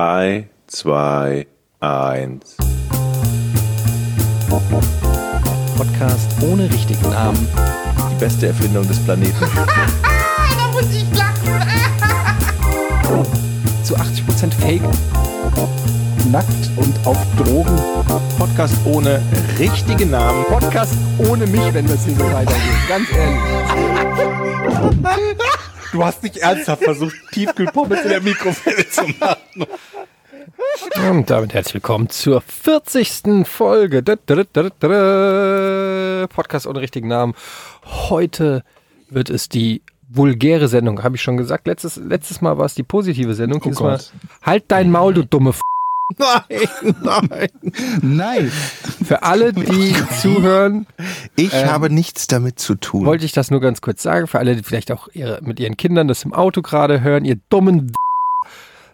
3, 2, 1. Podcast ohne richtigen Namen. Die beste Erfindung des Planeten. da muss ich lachen. Zu 80% Fake. nackt und auf Drogen. Podcast ohne richtigen Namen. Podcast ohne mich, wenn das hier so weitergeht. Ganz ehrlich. Du hast nicht ernsthaft versucht, Tiefkühlpommes in der Mikrofile zu machen. Und damit herzlich willkommen zur 40. Folge. Da, da, da, da, da, da. Podcast ohne richtigen Namen. Heute wird es die vulgäre Sendung, habe ich schon gesagt. Letztes, letztes Mal war es die positive Sendung. Oh Diesmal, Gott. halt dein Maul, du dumme F Nein, nein. Nein. Für alle, die zuhören, Oh ähm, Ich habe nichts damit zu tun. wollte ich das nur ganz kurz sagen. Für alle, die vielleicht auch ihre, mit ihren Kindern das im Auto gerade hören, ihr dummen W-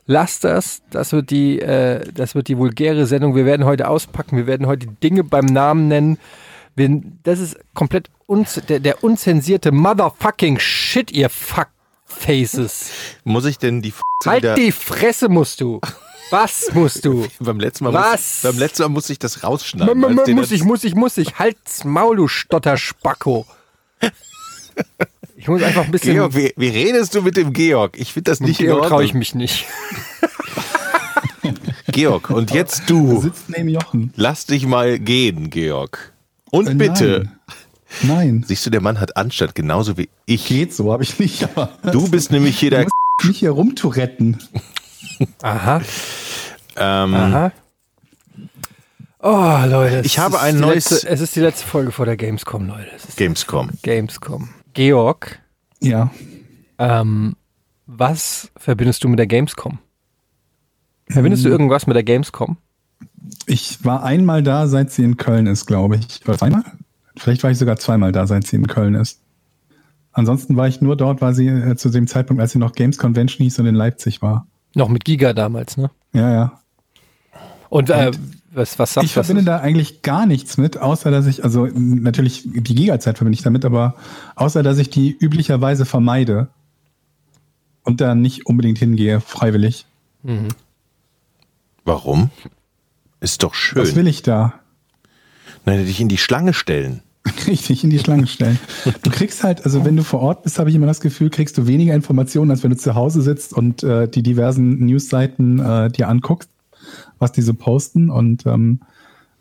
Lasst das, das wird, die, äh, das wird die vulgäre Sendung. Wir werden heute auspacken, wir werden heute die Dinge beim Namen nennen. Wir, das ist komplett unz, der, der unzensierte Motherfucking Shit, ihr Fuckfaces. Muss ich denn die F wieder- Halt die Fresse musst du. Was musst du? beim letzten Mal Was? Muss, beim letzten Mal muss ich das rausschneiden. weil es den Muss dann- ich, muss ich, muss ich. Halt's Maul, du Stotterspacko. Ich muss einfach ein bisschen... Georg, wie, wie redest du mit dem Georg? Ich finde das Mit nicht in Georg Ordnung. traue ich mich nicht. Georg, und jetzt du. Sitzt neben Jochen. Lass dich mal gehen, Georg. Und Äh, bitte. Nein. Siehst du, der Mann hat Anstand, genauso wie ich. Geht so, habe ich nicht. Aber Du bist nämlich hier der... mich hier rumzuretten. Aha, Ähm, aha. Oh, Leute. es Ich habe ist ein die neues- Letzte, es ist die letzte Folge vor der Gamescom, Leute. Es ist Gamescom. Gamescom. Georg, Ja. ähm, was verbindest du mit der Gamescom? Verbindest Hm. du irgendwas mit der Gamescom? Ich war einmal da, seit sie in Köln ist, glaube ich. War zweimal? Vielleicht war ich sogar zweimal da, seit sie in Köln ist. Ansonsten war ich nur dort, weil sie äh, zu dem Zeitpunkt, als sie noch Games Convention hieß und in Leipzig war. Noch mit Giga damals, ne? Ja, ja. Und, äh, was, was sagst Ich verbinde da eigentlich gar nichts mit, außer dass ich, also m, natürlich die Gigazeit verbinde ich damit, aber außer dass ich die üblicherweise vermeide und da nicht unbedingt hingehe, freiwillig. Warum? Ist doch Was schön. will ich da? Nein, dich in die Schlange stellen. Richtig in die Schlange stellen. Du kriegst halt, also wenn du vor Ort bist, habe ich immer das Gefühl, kriegst du weniger Informationen, als wenn du zu Hause sitzt und äh, die diversen Newsseiten äh, dir anguckst, was die so posten. Und ähm,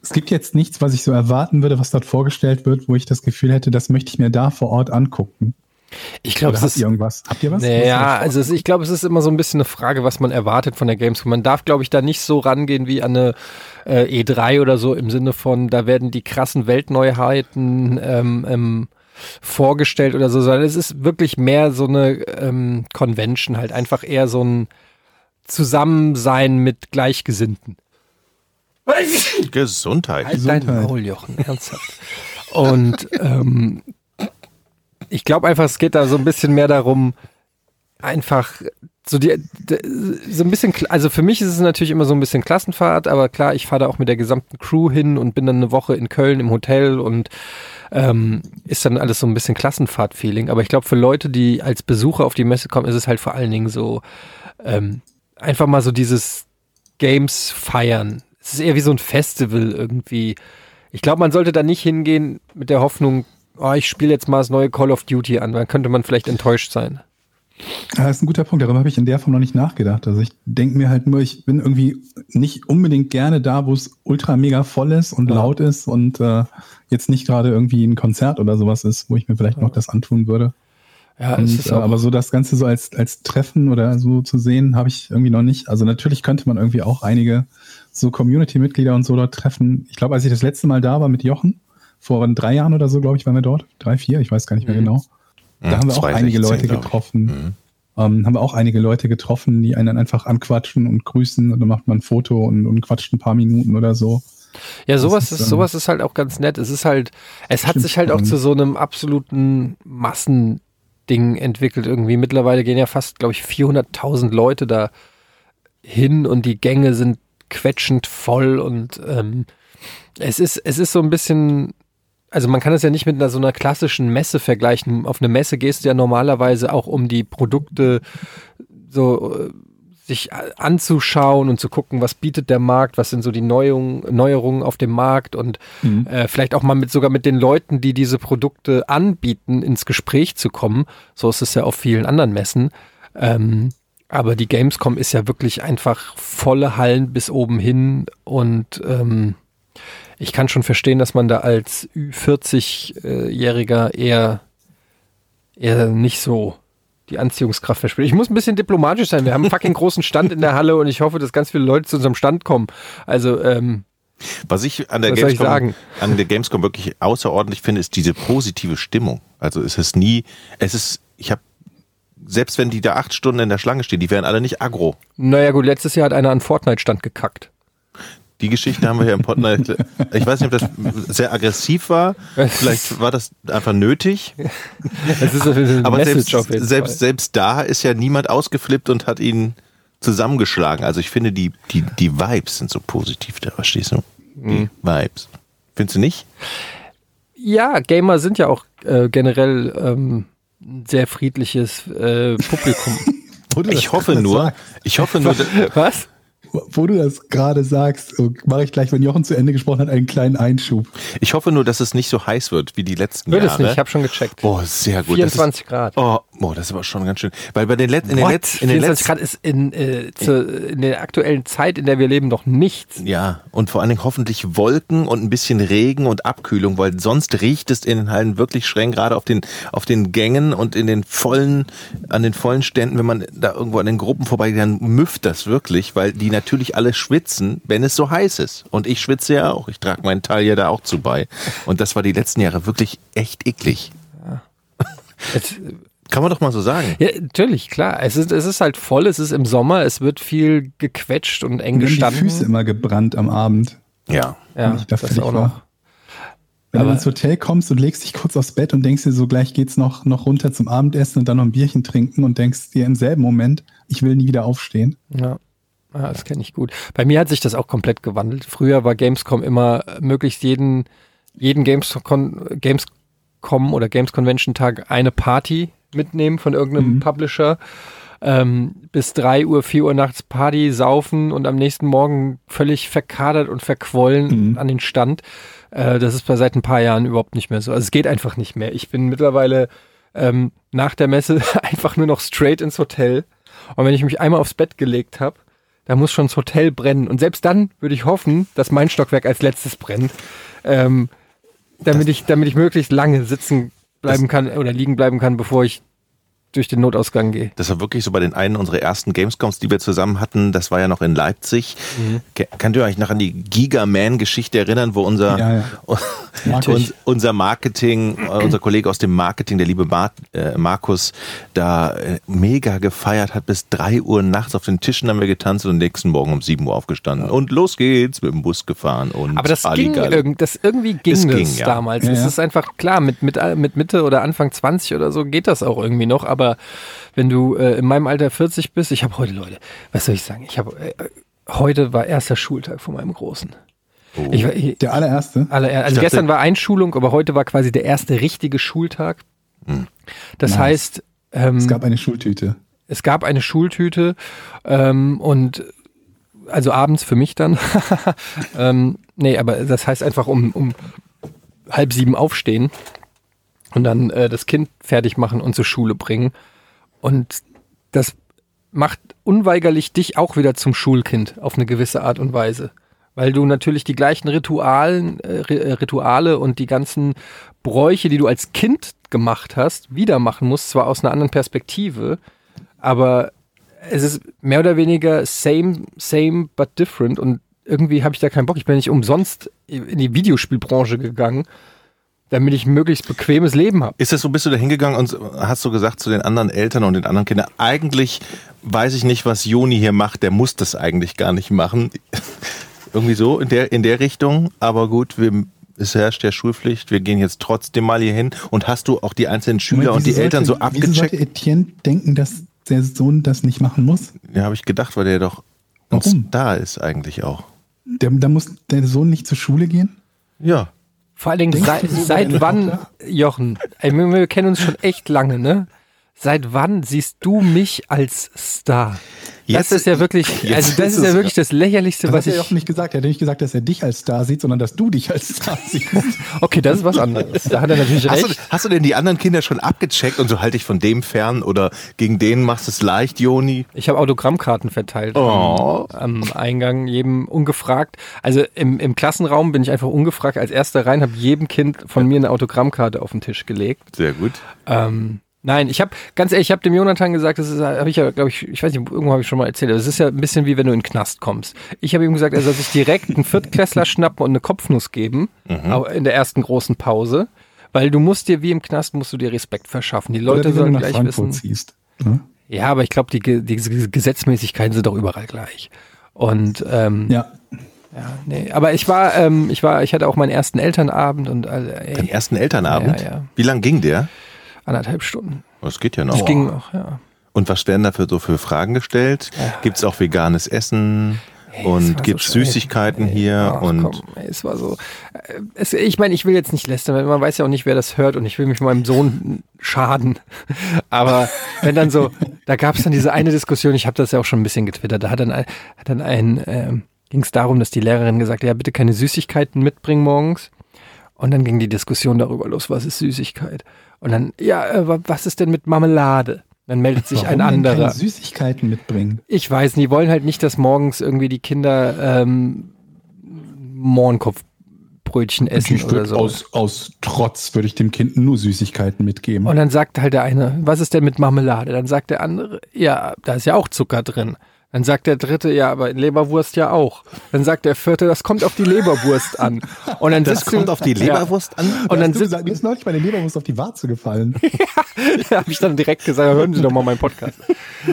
es gibt jetzt nichts, was ich so erwarten würde, was dort vorgestellt wird, wo ich das Gefühl hätte, das möchte ich mir da vor Ort angucken. ich glaube, Oder es habt ist ihr irgendwas? Habt ihr was? Naja, also es- ich glaube, es ist immer so ein bisschen eine Frage, was man erwartet von der Gamescom. Man darf, glaube ich, da nicht so rangehen wie an eine äh, E3 oder so im Sinne von, da werden die krassen Weltneuheiten ähm, ähm, vorgestellt oder so, sondern es ist wirklich mehr so eine ähm, Convention, halt einfach eher so ein Zusammensein mit Gleichgesinnten. Gesundheit. Also, Halt dein Gesundheit. Maul, Jochen, ernsthaft. Und ähm, ich glaube einfach, es geht da so ein bisschen mehr darum, einfach so die, d- so ein bisschen, kl- also für mich ist es natürlich immer so ein bisschen Klassenfahrt, aber klar, ich fahre da auch mit der gesamten Crew hin und bin dann eine Woche in Köln im Hotel und ähm, ist dann alles so ein bisschen Klassenfahrt-Feeling. Aber ich glaube, für Leute, die als Besucher auf die Messe kommen, ist es halt vor allen Dingen so ähm, einfach mal so dieses Games feiern. Es ist eher wie so ein Festival irgendwie. Ich glaube, man sollte da nicht hingehen mit der Hoffnung, oh, ich spiele jetzt mal das neue Call of Duty an, dann könnte man vielleicht enttäuscht sein. Ja, Das ist ein guter Punkt. Darüber habe ich in der Form noch nicht nachgedacht. Also ich denke mir halt nur, ich bin irgendwie nicht unbedingt gerne da, wo es ultra mega voll ist und laut ist und äh, jetzt nicht gerade irgendwie ein Konzert oder sowas ist, wo ich mir vielleicht noch das antun würde. Ja, Und, es ist äh, auch, aber so das Ganze so als, als Treffen oder so zu sehen, habe ich irgendwie noch nicht. Also natürlich könnte man irgendwie auch einige so Community-Mitglieder und so dort treffen. Ich glaube, als ich das letzte Mal da war mit Jochen, vor drei Jahren oder so, glaube ich, waren wir dort. Drei, vier, ich weiß gar Mhm. nicht mehr genau. Da haben wir auch 2016, einige Leute glaub ich. getroffen. Ähm, haben wir auch einige Leute getroffen, die einen dann einfach anquatschen und grüßen und dann macht man ein Foto und, und quatscht ein paar Minuten oder so. ja, sowas das ist, ist, ähm, sowas ist halt auch ganz nett. Es ist halt, es hat Stimmt sich halt auch schon. zu so einem absoluten Massending entwickelt irgendwie. Mittlerweile gehen ja fast, glaube ich, 400.000 Leute da hin und die Gänge sind quetschend voll und ähm, es ist, es ist so ein bisschen, also man kann es ja nicht mit einer, so einer klassischen Messe vergleichen. Auf eine Messe gehst du ja normalerweise auch um die Produkte so äh, sich a- anzuschauen und zu gucken, was bietet der Markt, was sind so die Neuung, Neuerungen auf dem Markt und äh, vielleicht auch mal mit sogar mit den Leuten, die diese Produkte anbieten, ins Gespräch zu kommen. So ist es ja auf vielen anderen Messen. Ähm, aber die Gamescom ist ja wirklich einfach volle Hallen bis oben hin und ähm, ich kann schon verstehen, dass man da als 40-Jähriger eher, eher nicht so die Anziehungskraft verspürt. Ich muss ein bisschen diplomatisch sein. Wir haben einen fucking großen Stand in der Halle und ich hoffe, dass ganz viele Leute zu unserem Stand kommen. Also, ähm, Was ich an der, Was soll ich Gamescom, sagen? an der Gamescom wirklich außerordentlich finde, ist diese positive Stimmung. Also es ist nie, es ist, ich habe, selbst wenn die da acht Stunden in der Schlange stehen, die wären alle nicht aggro. naja, gut, letztes Jahr hat einer an Fortnite-Stand gekackt. Die Geschichte haben wir hier im Podcast. Ich weiß nicht, ob das sehr aggressiv war. Vielleicht war das einfach nötig. Das ist eine Aber Message selbst, auf jeden selbst, Fall. selbst da ist ja niemand ausgeflippt und hat ihn zusammengeschlagen. Also ich finde, die, die, die Vibes sind so positiv da, verstehst du? Mhm. Die Vibes. Findest du nicht? Ja, Gamer sind ja auch äh, generell ähm, ein sehr friedliches äh, Publikum. Ich hoffe nur, ich hoffe nur, Was? Wo du das gerade sagst, mache ich gleich, wenn Jochen zu Ende gesprochen hat, einen kleinen Einschub. ich hoffe nur, dass es nicht so heiß wird wie die letzten Wird Jahre. es nicht, ich habe schon gecheckt. Boah, sehr gut. Das 24 ist, Grad. Oh, boah, das ist aber schon ganz schön. Weil bei den letzten, in den What? letzten, in den 24 letzten, Grad ist in, äh, zu, in der aktuellen Zeit, in der wir leben, noch nichts. Ja, und vor allen Dingen hoffentlich Wolken und ein bisschen Regen und Abkühlung, weil sonst riecht es in den Hallen wirklich streng, gerade auf den, auf den Gängen und in den vollen, an den vollen Ständen, wenn man da irgendwo an den Gruppen vorbeigeht, dann müfft das wirklich, weil die natürlich alle schwitzen, wenn es so heiß ist. Und ich schwitze ja auch. Ich trage meinen Teil ja da auch zu bei. Und das war die letzten Jahre wirklich echt eklig. Es, Kann man doch mal so sagen. ja, natürlich, klar. Es ist, es ist halt voll, es ist im Sommer, es wird viel gequetscht und eng Mir haben die gestanden. Füße immer gebrannt am Abend. Ja. ja, wenn ich da das fertig auch war. noch. Wenn Aber- du ins Hotel kommst und legst dich kurz aufs Bett und denkst dir so, gleich geht's noch, noch runter zum Abendessen und dann noch ein Bierchen trinken und denkst dir im selben Moment, ich will nie wieder aufstehen. Ja. ja, das kenne ich gut. Bei mir hat sich das auch komplett gewandelt. Früher war Gamescom immer äh, möglichst jeden, jeden Gamescom, Gamescom oder Games Convention Tag eine Party mitnehmen von irgendeinem Publisher. Ähm, bis 3 Uhr, 4 Uhr nachts Party saufen und am nächsten Morgen völlig verkadert und verquollen an den Stand. Äh, das ist bei seit ein paar Jahren überhaupt nicht mehr so. Also es geht einfach nicht mehr. Ich bin mittlerweile ähm, nach der Messe einfach nur noch straight ins Hotel. Und wenn ich mich einmal aufs Bett gelegt habe, da muss schon das Hotel brennen. Und selbst dann würde ich hoffen, dass mein Stockwerk als letztes brennt, ähm, damit, ich, damit ich möglichst lange sitzen bleiben kann oder liegen bleiben kann, bevor ich durch den Notausgang gehe. Das war wirklich so bei den einen unserer ersten Gamescoms, die wir zusammen hatten. Das war ja noch in Leipzig. Mhm. Ke- Könnt ihr euch noch an die Gigaman-Geschichte erinnern, wo unser, Ja, ja. Un, unser Marketing, äh, unser Kollege aus dem Marketing, der liebe Mar äh, Markus, da äh, mega gefeiert hat. Bis drei Uhr nachts auf den Tischen haben wir getanzt und am nächsten Morgen um sieben Uhr aufgestanden. Und los geht's, mit dem Bus gefahren und Aber das ging, Halligalli. irgend, das irgendwie ging Es das ging, ja. damals. Ja, es ja. ist einfach klar, mit, mit, mit Mitte oder Anfang 20 oder so geht das auch irgendwie noch. Aber wenn du äh, in meinem Alter 40 bist, ich habe heute, Leute, was soll ich sagen? Ich habe äh, heute war erster Schultag von meinem Großen. Oh. Ich, war- ich, Der allererste. alle, also dachte- gestern war Einschulung, aber heute war quasi der erste richtige Schultag. Das Nice. heißt, ähm, Es gab eine Schultüte. es gab eine Schultüte ähm, und also abends für mich dann. ähm, nee, aber das heißt einfach um, um halb sieben aufstehen und dann äh, das Kind fertig machen und zur Schule bringen. Und das macht unweigerlich dich auch wieder zum Schulkind auf eine gewisse Art und Weise. Weil du natürlich die gleichen Ritualen, äh, Ri- äh, Rituale und die ganzen Bräuche, die du als Kind gemacht hast, wieder machen musst, zwar aus einer anderen Perspektive, aber es ist mehr oder weniger same, same, but different und irgendwie habe ich da keinen Bock. Ich bin nicht umsonst in die Videospielbranche gegangen, damit ich ein möglichst bequemes Leben habe. Ist das so, bist du da hingegangen und hast du gesagt zu den anderen Eltern und den anderen Kindern, eigentlich weiß ich nicht, was Joni hier macht, der muss das eigentlich gar nicht machen. Irgendwie so in der, in der Richtung, aber gut, wir, es herrscht ja Schulpflicht, wir gehen jetzt trotzdem mal hier hin und hast du auch die einzelnen Schüler Moment, und die wieso Eltern so sollte- Wieso sollte abgecheckt? Etienne denken, dass der Sohn das nicht machen muss? Ja, habe ich gedacht, weil der doch ein Warum? Star ist eigentlich auch. Der, da muss der Sohn nicht zur Schule gehen? Ja. Vor allen Dingen, sei, du so über seit deine wann, Tochter? Jochen? Ey, wir, wir kennen uns schon echt lange, ne? seit wann siehst du mich als Star? Jetzt- das ist ja wirklich, jetzt also das ist ist ja es- wirklich das Lächerlichste, Das was hat er ja ich. auch nicht gesagt. Er hat nicht gesagt, dass er dich als Star sieht, sondern dass du dich als Star siehst. Okay, das ist was anderes. Da hat er natürlich Hast du, recht. hast du denn die anderen Kinder schon abgecheckt und so halte ich von dem fern oder gegen den machst du es leicht, Joni? Ich habe Autogrammkarten verteilt Oh. am, am Eingang, jedem ungefragt. Also im, im Klassenraum bin ich einfach ungefragt als erster rein, habe jedem Kind von mir eine Autogrammkarte auf den Tisch gelegt. Sehr gut. Ähm, nein, ich habe ganz ehrlich, ich habe dem Jonathan gesagt, das ist, habe ich ja, glaube ich, ich weiß nicht, irgendwo habe ich schon mal erzählt, aber es ist ja ein bisschen wie wenn du in den Knast kommst. Ich habe ihm gesagt, er soll sich direkt einen Viertklässler schnappen und eine Kopfnuss geben, aber in der ersten großen Pause. Weil du musst dir, wie im Knast, musst du dir Respekt verschaffen. Die Oder Leute wie wenn du sollen nach gleich Frankfurt wissen. ziehst. Ne? Ja, aber ich glaube, die, Ge- die Ges- Gesetzmäßigkeiten sind doch überall gleich. Und ähm, Ja. nee, aber ich war, ähm, ich war, ich hatte auch meinen ersten Elternabend und äh, Den ey, ersten Elternabend? Ja, ja. Wie lang ging der? anderthalb Stunden. Das geht Oh, ja Das noch. ging auch, ja. Und was werden dafür so für Fragen gestellt? Gibt's auch veganes Essen? das war und so gibt's schön. Süßigkeiten Ey, hier? ach, und komm, ey, es war so. äh, Es, ich meine, ich will jetzt nicht lästern, weil man weiß ja auch nicht, wer das hört und ich will mich meinem Sohn schaden. Aber wenn dann so, da gab es dann diese eine Diskussion, ich habe das ja auch schon ein bisschen getwittert, da hat dann ein, hat dann ein ähm, ging es darum, dass die Lehrerin gesagt hat, ja, bitte keine Süßigkeiten mitbringen morgens. Und dann ging die Diskussion darüber los, was ist Süßigkeit? Und dann, ja, äh, wa- was ist denn mit Marmelade? Dann meldet sich ein Warum denn keine anderer. Süßigkeiten mitbringen. Ich weiß, nicht, die wollen halt nicht, dass morgens irgendwie die Kinder ähm, Mohrenkopfbrötchen essen Ich oder würd so. aus, aus Trotz würde ich dem Kind nur Süßigkeiten mitgeben. Und dann sagt halt der eine, was ist denn mit Marmelade? Dann sagt der andere, ja, da ist ja auch Zucker drin. Dann sagt der dritte, ja, aber in Leberwurst ja auch. Dann sagt der vierte, das kommt auf die Leberwurst an. Und dann das sitzt du- kommt auf die Leberwurst an? Ja. Und dann Hast sitzt, du gesagt, mir ist neulich meine Leberwurst auf die Warze gefallen. habe ich dann direkt gesagt, hören Sie doch mal meinen Podcast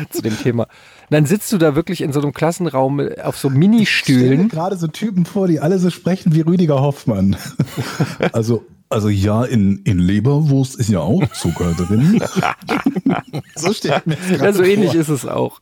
zu dem Thema. Und dann sitzt du da wirklich in so einem Klassenraum auf so Stell mir Ministühlen. gerade so Typen vor, die alle so sprechen wie Rüdiger Hoffmann. Also, also ja, in, in Leberwurst ist ja auch Zucker drin. so steht mir das gerade Ja, so ähnlich vor. ist es auch.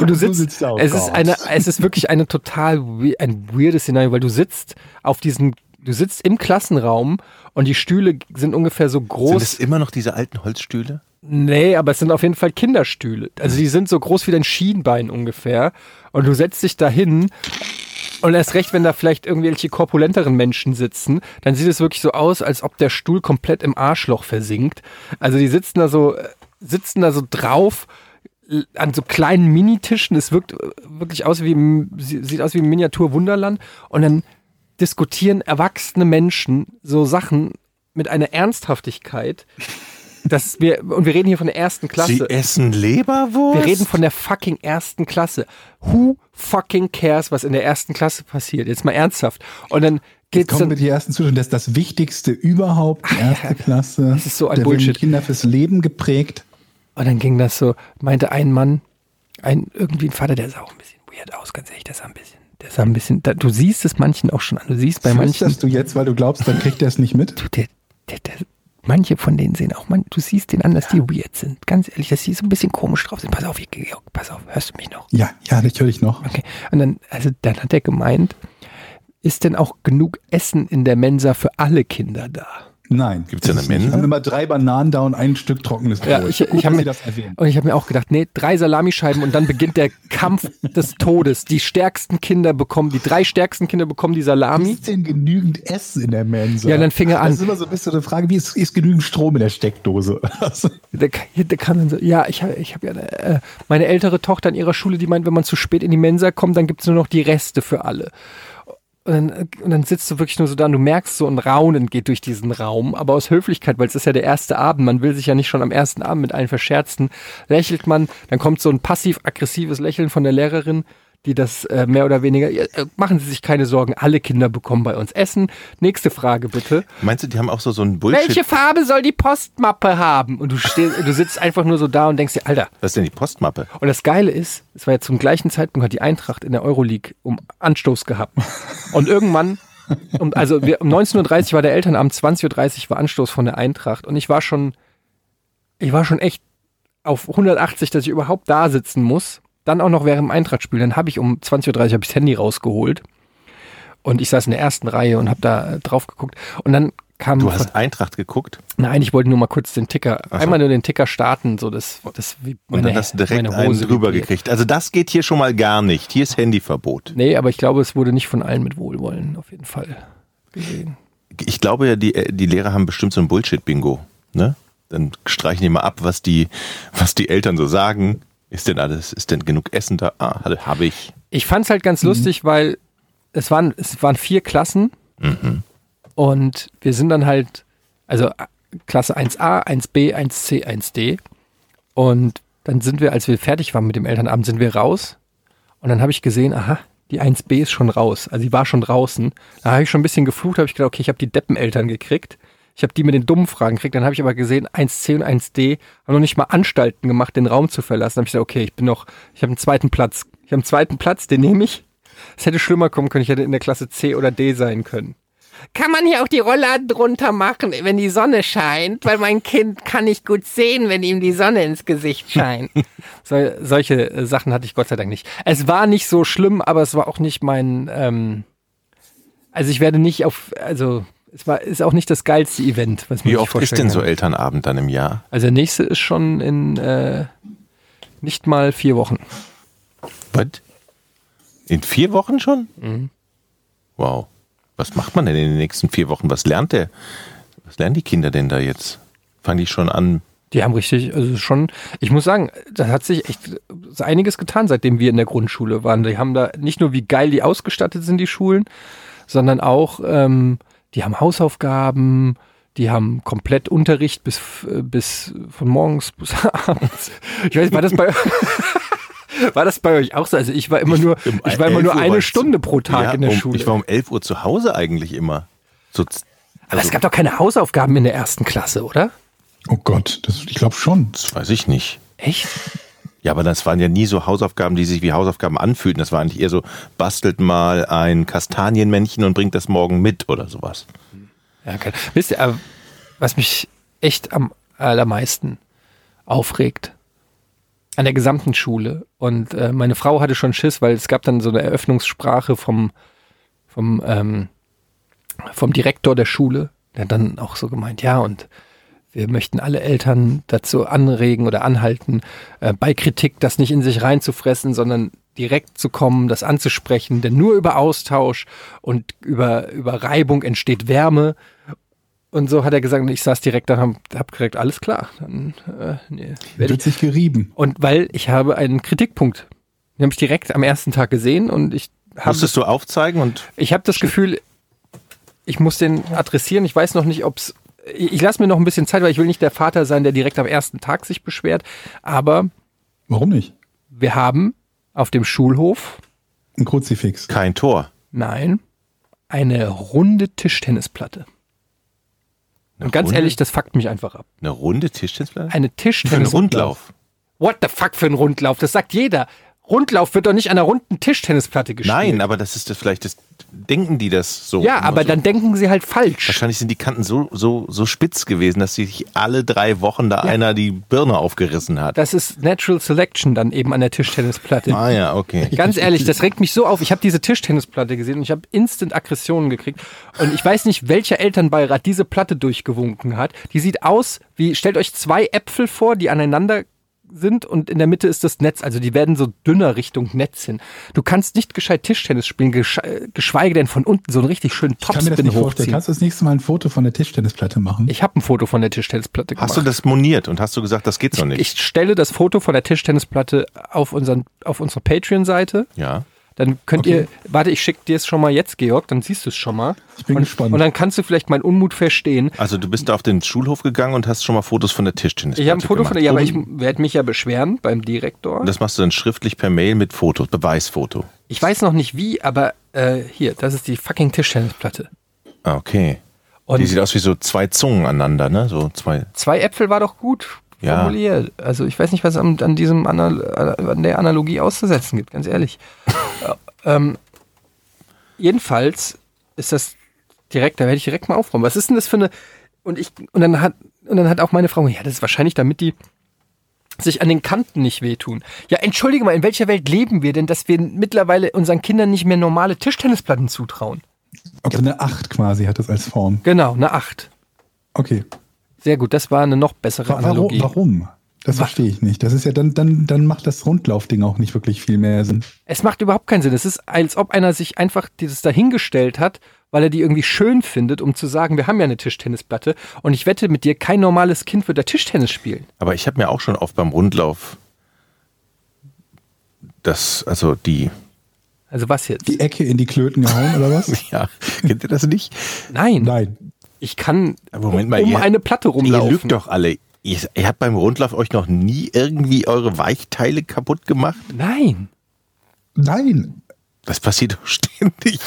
Und du So sitzt, sitzt er auch es ist drauf. eine, es ist wirklich eine total we ein weirdes Szenario, weil du sitzt auf diesen, du sitzt im Klassenraum und die Stühle sind ungefähr so Sind es groß. immer noch diese alten Holzstühle? Nee, aber es sind auf jeden Fall Kinderstühle. Also die sind so groß wie dein Schienbein ungefähr. Und du setzt dich dahin. Und erst recht, wenn da vielleicht irgendwelche korpulenteren Menschen sitzen, dann sieht es wirklich so aus, als ob der Stuhl komplett im Arschloch versinkt. Also die sitzen da so, äh, sitzen da so drauf l- an so kleinen Minitischen. Es wirkt äh, wirklich aus wie, im- sie- sieht aus wie ein Miniatur-Wunderland. Und dann diskutieren erwachsene Menschen so Sachen mit einer Ernsthaftigkeit, dass wir, und wir reden hier von der ersten Klasse. Sie essen Leberwurst? Wir reden von der fucking ersten Klasse. Who fucking cares, was in der ersten Klasse passiert? Jetzt mal ernsthaft. Und dann Jetzt geht's kommen wir dann, Ah, die ersten Zuschauer. Das ist das Wichtigste überhaupt, die erste Klasse. Das ist so ein da werden die Bullshit. Kinder fürs Leben geprägt. und dann ging das so, meinte ein Mann, ein, irgendwie ein Vater, der sah auch ein bisschen weird aus, ganz ehrlich, der sah ein bisschen, der sah ein bisschen, da, du siehst es manchen auch schon an, du siehst bei manchen, Flüsterst du jetzt, weil du glaubst, dann kriegt er es nicht mit? du, der, der, der, manche von denen sehen auch, man, du siehst den an, dass die weird sind, ganz ehrlich, dass die so ein bisschen komisch drauf sind. Pass auf, ich- Georg, pass auf, hörst du mich noch? Ja, ja, ich höre dich noch. Okay. Und dann, also dann hat er gemeint, ist denn auch genug Essen in der Mensa für alle Kinder da? Nein. Gibt's ja eine das ist nicht. Menge? Wir haben immer drei Bananen da und ein Stück trockenes Brot. Gut, dass hab Sie das erwähnen. und ich habe mir auch gedacht, nee, drei Salamischeiben und dann beginnt der Kampf des Todes. Die stärksten Kinder bekommen, die drei stärksten Kinder bekommen die Salami. Ist denn genügend Essen in der Mensa? Ja, dann fing er an. Das ist immer so ein bisschen eine Frage, wie ist, ist genügend Strom in der Steckdose? Also, Der, ka- der kam dann so, ja, ich habe ich hab ja äh, meine ältere Tochter an ihrer Schule, die meint, wenn man zu spät in die Mensa kommt, dann gibt's nur noch die Reste für alle. Und dann, äh, und dann sitzt du wirklich nur so da und du merkst, so ein Raunen geht durch diesen Raum, aber aus Höflichkeit, weil es ist ja der erste Abend, man will sich ja nicht schon am ersten Abend mit allen verscherzen, lächelt man, dann kommt so ein passiv-aggressives Lächeln von der Lehrerin, die das äh, mehr oder weniger, ja, äh, machen Sie sich keine Sorgen, alle Kinder bekommen bei uns Essen. Nächste Frage bitte. Meinst du, die haben auch so, so einen Bullshit? Welche Farbe soll die Postmappe haben? Und du, stehst, du sitzt einfach nur so da und denkst dir, Alter. Was ist denn die Postmappe? Und das Geile ist, es war ja zum gleichen Zeitpunkt, hat die Eintracht in der Euroleague um Anstoß gehabt. Und irgendwann, um, also wir, um 19.30 Uhr war der Elternabend, 20.30 Uhr war Anstoß von der Eintracht. Und ich war schon, ich war schon echt auf 180, dass ich überhaupt da sitzen muss. Dann auch noch während dem Eintrachtspiel. Dann habe ich um 20.30 Uhr hab ich das Handy rausgeholt. Und ich saß in der ersten Reihe und habe da äh, drauf geguckt. Und dann kam Du hast Eintracht geguckt Nein, ich wollte nur mal kurz den Ticker, Ach so. einmal nur den Ticker starten, so das, das wie und dann hast du direkt einen drüber vibriert. gekriegt. Also das geht hier schon mal gar nicht. Hier ist Handyverbot. Nee, aber ich glaube, es wurde nicht von allen mit Wohlwollen auf jeden Fall gesehen. Ich glaube ja, die, äh, die Lehrer haben bestimmt so ein Bullshit-Bingo. Ne? Dann streichen die mal ab, was die, was die Eltern so sagen. Ist denn alles, ist denn genug Essen da? Ah, habe hab ich. Ich fand es halt ganz lustig, weil es waren, es waren vier Klassen und wir sind dann halt, also Klasse 1a, 1b, 1c, 1d und dann sind wir, als wir fertig waren mit dem Elternabend, sind wir raus und dann habe ich gesehen, aha, die 1b ist schon raus, also die war schon draußen. Da habe ich schon ein bisschen geflucht, habe ich gedacht, okay, ich habe die Deppeneltern gekriegt. Ich habe die mit den dummen Fragen gekriegt, dann habe ich aber gesehen, 1C und 1D haben noch nicht mal Anstalten gemacht, den Raum zu verlassen. Da habe ich gesagt, okay, ich bin noch, ich habe einen zweiten Platz. Ich habe einen zweiten Platz, den nehme ich. Es hätte schlimmer kommen können, ich hätte in der Klasse C oder D sein können. Kann man hier auch die Rollladen drunter machen, wenn die Sonne scheint? Weil mein Kind kann nicht gut sehen, wenn ihm die Sonne ins Gesicht scheint. so, solche äh, Sachen hatte ich Gott sei Dank nicht. Es war nicht so schlimm, aber es war auch nicht mein. Ähm, also ich werde nicht auf. Also es war ist auch nicht das geilste Event, was man Wie sich oft ist vorstellen denn so kann. Elternabend dann im Jahr? Also der nächste ist schon in äh, nicht mal vier Wochen. Was? In vier Wochen schon? Mhm. Wow. Was macht man denn in den nächsten vier Wochen? Was lernt der? Was lernen die Kinder denn da jetzt? Fangen die schon an? Die haben richtig, also schon, ich muss sagen, da hat sich echt so einiges getan, seitdem wir in der Grundschule waren. Die haben da nicht nur, wie geil die ausgestattet sind, die Schulen, sondern auch, ähm, die haben Hausaufgaben, die haben komplett Unterricht bis, äh, bis von morgens bis abends. Ich weiß, war das bei, war das bei euch auch so? Also ich war immer nur, Um ich war immer nur 11 Uhr war eine ich zu- Stunde pro Tag Ja, in der um, Schule. Ich war um 11 Uhr zu Hause eigentlich immer. So, z- Aber also es gab doch keine Hausaufgaben in der ersten Klasse, oder? Oh Gott, das, ich glaube schon. das weiß ich nicht. Echt? Ja, aber das waren ja nie so Hausaufgaben, die sich wie Hausaufgaben anfühlten. Das war eigentlich eher so, bastelt mal ein Kastanienmännchen und bringt das morgen mit oder sowas. Ja, geil. Wisst ihr, äh, was mich echt am allermeisten aufregt? An der gesamten Schule. Und äh, meine Frau hatte schon Schiss, weil es gab dann so eine Eröffnungssprache vom, vom, ähm, vom Direktor der Schule. Der hat dann auch so gemeint, ja, und wir möchten alle Eltern dazu anregen oder anhalten, äh, bei Kritik das nicht in sich reinzufressen, sondern direkt zu kommen, das anzusprechen. Denn nur über Austausch und über, über Reibung entsteht Wärme. Und so hat er gesagt, und ich saß direkt da und hab, hab direkt, alles klar. Dann, äh, nee, werd ich. Wird sich gerieben. Und weil ich habe einen Kritikpunkt. Den habe ich direkt am ersten Tag gesehen und ich habe Musstest du aufzeigen und ich habe das Gefühl, ich muss den adressieren. Ich weiß noch nicht, ob's. Ich ich lasse mir noch ein bisschen Zeit, weil ich will nicht der Vater sein, der direkt am ersten Tag sich beschwert. Aber Warum nicht? wir haben auf dem Schulhof, Ein Kruzifix. kein Tor. nein, eine runde Tischtennisplatte. Eine Und ganz Runde? ehrlich, das fuckt mich einfach ab. Eine runde Tischtennisplatte? Eine Für einen Tischtennis. Rundlauf. What the fuck für ein Rundlauf? Das sagt jeder. Rundlauf wird doch nicht an einer runden Tischtennisplatte gespielt. Nein, aber das ist das vielleicht, das denken die das so. Ja, Immer aber so. dann denken sie halt falsch. Wahrscheinlich sind die Kanten so, so, so spitz gewesen, dass sich alle drei Wochen da einer die Birne aufgerissen hat. Das ist Natural Selection dann eben an der Tischtennisplatte. ah ja, okay. Ganz ehrlich, das regt mich so auf. Ich habe diese Tischtennisplatte gesehen und ich habe instant Aggressionen gekriegt. Und ich weiß nicht, welcher Elternbeirat diese Platte durchgewunken hat. Die sieht aus wie, stellt euch zwei Äpfel vor, die aneinander sind und in der Mitte ist das Netz. Also die werden so dünner Richtung Netz hin. Du kannst nicht gescheit Tischtennis spielen, gesche- äh, geschweige denn von unten so einen richtig schönen Ich kann mir das Topspin nicht vorstellen. hochziehen. Kannst du das nächste Mal ein Foto von der Tischtennisplatte machen? Ich habe ein Foto von der Tischtennisplatte gemacht. Hast du das moniert und hast du gesagt, das geht so nicht? ich stelle das Foto von der Tischtennisplatte auf, unseren, auf unsere Patreon-Seite. ja. Dann könnt ihr, warte, ich schick dir es schon mal jetzt, Georg, dann siehst du es schon mal. Ich bin und, gespannt. Und dann kannst du vielleicht meinen Unmut verstehen. Also du bist da auf den Schulhof gegangen und hast schon mal Fotos von der Tischtennisplatte Ich habe ein Foto gemacht. von der, ja, aber ich werde mich ja beschweren beim Direktor. Und das machst du dann schriftlich per Mail mit Foto, Beweisfoto. Ich weiß noch nicht wie, aber äh, hier, das ist die fucking Tischtennisplatte. Ah, okay. Und die sieht aus wie so zwei Zungen aneinander, ne? So zwei. zwei Äpfel war doch gut Ja. formuliert. Also ich weiß nicht, was an, an diesem Anal an der Analogie auszusetzen gibt, ganz ehrlich. Äh, ähm, jedenfalls ist das direkt, da werde ich direkt mal aufräumen. Was ist denn das für eine und ich und dann hat und dann hat auch meine Frau, ja, das ist wahrscheinlich, damit die sich an den Kanten nicht wehtun. Ja, entschuldige mal, in welcher Welt leben wir denn, dass wir mittlerweile unseren Kindern nicht mehr normale Tischtennisplatten zutrauen? Also eine 8 quasi hat das als Form. Genau, eine 8. Okay. Sehr gut, das war eine noch bessere Wa- Warum? Analogie. warum? Das verstehe ich nicht. Das ist ja dann, dann, dann macht das Rundlaufding auch nicht wirklich viel mehr Sinn. Es macht überhaupt keinen Sinn. Es ist, als ob einer sich einfach dieses dahingestellt hat, weil er die irgendwie schön findet, um zu sagen, wir haben ja eine Tischtennisplatte und ich wette mit dir, kein normales Kind wird da Tischtennis spielen. Aber ich habe mir auch schon oft beim Rundlauf das, also die, Also was jetzt? Die Ecke in die Klöten gehauen oder was? ja, kennt ihr das nicht? Nein, Nein. ich kann Aber Moment mal, um ihr- eine Platte Ihr rumlaufen. lügt doch alle. Ihr, ihr habt beim Rundlauf euch noch nie irgendwie eure Weichteile kaputt gemacht? Nein. Nein. Das passiert doch ständig.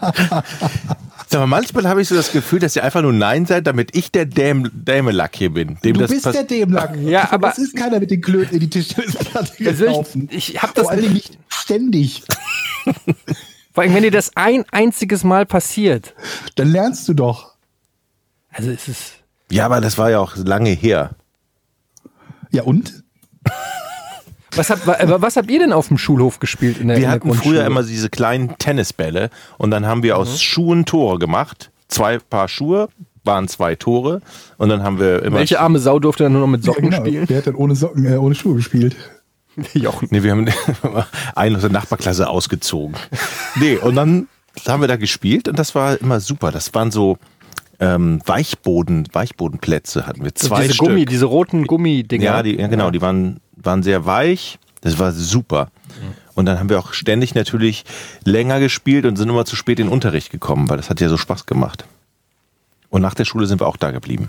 Sag mal, manchmal habe ich so das Gefühl, dass ihr einfach nur Nein seid, damit ich der Däm Dämelack hier bin. Dem Du das bist pass- der Dämlack. Ja, aber- Es ist keiner mit den Klöten in die Tischtennisplatte Also ich- gelaufen. ich hab das Vor allen Dingen nicht ständig. Vor allem, wenn dir das ein einziges Mal passiert. Dann lernst du doch. Also es ist. ja, aber das war ja auch lange her. Ja und? Was habt, wa- aber was habt ihr denn auf dem Schulhof gespielt in der in Wir der hatten Grundschule? früher immer diese kleinen Tennisbälle und dann haben wir aus Schuhen Tore gemacht. Zwei Paar Schuhe waren zwei Tore und dann haben wir immer. Welche arme Sau durfte dann nur noch mit Socken Ja, genau. spielen? Wer hat denn ohne Socken, äh, ohne Schuhe gespielt? Jochen. Nee, wir haben einen aus der Nachbarklasse ausgezogen. Nee, und dann haben wir da gespielt und das war immer super. Das waren so ähm, Weichboden, Weichbodenplätze hatten wir. Zwei diese Stück. Gummi, diese roten Gummidinger. ja, die, ja, genau, die waren, waren sehr weich. Das war super. Und dann haben wir auch ständig natürlich länger gespielt und sind immer zu spät in den Unterricht gekommen, weil das hat ja so Spaß gemacht. Und nach der Schule sind wir auch da geblieben.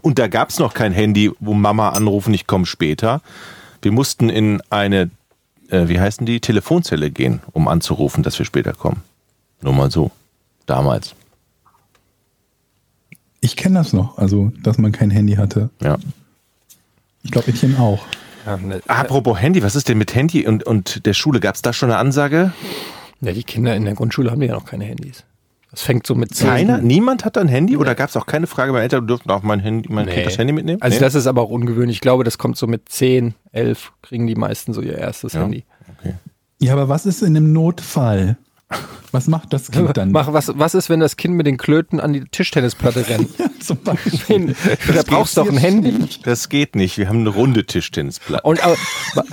Und da gab's noch kein Handy, wo Mama anrufen, ich komme später. Wir mussten in eine, äh, wie heißen die, Telefonzelle gehen, um anzurufen, dass wir später kommen. Nur mal so. Damals. Ich kenne das noch, also dass man kein Handy hatte. Ja. Ich glaube, Etienne auch. Ja, ne, Apropos Handy, was ist denn mit Handy und, und der Schule? Gab's da schon eine Ansage? ja, die Kinder in der Grundschule haben ja noch keine Handys. Das fängt so mit zehn- Keiner? Niemand hat ein Handy? Oder gab es auch keine Frage bei Eltern, dürften auch mein, Handy, mein Nee. Kind das Handy mitnehmen? Also das ist aber auch ungewöhnlich. Ich glaube, das kommt so mit 10, 11 kriegen die meisten so ihr erstes Handy. Ja, aber was ist in einem Notfall? Was macht das Kind dann? Mach, was, was ist, wenn das Kind mit den Klöten an die Tischtennisplatte rennt? Zum Beispiel. da brauchst du doch ein Handy. das geht nicht. Wir haben eine runde Tischtennisplatte. Und aber,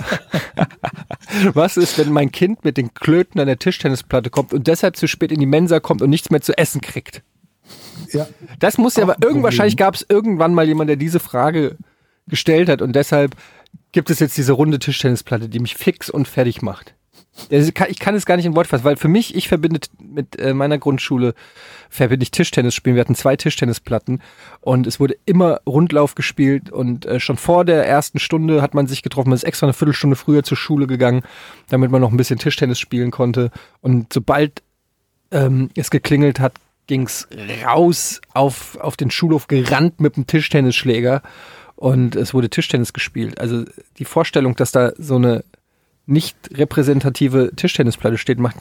was ist, wenn mein Kind mit den Klöten an der Tischtennisplatte kommt und deshalb zu spät in die Mensa kommt und nichts mehr zu essen kriegt? Ja. Das muss ja Auch aber ein irgendwann, Problem. wahrscheinlich gab es irgendwann mal jemand, der diese Frage gestellt hat und deshalb gibt es jetzt diese runde Tischtennisplatte, die mich fix und fertig macht. Das ist- kann- Ich kann es gar nicht in Wort fassen, weil für mich, ich verbinde t- mit äh, meiner Grundschule, verbinde ich Tischtennis spielen. Wir hatten zwei Tischtennisplatten und es wurde immer Rundlauf gespielt und äh, schon vor der ersten Stunde hat man sich getroffen. Man ist extra eine Viertelstunde früher zur Schule gegangen, damit man noch ein bisschen Tischtennis spielen konnte. Und sobald ähm, es geklingelt hat, ging's raus auf, auf den Schulhof, gerannt mit dem Tischtennisschläger und es wurde Tischtennis gespielt. Also die Vorstellung, dass da so eine nicht repräsentative Tischtennisplatte steht, macht,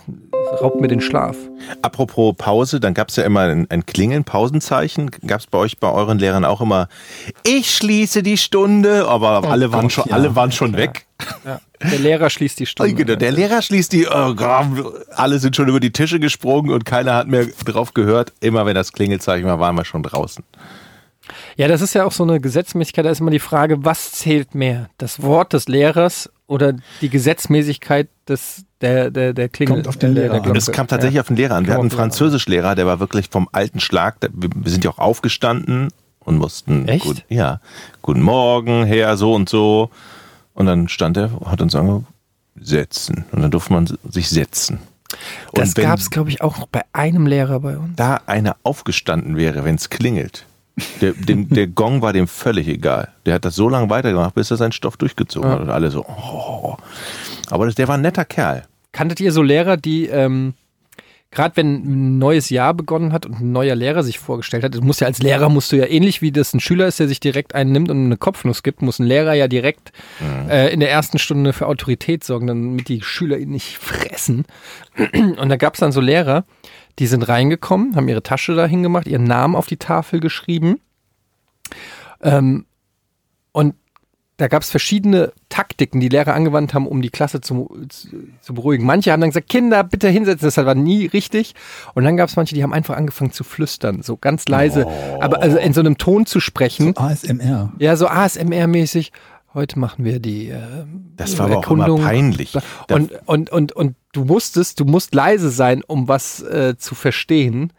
raubt mir den Schlaf. Apropos Pause, dann gab es ja immer ein, ein Klingeln, Pausenzeichen. Gab es bei euch, bei euren Lehrern auch immer, ich schließe die Stunde, aber alle, waren Gott, schon, ja. alle waren schon weg. Der Lehrer schließt die Genau, Stunde. Der Lehrer schließt die, oh Gott, alle sind schon über die Tische gesprungen und keiner hat mehr drauf gehört. Immer wenn das Klingelzeichen war, waren wir schon draußen. Ja, das ist ja auch so eine Gesetzmäßigkeit. Da ist immer die Frage, was zählt mehr? Das Wort des Lehrers oder die Gesetzmäßigkeit des, der, der, der Klingel? Kommt auf den äh, der- Lehrer der an. Glocke. Es kam tatsächlich auf den Lehrer an. Wir Kam auf hatten einen den Lehrer an. Französischlehrer, der war wirklich vom alten Schlag. Da- Wir wir sind ja auch aufgestanden und mussten. Echt? Gut, ja. Guten Morgen, Herr, so und so. Und dann stand er, hat uns angesetzen. Und dann durfte man sich setzen. Und Das wenn gab's glaube ich, auch bei einem Lehrer bei uns. da einer aufgestanden wäre, wenn es klingelt, der, dem, der Gong war dem völlig egal. Der hat das so lange weitergemacht, bis er seinen Stoff durchgezogen hat. Und alle so, oh. Aber das, der war ein netter Kerl. Kanntet ihr so Lehrer, die, ähm, gerade wenn ein neues Jahr begonnen hat und ein neuer Lehrer sich vorgestellt hat, du musst ja als Lehrer, musst du ja ähnlich wie das ein Schüler ist, der sich direkt einen nimmt und eine Kopfnuss gibt, muss ein Lehrer ja direkt äh, in der ersten Stunde für Autorität sorgen, damit die Schüler ihn nicht fressen. Und da gab es dann so Lehrer, die sind reingekommen, haben ihre Tasche dahin gemacht, ihren Namen auf die Tafel geschrieben. Ähm, und da gab es verschiedene Taktiken die Lehrer angewandt haben, um die Klasse zu, zu, zu beruhigen. Manche haben dann gesagt, Kinder, bitte hinsetzen, das war nie richtig. Und dann gab es manche, die haben einfach angefangen zu flüstern, so ganz leise, aber also in so einem Ton zu sprechen. ASMR. Ja, so ASMR-mäßig. Heute machen wir die äh, Das war aber auch immer Erkundung. peinlich. Da- Und, und, und, und du musstest, du musst leise sein, um was äh, zu verstehen.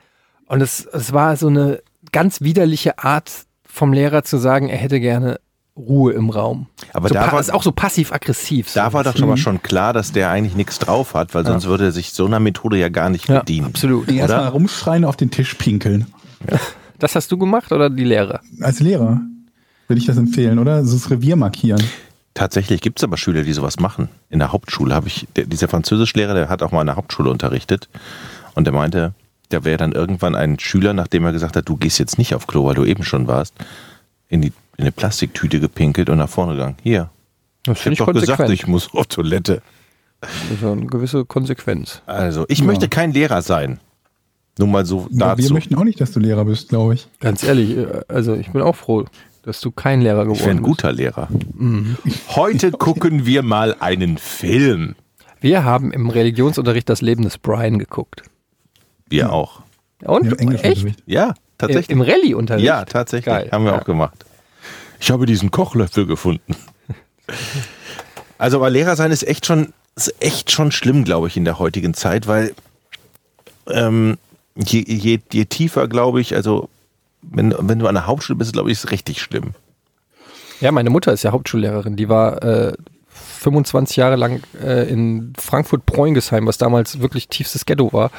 Und es, es war so eine ganz widerliche Art vom Lehrer zu sagen, er hätte gerne Ruhe im Raum. aber so da pa- war, ist auch so passiv-aggressiv. so da war ein doch bisschen. schon mal schon klar, dass der eigentlich nichts drauf hat, weil sonst würde er sich so einer Methode ja gar nicht Ja, bedienen. absolut. Die erstmal Oder? rumschreien, auf den Tisch pinkeln. Das hast du gemacht oder die Lehrer? Als Lehrer würde ich das empfehlen, oder? So das Revier markieren. Tatsächlich gibt es aber Schüler, die sowas machen. In der Hauptschule habe ich, der, dieser Französischlehrer, der hat auch mal in der Hauptschule unterrichtet und der meinte, da wäre dann irgendwann ein Schüler, nachdem er gesagt hat, du gehst jetzt nicht auf Klo, weil du eben schon warst, in die in eine Plastiktüte gepinkelt und nach vorne gegangen. Hier. Das Ich habe doch gesagt, ich muss auf Toilette. Also eine gewisse Konsequenz. Also, ich möchte kein Lehrer sein. Nur mal so Aber Wir dazu. möchten auch nicht, dass du Lehrer bist, glaube ich. Ganz ehrlich, äh, also ich bin auch froh, dass du kein Lehrer geworden Ich wäre ein bist. guter Lehrer. Heute gucken wir mal einen Film. Wir haben im Religionsunterricht das Leben des Brian geguckt. Wir auch. Und? Ja, im Echt? Englischunterricht. Ja, tatsächlich. Im Rallye-Unterricht? Ja, tatsächlich. Geil. Haben wir Ja. auch gemacht. Ich habe diesen Kochlöffel gefunden. Also, aber Lehrer sein ist echt schon, ist echt schon schlimm, glaube ich, in der heutigen Zeit, weil ähm, je, je, je tiefer, glaube ich, also wenn, wenn du an der Hauptschule bist, glaube ich, ist es richtig schlimm. Ja, meine Mutter ist ja Hauptschullehrerin. Die war äh, 25 Jahre lang äh, in Frankfurt-Preungesheim, was damals wirklich tiefstes Ghetto war,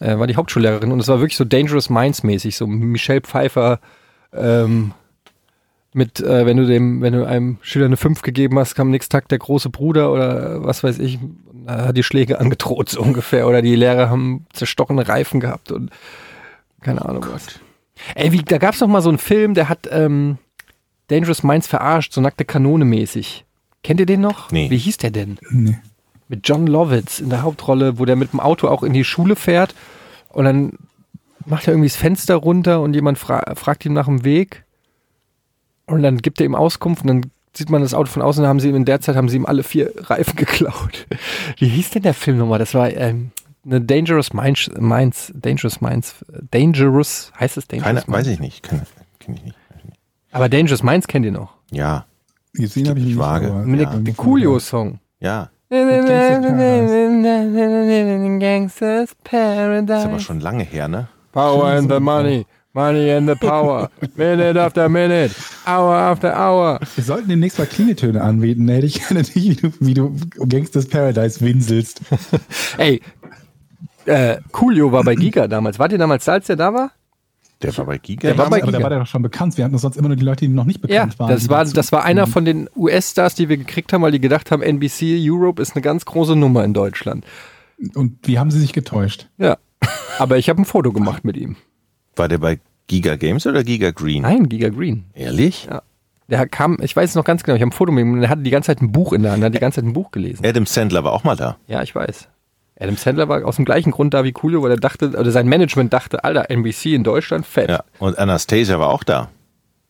äh, war die Hauptschullehrerin. Und es war wirklich so Dangerous Minds-mäßig, so Michelle Pfeiffer ähm, mit, äh, wenn du dem, wenn du einem Schüler eine 5 gegeben hast, kam nächsten Tag der große Bruder oder was weiß ich, äh, hat die Schläge angedroht so ungefähr. Oder die Lehrer haben zerstochene Reifen gehabt und keine Ahnung was. Ey, wie, da gab's noch mal so einen Film, der hat ähm, Dangerous Minds verarscht, so nackte Kanone mäßig. Kennt ihr den noch? Nee. Wie hieß der denn? Nee. Mit John Lovitz in der Hauptrolle, wo der mit dem Auto auch in die Schule fährt und dann macht er irgendwie das Fenster runter und jemand fra fragt ihm nach dem Weg und dann gibt er ihm Auskunft und dann sieht man das Auto von außen, da haben sie ihm in der Zeit haben sie ihm alle vier Reifen geklaut. Wie hieß denn der Film nochmal? Das war ähm, eine Dangerous Minds, Minds, Dangerous Minds, Dangerous, heißt es Dangerous Keine, Minds? weiß ich nicht. Keine, kenn ich nicht. Aber Dangerous Minds kennt ihr noch. Ja, Gesehen habe ich nicht. Frage. aber- Mit Ja. dem Coolio-Song. ja. Gangsters Ist aber Paradise. schon lange her, ne? Power and the money. Money and the power. Minute after minute. Hour after hour. Wir sollten demnächst mal Klingeltöne anbieten. Da hätte ich gerne dich, wie du, wie du Gangsters Paradise winselst. Ey, äh, Coolio war bei Giga damals. Wart ihr damals da, als der da war? Der war bei Giga. war bei Aber da Giga. war der doch schon bekannt. Wir hatten doch sonst immer nur die Leute, die noch nicht Ja, bekannt waren. das die war, dazu- das war einer von den US-Stars, die wir gekriegt haben, weil die gedacht haben, NBC Europe ist eine ganz große Nummer in Deutschland. Und wie haben sie sich getäuscht? Ja, aber ich habe ein Foto gemacht mit ihm. war der bei Giga Games oder Giga Green? Nein, Giga Green. Ehrlich? Der kam, ich weiß es noch ganz genau, ich habe ein Foto mit ihm und er hatte die ganze Zeit ein Buch in der Hand, er hat die ganze Zeit ein Buch gelesen. Adam Sandler war auch mal da. Ja, ich weiß. Adam Sandler war aus dem gleichen Grund da wie Coolio, weil er dachte, oder sein Management dachte, Alter, NBC in Deutschland, fett. Ja. Und Anastasia war auch da.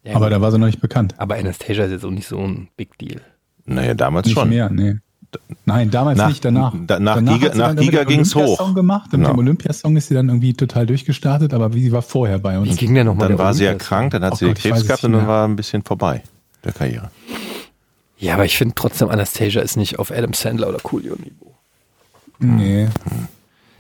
Ja, Aber gut. da war sie noch nicht bekannt. aber Anastasia ist jetzt auch nicht so ein Big Deal. Naja, damals Nicht schon. mehr, nee. Nein, damals Nach- nicht, danach. da- nach danach Giga- hat sie nach dann damit Giga den ging's hoch. Olympiasong gemacht. Und Genau. mit dem Olympiasong ist sie dann irgendwie total durchgestartet, aber wie sie war vorher bei Wie uns. ging der nochmal? Dann der war sie ja Olympias? krank, dann hat Oh sie Gott, ich weiß Krebs es gehabt nicht und dann mehr. war ein bisschen vorbei der Karriere. Ja, aber ich finde trotzdem, Anastasia ist nicht auf Adam Sandler oder Coolio-Niveau. Nee.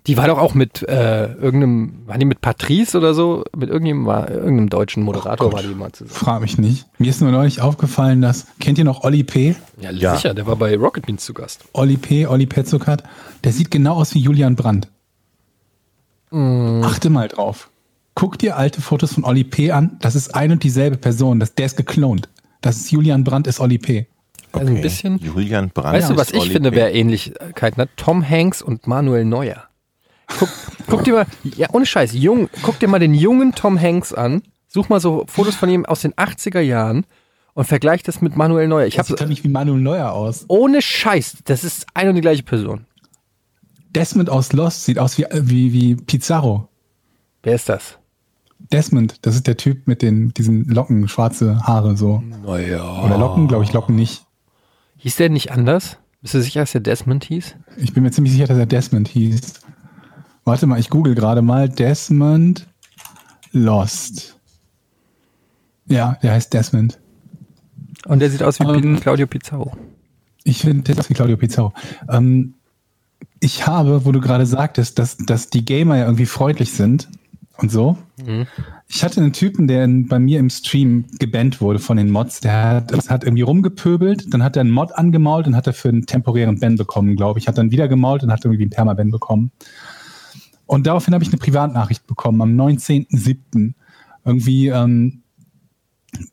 Die war doch auch mit äh, irgendeinem, war die mit Patrice oder so? Mit irgendjemandem war, irgendeinem deutschen Oh Moderator war die mal zusammen. Frag mich nicht. Mir ist nur neulich aufgefallen, dass, kennt ihr noch Olli P.? Ja, sicher, der war bei Rocket Beans zu Gast. Olli P., Olli Petzokat, der sieht genau aus wie Julian Brandt. Achte mal drauf. Guck dir alte Fotos von Olli P. an. Das ist ein und dieselbe Person. Das, der ist geklont. Das ist Julian Brandt, ist Olli P. Also ein bisschen. Julian Brandt. Weißt du, was ist ich Oli finde, P. wer Ähnlichkeiten hat? Tom Hanks und Manuel Neuer. Guck, guck dir mal, ja, ohne Scheiß, jung, guck dir mal den jungen Tom Hanks an. Such mal so Fotos von ihm aus den 80er Jahren und vergleich das mit Manuel Neuer. Ich Das sieht doch habe nicht wie Manuel Neuer aus. ohne Scheiß, das ist eine und die gleiche Person. Desmond aus Lost sieht aus wie, äh, wie, wie Pizarro. Wer ist das? Desmond, das ist der Typ mit den, diesen Locken, schwarze Haare so. Neuer. Oder Locken, glaube ich, Locken nicht. Hieß der nicht anders? Bist du sicher, dass der Desmond hieß? Ich bin mir ziemlich sicher, dass er Desmond hieß. Warte mal, ich google gerade mal Desmond Lost. Ja, der heißt Desmond. Und der sieht aus wie Ähm. Pi- Claudio Pizarro. Ich finde das wie Claudio Pizarro. Ähm, ich habe, wo du gerade sagtest, dass, dass die Gamer ja irgendwie freundlich sind und so. Ich hatte einen Typen, der in, bei mir im Stream gebannt wurde von den Mods. Der hat, das hat irgendwie rumgepöbelt, dann hat er einen Mod angemault und hat dafür einen temporären Ban bekommen, glaube ich. Hat dann wieder gemault und hat irgendwie einen Permaban bekommen. Und daraufhin habe ich eine Privatnachricht bekommen am 19.07. Irgendwie, ähm,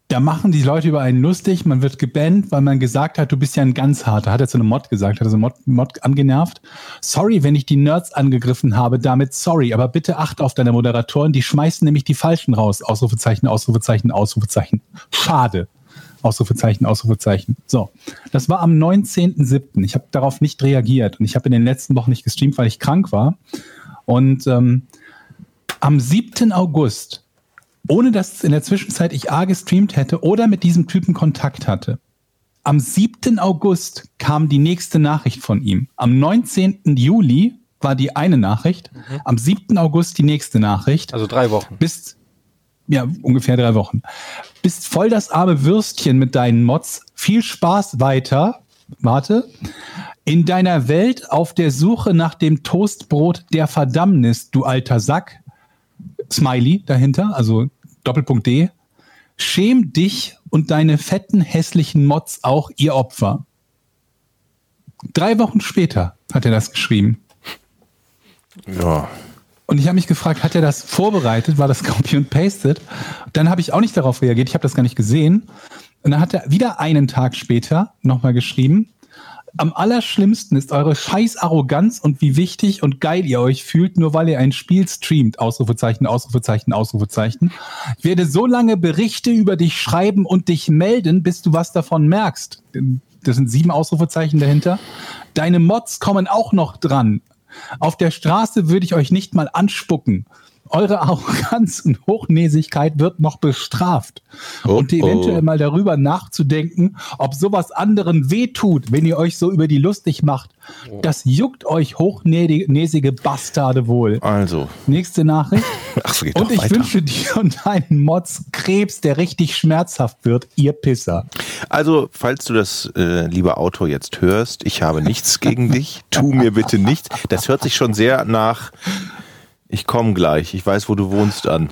da machen die Leute über einen lustig, man wird gebannt, weil man gesagt hat, du bist ja ein ganz harter. Hat er zu einem Mod gesagt, hat er so einen Mod, Mod angenervt. Sorry, wenn ich die Nerds angegriffen habe, damit sorry, aber bitte acht auf deine Moderatoren, die schmeißen nämlich die Falschen raus. Ausrufezeichen, Ausrufezeichen, Ausrufezeichen. Schade. Ausrufezeichen, Ausrufezeichen. So, das war am 19.07. Ich habe darauf nicht reagiert und ich habe in den letzten Wochen nicht gestreamt, weil ich krank war. Und ähm, am 7. August ohne dass in der Zwischenzeit ich A gestreamt hätte oder mit diesem Typen Kontakt hatte. Am 7. August kam die nächste Nachricht von ihm. Am 19. Juli war die eine Nachricht, am 7. August die nächste Nachricht. Mhm. Also drei Wochen. Bist, ja, ungefähr drei Wochen. Bist voll das arme Würstchen mit deinen Mods. Viel Spaß weiter. Warte. In deiner Welt auf der Suche nach dem Toastbrot der Verdammnis, du alter Sack. Smiley dahinter, also Doppelpunkt D. Schäm dich und deine fetten, hässlichen Mods auch ihr Opfer. Drei Wochen später hat er das geschrieben. Ja. Und ich habe mich gefragt, hat er das vorbereitet? War das Copy and Pasted? Dann habe ich auch nicht darauf reagiert. Ich habe das gar nicht gesehen. Und dann hat er wieder einen Tag später nochmal geschrieben. Am allerschlimmsten ist eure scheiß Arroganz und wie wichtig und geil ihr euch fühlt, nur weil ihr ein Spiel streamt. Ausrufezeichen, Ausrufezeichen, Ausrufezeichen. Ich werde so lange Berichte über dich schreiben und dich melden, bis du was davon merkst. Das sind sieben Ausrufezeichen dahinter. Deine Mods kommen auch noch dran. Auf der Straße würde ich euch nicht mal anspucken. Eure Arroganz und Hochnäsigkeit wird noch bestraft. Oh, und eventuell oh. mal darüber nachzudenken, ob sowas anderen wehtut, wenn ihr euch so über die lustig macht. Oh. Das juckt euch hochnäsige Bastarde wohl. Also. Nächste Nachricht. Ach, so geht Und doch ich weiter. wünsche dir und deinen Mods Krebs, der richtig schmerzhaft wird, ihr Pisser. Also, falls du das, äh, lieber Autor, jetzt hörst, ich habe nichts gegen dich. Tu mir bitte nichts. Das hört sich schon sehr nach. Ich komme gleich. Ich weiß, wo du wohnst an.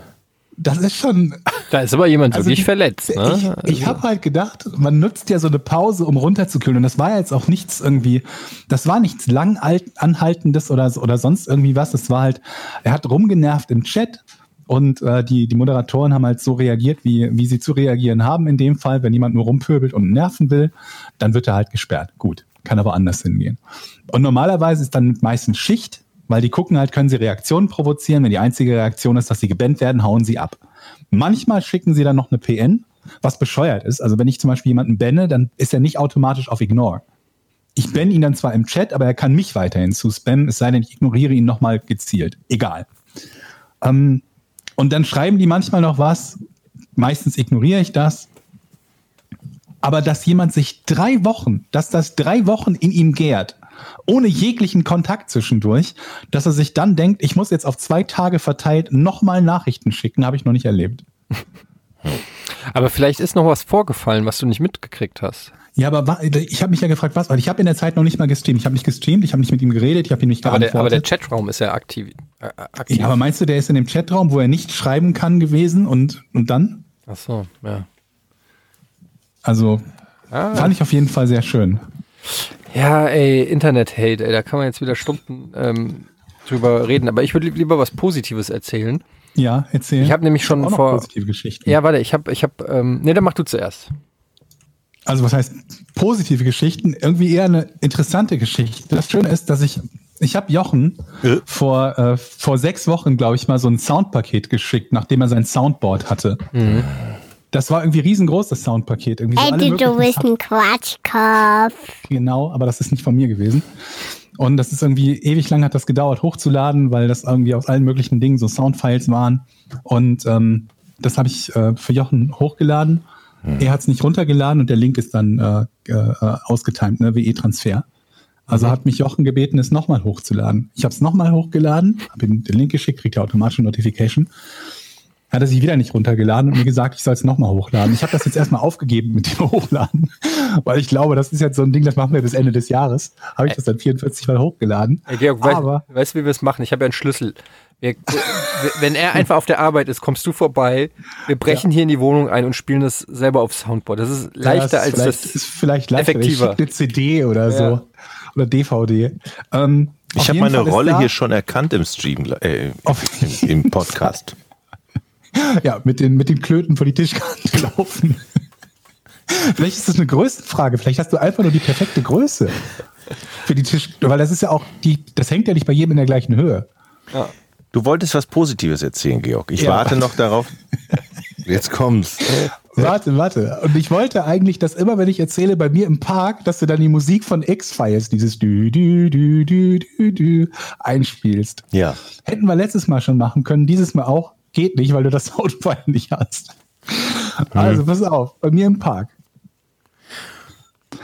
Das ist schon. Da ist aber jemand Also wirklich die- verletzt. Ne? Ich, ich habe halt gedacht, man nutzt ja so eine Pause, um runterzukühlen. Und das war ja jetzt auch nichts irgendwie, das war nichts lang alt- anhaltendes oder, oder sonst irgendwie was. Das war halt, er hat rumgenervt im Chat. Und äh, die, die Moderatoren haben halt so reagiert, wie, wie sie zu reagieren haben in dem Fall. Wenn jemand nur rumpöbelt und nerven will, dann wird er halt gesperrt. Gut, kann aber anders hingehen. Und normalerweise ist dann meistens Schicht, weil die gucken halt, können sie Reaktionen provozieren. Wenn die einzige Reaktion ist, dass sie gebannt werden, hauen sie ab. Manchmal schicken sie dann noch eine PN, was bescheuert ist. Also wenn ich zum Beispiel jemanden benne, dann ist er nicht automatisch auf Ignore. Ich benne ihn dann zwar im Chat, aber er kann mich weiterhin zu spammen, es sei denn, ich ignoriere ihn nochmal gezielt. Egal. Ähm, und dann schreiben die manchmal noch was. Meistens ignoriere ich das. Aber dass jemand sich drei Wochen, dass das drei Wochen in ihm gärt, ohne jeglichen Kontakt zwischendurch, dass er sich dann denkt, ich muss jetzt auf zwei Tage verteilt nochmal Nachrichten schicken, habe ich noch nicht erlebt. Aber vielleicht ist noch was vorgefallen, was du nicht mitgekriegt hast. Ja, aber wa- ich habe mich ja gefragt, was, weil ich habe in der Zeit noch nicht mal gestreamt. Ich habe nicht gestreamt, ich habe nicht mit ihm geredet, ich habe ihm nicht Aber geantwortet. der, aber der Chatraum ist ja aktiv. Äh, äh, aktiv. ja, aber meinst du, der ist in dem Chatraum, wo er nicht schreiben kann gewesen und, und dann? Ach so, ja. Also Ah. fand ich auf jeden Fall sehr schön. Ja, ey, Internet-Hate, ey, da kann man jetzt wieder Stunden ähm, drüber reden. Aber ich würde lieb- lieber was Positives erzählen. Ja, erzähl. Ich habe nämlich schon auch noch vor- positive Geschichten. Ja, warte, ich habe, ich habe, ähm, nee, dann mach du zuerst. also was heißt positive Geschichten? Irgendwie eher eine interessante Geschichte. Das Schöne ist, dass ich, ich habe Jochen vor, äh, vor sechs Wochen, glaube ich, mal so ein Soundpaket geschickt, nachdem er sein Soundboard hatte. Das war irgendwie riesengroß, das Soundpaket. Irgendwie so Ey, alle du, du möglichen bist ein Quatschkopf. Genau, aber das ist nicht von mir gewesen. Und das ist irgendwie, ewig lang hat das gedauert, hochzuladen, weil das irgendwie aus allen möglichen Dingen so Soundfiles waren. Und ähm, das habe ich äh, für Jochen hochgeladen. Er hat es nicht runtergeladen und der Link ist dann äh, äh, ausgetimt, ne, WE-Transfer. Mhm. Also hat mich Jochen gebeten, es nochmal hochzuladen. Ich habe es nochmal hochgeladen, habe ihm den Link geschickt, kriegt er automatische Notification. Hat er sich wieder nicht runtergeladen und mir gesagt, ich soll es nochmal hochladen. Ich habe das jetzt erstmal aufgegeben mit dem Hochladen, weil ich glaube, das ist jetzt so ein Ding, das machen wir bis Ende des Jahres. Habe ich das dann 44 Mal hochgeladen. Ey, Georg, wei Aber weißt du, wie wir es machen? Ich habe ja einen Schlüssel. Wir, wir- wenn er einfach auf der Arbeit ist, kommst du vorbei. Wir brechen hier in die Wohnung ein und spielen das selber auf Soundboard. Das ist leichter Ja, als ist vielleicht, das. ist vielleicht leichter. effektiver. Ich schick eine CD oder Ja. so oder DVD. Ähm, auf Ich habe jeden meine Fall ist Rolle da- hier schon erkannt im Stream, äh, Auf- im, im Podcast. Ja, mit den, mit den Klöten vor die Tischkante laufen. Vielleicht ist das eine Größenfrage. Vielleicht hast du einfach nur die perfekte Größe für die Tisch, weil das ist ja auch die, das hängt ja nicht bei jedem in der gleichen Höhe. Du wolltest was Positives erzählen, Georg. Ich Ja. warte noch darauf. Jetzt kommt's. Warte, warte. Und ich wollte eigentlich, dass immer, wenn ich erzähle, bei mir im Park, dass du dann die Musik von X-Files, dieses dü, dü, dü, dü, dü, dü, einspielst. Ja. Hätten wir letztes Mal schon machen können, dieses Mal auch. Geht nicht, weil du das Soundfile nicht hast. Also, pass auf, bei mir im Park.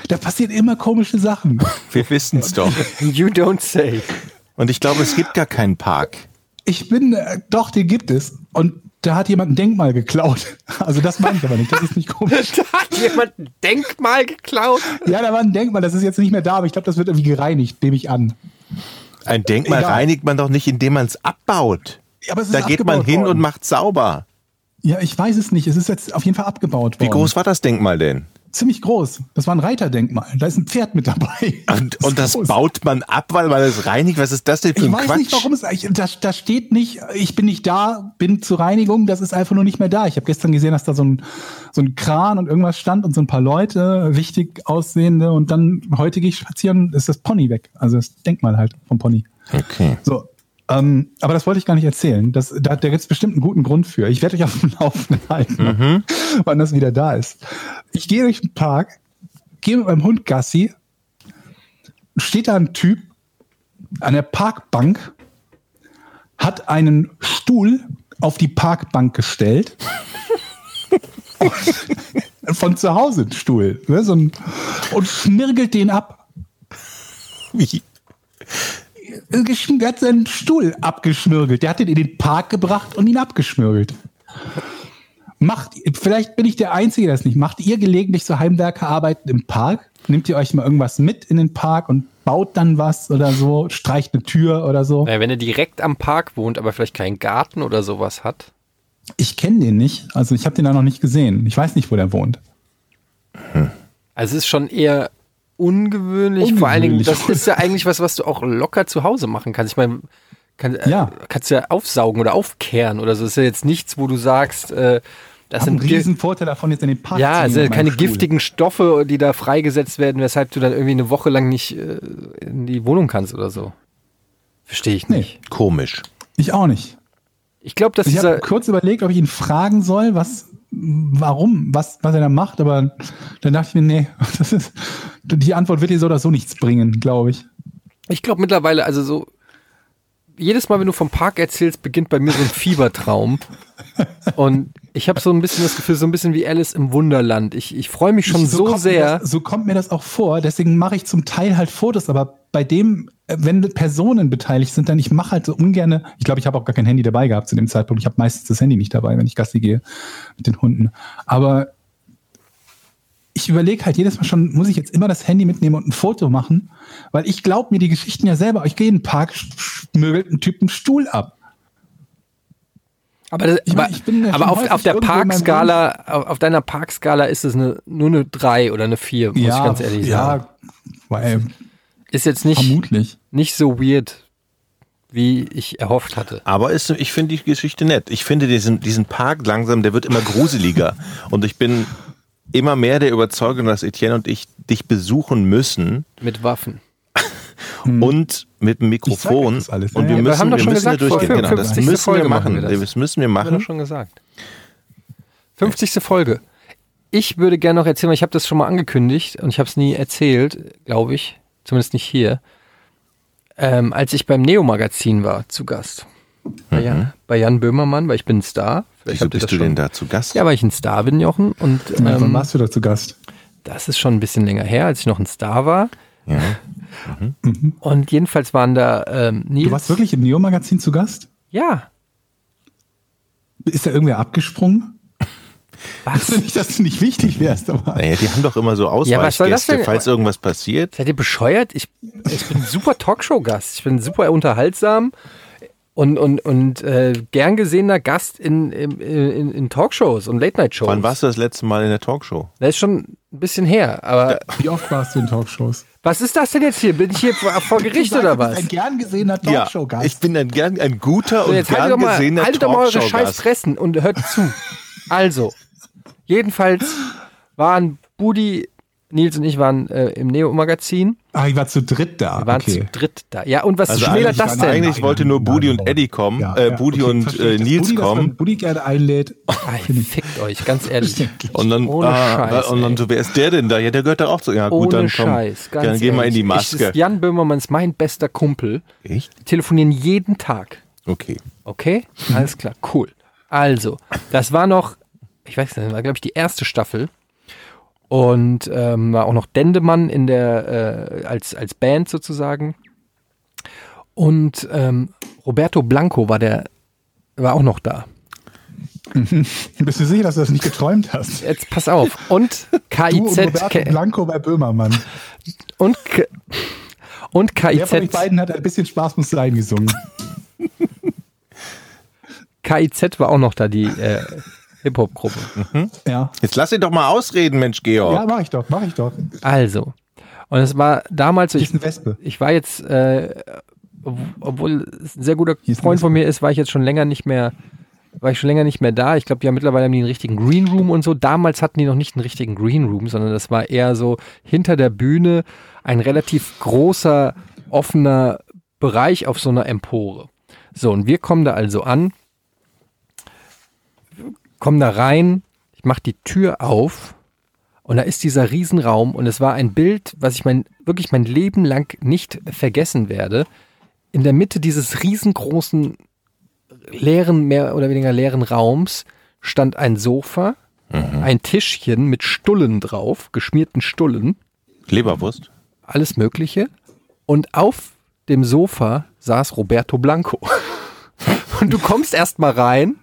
Da passieren immer komische Sachen. Wir wissen's doch. You don't say. Und ich glaube, es gibt gar keinen Park. Ich bin, äh, doch, den gibt es. Und da hat jemand ein Denkmal geklaut. Also, das meine ich aber nicht. Das ist nicht komisch. Da hat jemand ein Denkmal geklaut. Ja, da war ein Denkmal. Das ist jetzt nicht mehr da, aber ich glaube, das wird irgendwie gereinigt, nehme ich an. Ein Denkmal Egal. reinigt man doch nicht, indem man es abbaut. Ja, aber es ist Da geht man abgebaut hin worden. und macht sauber. Ja, ich weiß es nicht. Es ist jetzt auf jeden Fall abgebaut worden. Wie groß war das Denkmal denn? Ziemlich groß. Das war ein Reiterdenkmal. Da ist ein Pferd mit dabei. Und, und das groß. baut man ab, weil man es reinigt. Was ist das denn für Ich ein weiß Quatsch? nicht, warum es eigentlich, da, da steht nicht, ich bin nicht da, bin zur Reinigung, das ist einfach nur nicht mehr da. Ich habe gestern gesehen, dass da so ein, so ein Kran und irgendwas stand und so ein paar Leute, wichtig aussehende und dann heute gehe ich spazieren, ist das Pony weg. Also das Denkmal halt vom Pony. Okay. So, ähm, aber das wollte ich gar nicht erzählen. Das, da da gibt es bestimmt einen guten Grund für. Ich werde euch auf dem Laufenden halten, wann das wieder da ist. Ich gehe durch den Park, gehe mit meinem Hund Gassi, steht da ein Typ an der Parkbank, hat einen Stuhl auf die Parkbank gestellt. Von zu Hause einen Stuhl. Ne, so ein, und schmirgelt den ab Wie? geschm- der hat seinen Stuhl abgeschmirgelt. Der hat den in den Park gebracht und ihn abgeschmirgelt. Macht, vielleicht bin ich der Einzige, der das nicht macht. Ihr gelegentlich so Heimwerkerarbeiten im Park? Nehmt ihr euch mal irgendwas mit in den Park und baut dann was oder so? Streicht eine Tür oder so? Naja, wenn er direkt am Park wohnt, aber vielleicht keinen Garten oder sowas hat. Ich kenne den nicht. Also ich habe den da noch nicht gesehen. Ich weiß nicht, wo der wohnt. Also es ist schon eher ungewöhnlich. Vor allen Dingen, das ist ja eigentlich was, was du auch locker zu Hause machen kannst. Ich meine, kann, äh, Ja. kannst du ja aufsaugen oder aufkehren oder so. Das ist ja jetzt nichts, wo du sagst, äh, das Haben einen sind riesen Vorteil davon, jetzt in den Park ja, zu es gehen sind mit ja keine meinem Stuhl. giftigen Stoffe, die da freigesetzt werden, weshalb du dann irgendwie eine Woche lang nicht äh, in die Wohnung kannst oder so. Verstehe ich Nee. nicht. Komisch. Ich auch nicht. Ich glaube, dass Ich habe dieser kurz überlegt, ob ich ihn fragen soll, was, warum, was, was er da macht, aber dann dachte ich mir, nee, das ist, die Antwort wird dir so oder so nichts bringen, glaube ich. Ich glaube mittlerweile, also so, jedes Mal, wenn du vom Park erzählst, beginnt bei mir so ein Fiebertraum. Und ich habe so ein bisschen das Gefühl, so ein bisschen wie Alice im Wunderland. Ich, ich freue mich schon Ich- so, kommt mir sehr. Das, so kommt mir das auch vor, deswegen mache ich zum Teil halt Fotos, aber bei dem, äh, wenn Personen beteiligt sind, dann ich mache halt so ungern, ich glaube, ich habe auch gar kein Handy dabei gehabt zu dem Zeitpunkt. Ich habe meistens das Handy nicht dabei, wenn ich Gassi gehe mit den Hunden. Aber ich überlege halt jedes Mal schon, muss ich jetzt immer das Handy mitnehmen und ein Foto machen? Weil ich glaube mir die Geschichten ja selber. Ich gehe in den Park, mögelt einen Typen Stuhl ab. Aber, das, Ich aber, mein, ich bin ja aber schon auf, häufig auf der irgendwo in meinem Parkskala, auf, auf deiner Parkskala ist es eine, nur eine 3 oder eine 4, muss ich ganz ehrlich sagen. Ja, weil, Ist jetzt nicht, vermutlich. nicht so weird, wie ich erhofft hatte. Aber ist, ich finde die Geschichte nett. Ich finde diesen, diesen Park langsam, der wird immer gruseliger. und ich bin immer mehr der Überzeugung, dass Etienne und ich dich besuchen müssen Mit Waffen. Hm. und mit dem Mikrofon. Ich sag das alles. Und Ja, wir ja, wir haben müssen, doch wir schon müssen da gesagt, vor durchgehen. Genau, das 55. müssen Folge wir machen machen. wir das. das müssen wir Haben wir machen. schon gesagt. 50. Folge. Ich würde gerne noch erzählen, weil ich habe das schon mal angekündigt und ich habe es nie erzählt, glaube ich. Zumindest nicht hier. Ähm, als ich beim Neo-Magazin war zu Gast. Bei, Jan, bei Jan Böhmermann, weil ich bin ein Star. Ich Mhm. Wieso hab dir das bist du schon- denn da zu Gast? Ja, weil ich ein Star bin, Jochen. Und Ja, wann ähm, warst du da zu Gast? das ist schon ein bisschen länger her, als ich noch ein Star war. Ja. Mhm. Und jedenfalls waren da ähm, Nils. Du warst wirklich im Neo-Magazin zu Gast? Ja. Ist da irgendwer abgesprungen? Was? Also Nicht, dass du nicht wichtig wärst, aber. Naja, die haben doch immer so Ja, was soll das Ausweichgäste, denn? falls irgendwas passiert. Seid ihr bescheuert? Ich, ich bin ein super Talkshow-Gast. Ich bin super unterhaltsam und, und, und äh, gern gesehener Gast in, in, in, in Talkshows und Late-Night-Shows. Wann warst du das letzte Mal in der Talkshow? Das ist schon ein bisschen her. Aber Wie oft warst du in Talkshows? was ist das denn jetzt hier? Bin ich hier vor, vor Gericht oder was? Ein gern gesehener Talkshow-Gast. ich bin ein, gern, ein guter So, und jetzt gern haltet doch mal, gesehener haltet doch mal eure scheiß Talkshow-Gast. Fressen und hört zu. Also, jedenfalls waren Budi, Nils und ich waren äh, im Neo-Magazin. ah, ich war zu dritt da. Wir waren zu okay. dritt da. Ja, und was Also schmälert eigentlich- das eigentlich- denn? wollte nur Budi und Eddie kommen, äh, Budi und, verstehe äh, ich, dass Nils Budi, dass man kommen. Oh, Budi gerne einlädt. Ey, Ah, fickt euch, ganz ehrlich. Und dann, Ohne ah, Scheiß, und dann ey. so, wer ist der denn da? Ja, der gehört da auch zu. Ja, gut, Ohne dann komm. Scheiß. Ganz dann geh mal in ehrlich. die Ich, Maske. das ist Jan Böhmermann ist mein bester Kumpel. Echt? Mhm. Wir telefonieren jeden Tag. Okay. Okay? Alles klar, cool. Also, das war noch, ich weiß nicht, das war, glaube ich, die erste Staffel. Und ähm, war auch noch Dendemann in der, äh, als, als Band sozusagen. Und ähm, Roberto Blanco war der, war auch noch da. Bist du sicher, dass du das nicht geträumt hast? Jetzt pass auf. Und Ah, Du und KIZ. Roberto Blanco bei Böhmermann. und, K- und Wer von euch KIZ, beiden hat ein bisschen Spaß muss sein gesungen? KIZ war auch noch da, die äh, Hip-Hop-Gruppe. Ja. Jetzt lass ihn doch mal ausreden, Mensch, Georg. Ja, mach ich doch, mach ich doch. Also, und es war damals, so, Hier ist ich, eine Wespe. ich war jetzt, äh, ob- obwohl es ein sehr guter Hier ist ein Freund von mir ist, war ich jetzt schon länger nicht mehr, war ich schon länger nicht mehr da. Ich glaube, ja, mittlerweile haben die einen richtigen Green Room und so. Damals hatten die noch nicht einen richtigen Green Room, sondern das war eher so hinter der Bühne ein relativ großer, offener Bereich auf so einer Empore. So, und wir kommen da also an, kommen da rein, ich mache die Tür auf und da ist dieser Riesenraum und es war ein Bild, was ich mein, wirklich mein Leben lang nicht vergessen werde. In der Mitte dieses riesengroßen, leeren, mehr oder weniger leeren Raums stand ein Sofa, ein Tischchen mit Stullen drauf, geschmierten Stullen, Leberwurst. alles Mögliche. Und auf dem Sofa saß Roberto Blanco. Und du kommst erst mal rein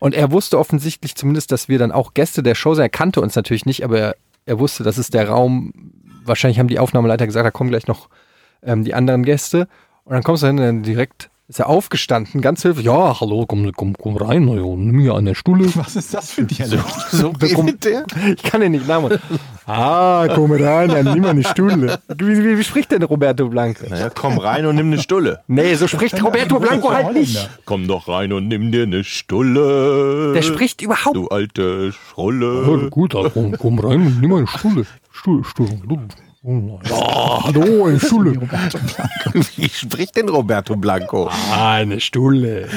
und er wusste offensichtlich zumindest, dass wir dann auch Gäste der Show sind. Er kannte uns natürlich nicht, aber er, er wusste, das ist der Raum. Wahrscheinlich haben die Aufnahmeleiter gesagt, da kommen gleich noch ähm, die anderen Gäste. Und dann kommst du hin und dann direkt ist er aufgestanden, ganz höflich. Ja, hallo, komm, komm, komm rein, na ja, nimm hier an der Stuhle. Was ist das für ein Dialog? So redet der? Ich kann den nicht nachmachen. ah, komm rein, dann nimm mal eine Stuhle. Wie, wie, wie spricht denn Roberto Blanco? Naja, komm rein und nimm eine Stulle. Nee, so spricht Roberto Blanco halt nicht. Komm doch rein und nimm dir eine Stulle. Der spricht überhaupt Du alte Schrulle. gut, komm, komm rein und nimm mal eine Stuhle. Stuhl, Stuhl. Ja, hallo, eine Stuhle. Wie spricht denn Roberto Blanco? Ah. Eine Stuhle.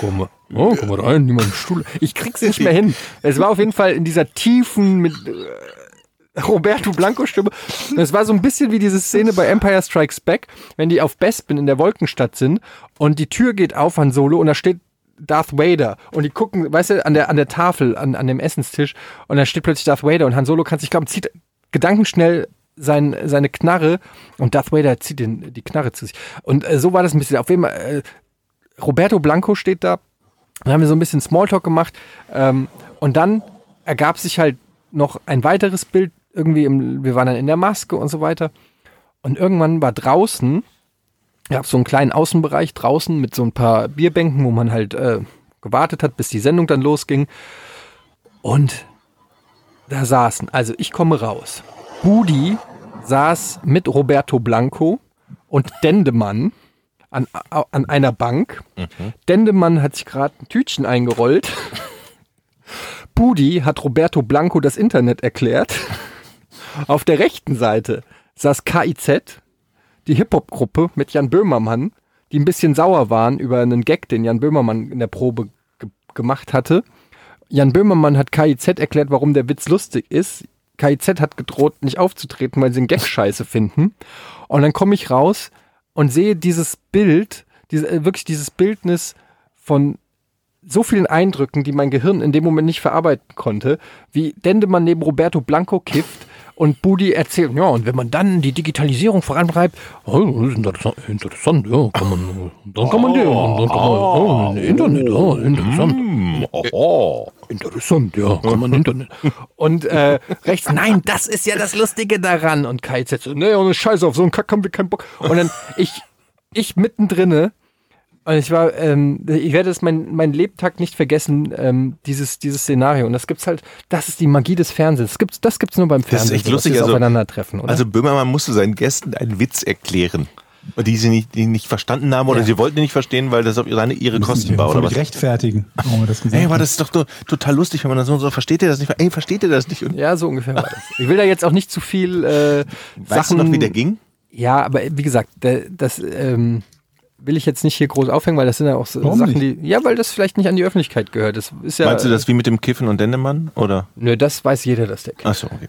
Komm, oh, komm rein, nimm mal eine Stuhle. Ich krieg's nicht mehr hin. Es war auf jeden Fall in dieser tiefen, mit äh, Roberto Blanco-Stimme. Das war so ein bisschen wie diese Szene bei Empire Strikes Back, wenn die auf Bespin in der Wolkenstadt sind und die Tür geht auf an Solo und da steht Darth Vader und die gucken, weißt du, an der, an der Tafel, an, an dem Essenstisch und da steht plötzlich Darth Vader und Han Solo kann sich glauben, zieht gedankenschnell sein, seine Knarre und Darth Vader zieht den, die Knarre zu sich. Und äh, so war das ein bisschen. Auf jeden Fall, äh, Roberto Blanco steht da, dann haben wir so ein bisschen Smalltalk gemacht ähm, und dann ergab sich halt noch ein weiteres Bild irgendwie, im, wir waren dann in der Maske und so weiter und irgendwann war draußen gab so einen kleinen Außenbereich draußen mit so ein paar Bierbänken, wo man halt äh, gewartet hat, bis die Sendung dann losging. Und da saßen, also ich komme raus. Budi saß mit Roberto Blanco und Dendemann an, au- an einer Bank. Dendemann hat sich gerade ein Tütchen eingerollt. Budi hat Roberto Blanco das Internet erklärt. Auf der rechten Seite saß KIZ, die Hip-Hop-Gruppe mit Jan Böhmermann, die ein bisschen sauer waren über einen Gag, den Jan Böhmermann in der Probe ge gemacht hatte. Jan Böhmermann hat KIZ erklärt, warum der Witz lustig ist. KIZ hat gedroht, nicht aufzutreten, weil sie den Gag scheiße finden. Und dann komme ich raus und sehe dieses Bild, diese, äh, wirklich dieses Bildnis von so vielen Eindrücken, die mein Gehirn in dem Moment nicht verarbeiten konnte, wie Dendemann neben Roberto Blanco kifft und Budi erzählt, ja, und wenn man dann die Digitalisierung vorantreibt, oh, das ist interessant, interessant, ja, kann man, dann kann man den, dann kann man, oh, Internet, ja, interessant. Interessant, ja, kann man Internet. Und äh, rechts, nein, das ist ja das Lustige daran. Und Kai jetzt, nee, ohne Scheiße, auf so einen Kack haben wir keinen Bock. Und dann ich, ich mittendrinne, und ich war, ähm, ich werde es mein, mein Lebtag nicht vergessen, ähm, dieses, dieses Szenario. Und das gibt's halt, das ist die Magie des Fernsehens. Das gibt's, das gibt's nur beim Fernsehen. Das ist echt sowas, lustig. dieses Also, Aufeinandertreffen, oder? also Böhmermann musste seinen Gästen einen Witz erklären, die sie nicht, die nicht verstanden haben oder sie wollten ihn nicht verstehen, weil das auf seine ihre Kosten war oder was. Völlig rechtfertigen, warum wir das gesagt Ey, war haben. das ist doch nur total lustig, wenn man das so so versteht ihr das nicht? Ey, versteht ihr das nicht? Und ja, so ungefähr war das. Ich will da jetzt auch nicht zu viel äh, weißt du Sachen. noch, wie der ging? Ja, aber wie gesagt, der, das ähm, will ich jetzt nicht hier groß aufhängen, weil das sind ja auch so Warum Sachen, die. Ja, weil das vielleicht nicht an die Öffentlichkeit gehört. Das ist ja. Meinst du das wie mit dem Kiffen und Dendemann? Oder? Nö, das weiß jeder, dass der kifft. Achso, okay.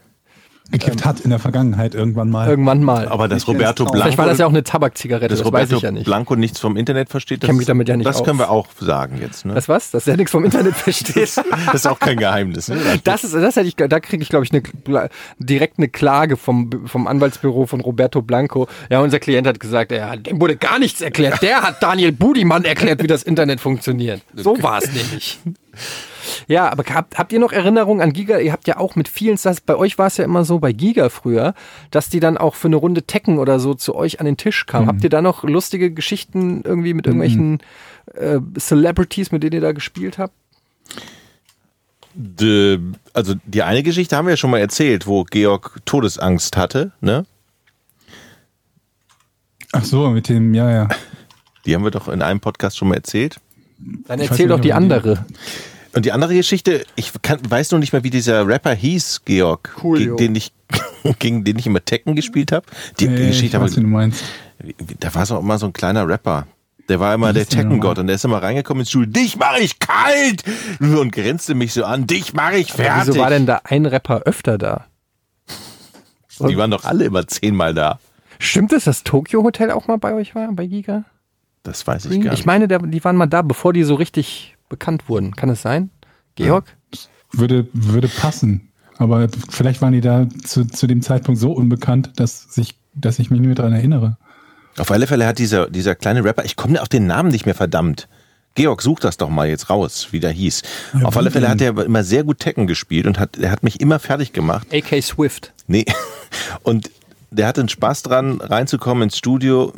gekippt hat in der Vergangenheit irgendwann mal. Irgendwann mal. Aber dass Ich kenne Roberto das auch. Blanco, vielleicht war das ja auch eine Tabakzigarette, dass das weiß Roberto ich ja nicht. Blanco nichts vom Internet versteht, kenn mich damit ja nicht das aus. können wir auch sagen jetzt. Ne? Das was? Dass der nichts vom Internet versteht. Das ist auch kein Geheimnis. Ne? Das ist, das hätte ich, da kriege ich, glaube ich, eine, direkt eine Klage vom, vom Anwaltsbüro von Roberto Blanco. Ja, unser Klient hat gesagt, er hat, dem wurde gar nichts erklärt. Der hat Daniel Budimann erklärt, wie das Internet funktioniert. So war es nämlich. Ja, aber habt, habt ihr noch Erinnerungen an Giga? Ihr habt ja auch mit vielen Stars, bei euch war es ja immer so, bei Giga früher, dass die dann auch für eine Runde Tekken oder so zu euch an den Tisch kamen. Habt ihr da noch lustige Geschichten irgendwie mit irgendwelchen äh, Celebrities, mit denen ihr da gespielt habt? De, also die eine Geschichte haben wir ja schon mal erzählt, wo Georg Todesangst hatte. Ne? Ach so, mit dem, ja, ja. Die haben wir doch in einem Podcast schon mal erzählt. Dann Ich weiß erzähl nicht, doch die ob die- andere. Und die andere Geschichte, ich kann, weiß noch nicht mehr, wie dieser Rapper hieß, Georg, Coolio. gegen den ich gegen den ich immer Tekken gespielt habe. Die Nee, ich Geschichte weiß, wie aber, du meinst. da war es auch immer so ein kleiner Rapper. Der war immer Wie der hieß der Tekken-Gott nochmal? und der ist immer reingekommen ins Stuhl. Dich mache ich kalt! Und grinste mich so an. Dich mache ich Aber fertig. Wieso war denn da ein Rapper öfter da? die waren doch alle immer zehnmal da. Stimmt es, dass Tokyo Hotel auch mal bei euch war, bei Giga? Das weiß ich gar nicht. Hm, Ich meine, der, die waren mal da, bevor die so richtig bekannt wurden. Kann es sein? Georg? Würde, würde passen. Aber vielleicht waren die da zu, zu dem Zeitpunkt so unbekannt, dass, sich, dass ich mich nicht mehr daran erinnere. Auf alle Fälle hat dieser, dieser kleine Rapper, ich komme auf den Namen nicht mehr, verdammt. Georg, such das doch mal jetzt raus, wie der hieß. auf alle Fälle hat er immer sehr gut Tekken gespielt und hat, er hat mich immer fertig gemacht. AK Swift. Nee. Und der hatte einen Spaß dran, reinzukommen ins Studio,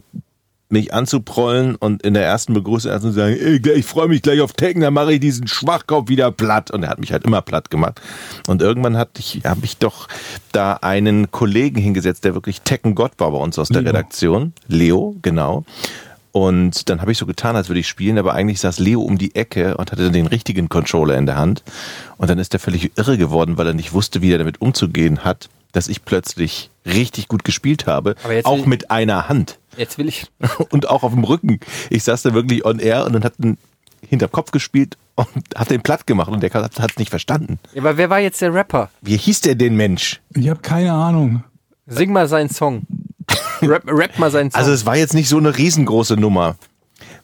mich anzuprollen und in der ersten Begrüßung erst zu sagen, "Ey, gleich- ich freue mich gleich auf Tekken, dann mache ich diesen Schwachkopf wieder platt. Und er hat mich halt immer platt gemacht. Und irgendwann hat ich, habe ich doch da einen Kollegen hingesetzt, der wirklich Tekken-Gott war bei uns aus der Leo. Redaktion. Leo, genau. Und dann habe ich so getan, als würde ich spielen, aber eigentlich saß Leo um die Ecke und hatte den richtigen Controller in der Hand. Und dann ist er völlig irre geworden, weil er nicht wusste, wie er damit umzugehen hat, dass ich plötzlich richtig gut gespielt habe, Aber jetzt auch will- mit einer Hand Jetzt will ich. und auch auf dem Rücken. Ich saß da wirklich on air und dann hat ein hinterm Kopf gespielt und hat den platt gemacht und der hat es nicht verstanden. Aber wer war jetzt der Rapper? Wie hieß der denn Mensch? Ich habe keine Ahnung. Sing mal seinen Song. Rap, rap mal seinen Song. Also es war jetzt nicht so eine riesengroße Nummer.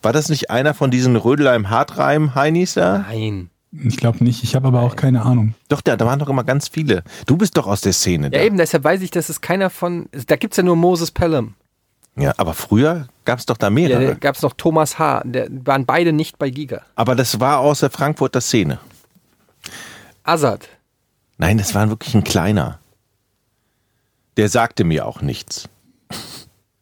War das nicht einer von diesen Rödelheim-Hartreim-Heinis da? Nein. Ich glaube nicht. Ich habe aber auch keine Ahnung. Doch, da, da waren doch immer ganz viele. Du bist doch aus der Szene. Ja, da. eben, deshalb weiß ich, dass es keiner von. Da gibt es ja nur Moses Pelham. ja aber früher gab es doch da Ja, mehrere. da gab es noch Thomas H. Der waren beide nicht bei Giga. aber das war aus der Frankfurter Szene. Azad. Nein, das war wirklich ein kleiner. Der sagte mir auch nichts.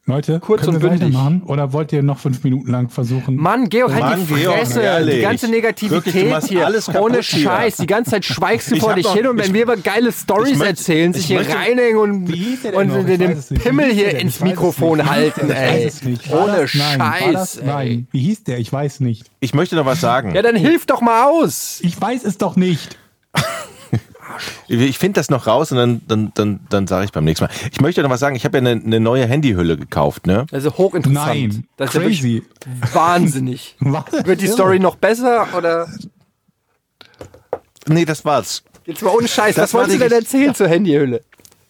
Leute, Kurz können und wir bündig. weitermachen? Oder wollt ihr noch fünf Minuten lang versuchen? Mann, Georg, halt Mann, die Georg, Fresse. ehrlich. die ganze Negativität Wirklich, du machst hier. alles kaputt ohne hier. Scheiß. Die ganze Zeit schweigst du Ich vor hab dich doch- hin und wenn ich- wir aber geile Stories ich möchte- erzählen, sich ich hier möchte- reinhängen und, Wie hieß der denn und noch? Ich den, weiß es nicht. Wie Pimmel hieß der hier denn? ins Ich weiß es Mikrofon nicht. Wie hieß der halten, denn? Ich ey. weiß es nicht. War Ohne das? Nein. War das? Scheiß, ey. Nein. Wie hieß der? Ich weiß nicht. Ich möchte noch was sagen. Ja, dann hilf doch mal aus. Ich weiß es doch nicht. Ich finde das noch raus und dann, dann, dann, dann sage ich beim nächsten Mal. Ich möchte noch was sagen. Ich habe ja eine, eine neue Handyhülle gekauft, ne? Das ist Also hochinteressant. Nein. Das ist ja wirklich Crazy. wahnsinnig. Was? Wird die Story noch besser oder? Nee, das war's. Jetzt mal ohne Scheiß. Was Das wolltest war du denn die- erzählen zur Handyhülle?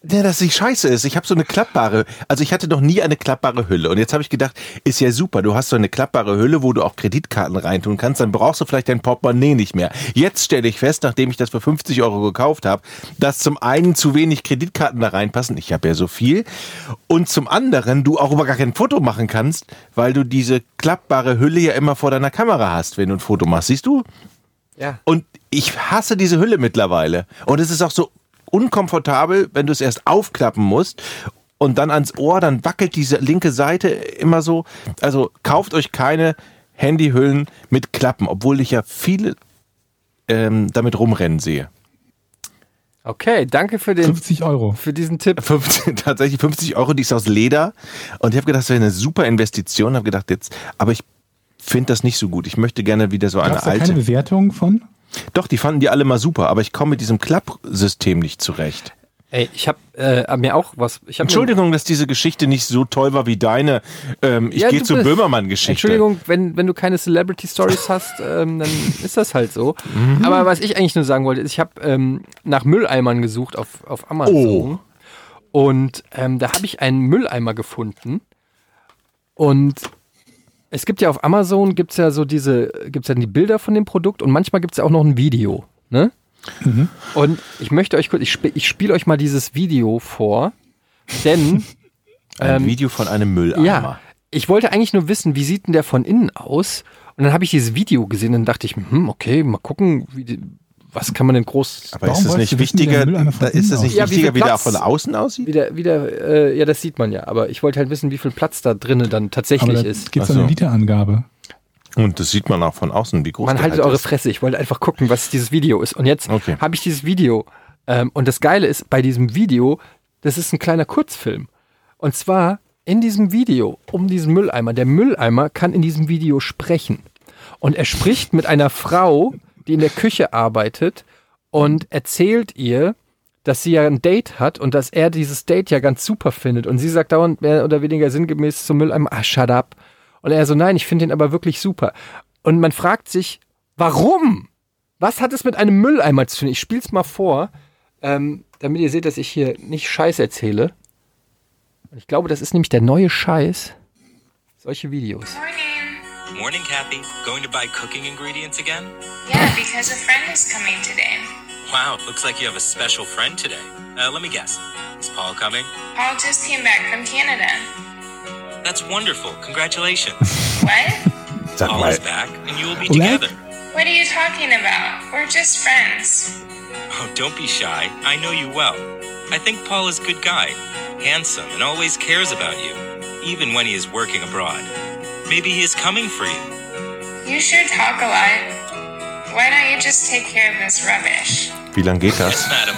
Ja, dass sie scheiße ist. Ich habe so eine klappbare, also ich hatte noch nie eine klappbare Hülle. Und jetzt habe ich gedacht, ist ja super, du hast so eine klappbare Hülle, wo du auch Kreditkarten reintun kannst, dann brauchst du vielleicht dein Portemonnaie nicht mehr. Jetzt stelle ich fest, nachdem ich das für 50 Euro gekauft habe, dass zum einen zu wenig Kreditkarten da reinpassen, ich habe ja so viel, und zum anderen du auch über gar kein Foto machen kannst, weil du diese klappbare Hülle ja immer vor deiner Kamera hast, wenn du ein Foto machst. Siehst du? Ja. Und ich hasse diese Hülle mittlerweile. Und es ist auch so unkomfortabel, wenn du es erst aufklappen musst und dann ans Ohr, dann wackelt diese linke Seite immer so. Also kauft euch keine Handyhüllen mit Klappen, obwohl ich ja viele ähm, damit rumrennen sehe. Okay, danke für, den, 50 Euro. für diesen Tipp. 15, tatsächlich 50 Euro, die ist aus Leder. Und ich habe gedacht, das wäre eine super Investition. Habe gedacht, jetzt, aber ich finde das nicht so gut. Ich möchte gerne wieder so eine Gab's da alte. keine Bewertung von? Doch, die fanden die alle mal super, aber ich komme mit diesem Klappsystem nicht zurecht. Ey, ich habe äh, mir auch was. Ich hab mir- Entschuldigung, dass diese Geschichte nicht so toll war wie deine. Ähm, ich Ja, gehe du zur bist- Böhmermann-Geschichte. Entschuldigung, wenn, wenn du keine Celebrity Stories hast, ähm, dann ist das halt so. Aber was ich eigentlich nur sagen wollte, ist, ich habe ähm, nach Mülleimern gesucht auf, auf Amazon. Und ähm, da habe ich einen Mülleimer gefunden. Und es gibt ja auf Amazon gibt's ja so diese, gibt's ja die Bilder von dem Produkt und manchmal gibt es ja auch noch ein Video. Ne? Und ich möchte euch kurz, ich, sp ich spiele euch mal dieses Video vor, denn Ein ähm, Video von einem Mülleimer. ja, ich wollte eigentlich nur wissen, wie sieht denn der von innen aus? Und dann habe ich dieses Video gesehen und dann dachte ich, hm, okay, mal gucken, wie, die- was kann man denn groß, Aber Warum ist es nicht wolltest du wissen, wie wichtiger, der Mülleimer da von ist es nicht innen aussieht? Ja, wie wichtiger, viel wie der Platz? von außen aussieht? wie der, wie der äh, ja, das sieht man ja, aber ich wollte halt wissen, wie viel Platz da drinnen dann Aber tatsächlich da ist. Also gibt es Ach so. eine Literangabe. Und das sieht man auch von außen, wie groß Man der haltet halt eure ist. Fresse, ich wollte einfach gucken, was dieses Video ist. Und jetzt Okay. habe ich dieses Video. Ähm, und das Geile ist, bei diesem Video, das ist ein kleiner Kurzfilm. Und zwar in diesem Video um diesen Mülleimer. Der Mülleimer kann in diesem Video sprechen. Und er spricht mit einer Frau, die in der Küche arbeitet und erzählt ihr, dass sie ja ein Date hat und dass er dieses Date ja ganz super findet. Und sie sagt dauernd mehr oder weniger sinngemäß zum Mülleimer, ah, shut up. Und er so, nein, ich finde ihn aber wirklich super. Und man fragt sich, warum? Was hat es mit einem Mülleimer zu tun? Ich spiel's mal vor, ähm, damit ihr seht, dass ich hier nicht Scheiß erzähle. Und ich glaube, das ist nämlich der neue Scheiß. Solche Videos. Morning, Kathy. Going to buy cooking ingredients again? Yeah, because a friend is coming today. Wow, looks like you have a special friend today. Uh, let me guess. Is Paul coming? Paul just came back from Canada. That's wonderful. Congratulations. What? Sag Paul mal, is back, and you will be Olaf? together. what are you talking about? We're just friends. Oh, don't be shy. I know you well. I think Paul is a good guy, handsome, and always cares about you, even when he is working abroad. Maybe he is coming for you. You sure talk a lot. Why don't you just take care of this rubbish? wie lange geht Yes, das? madam.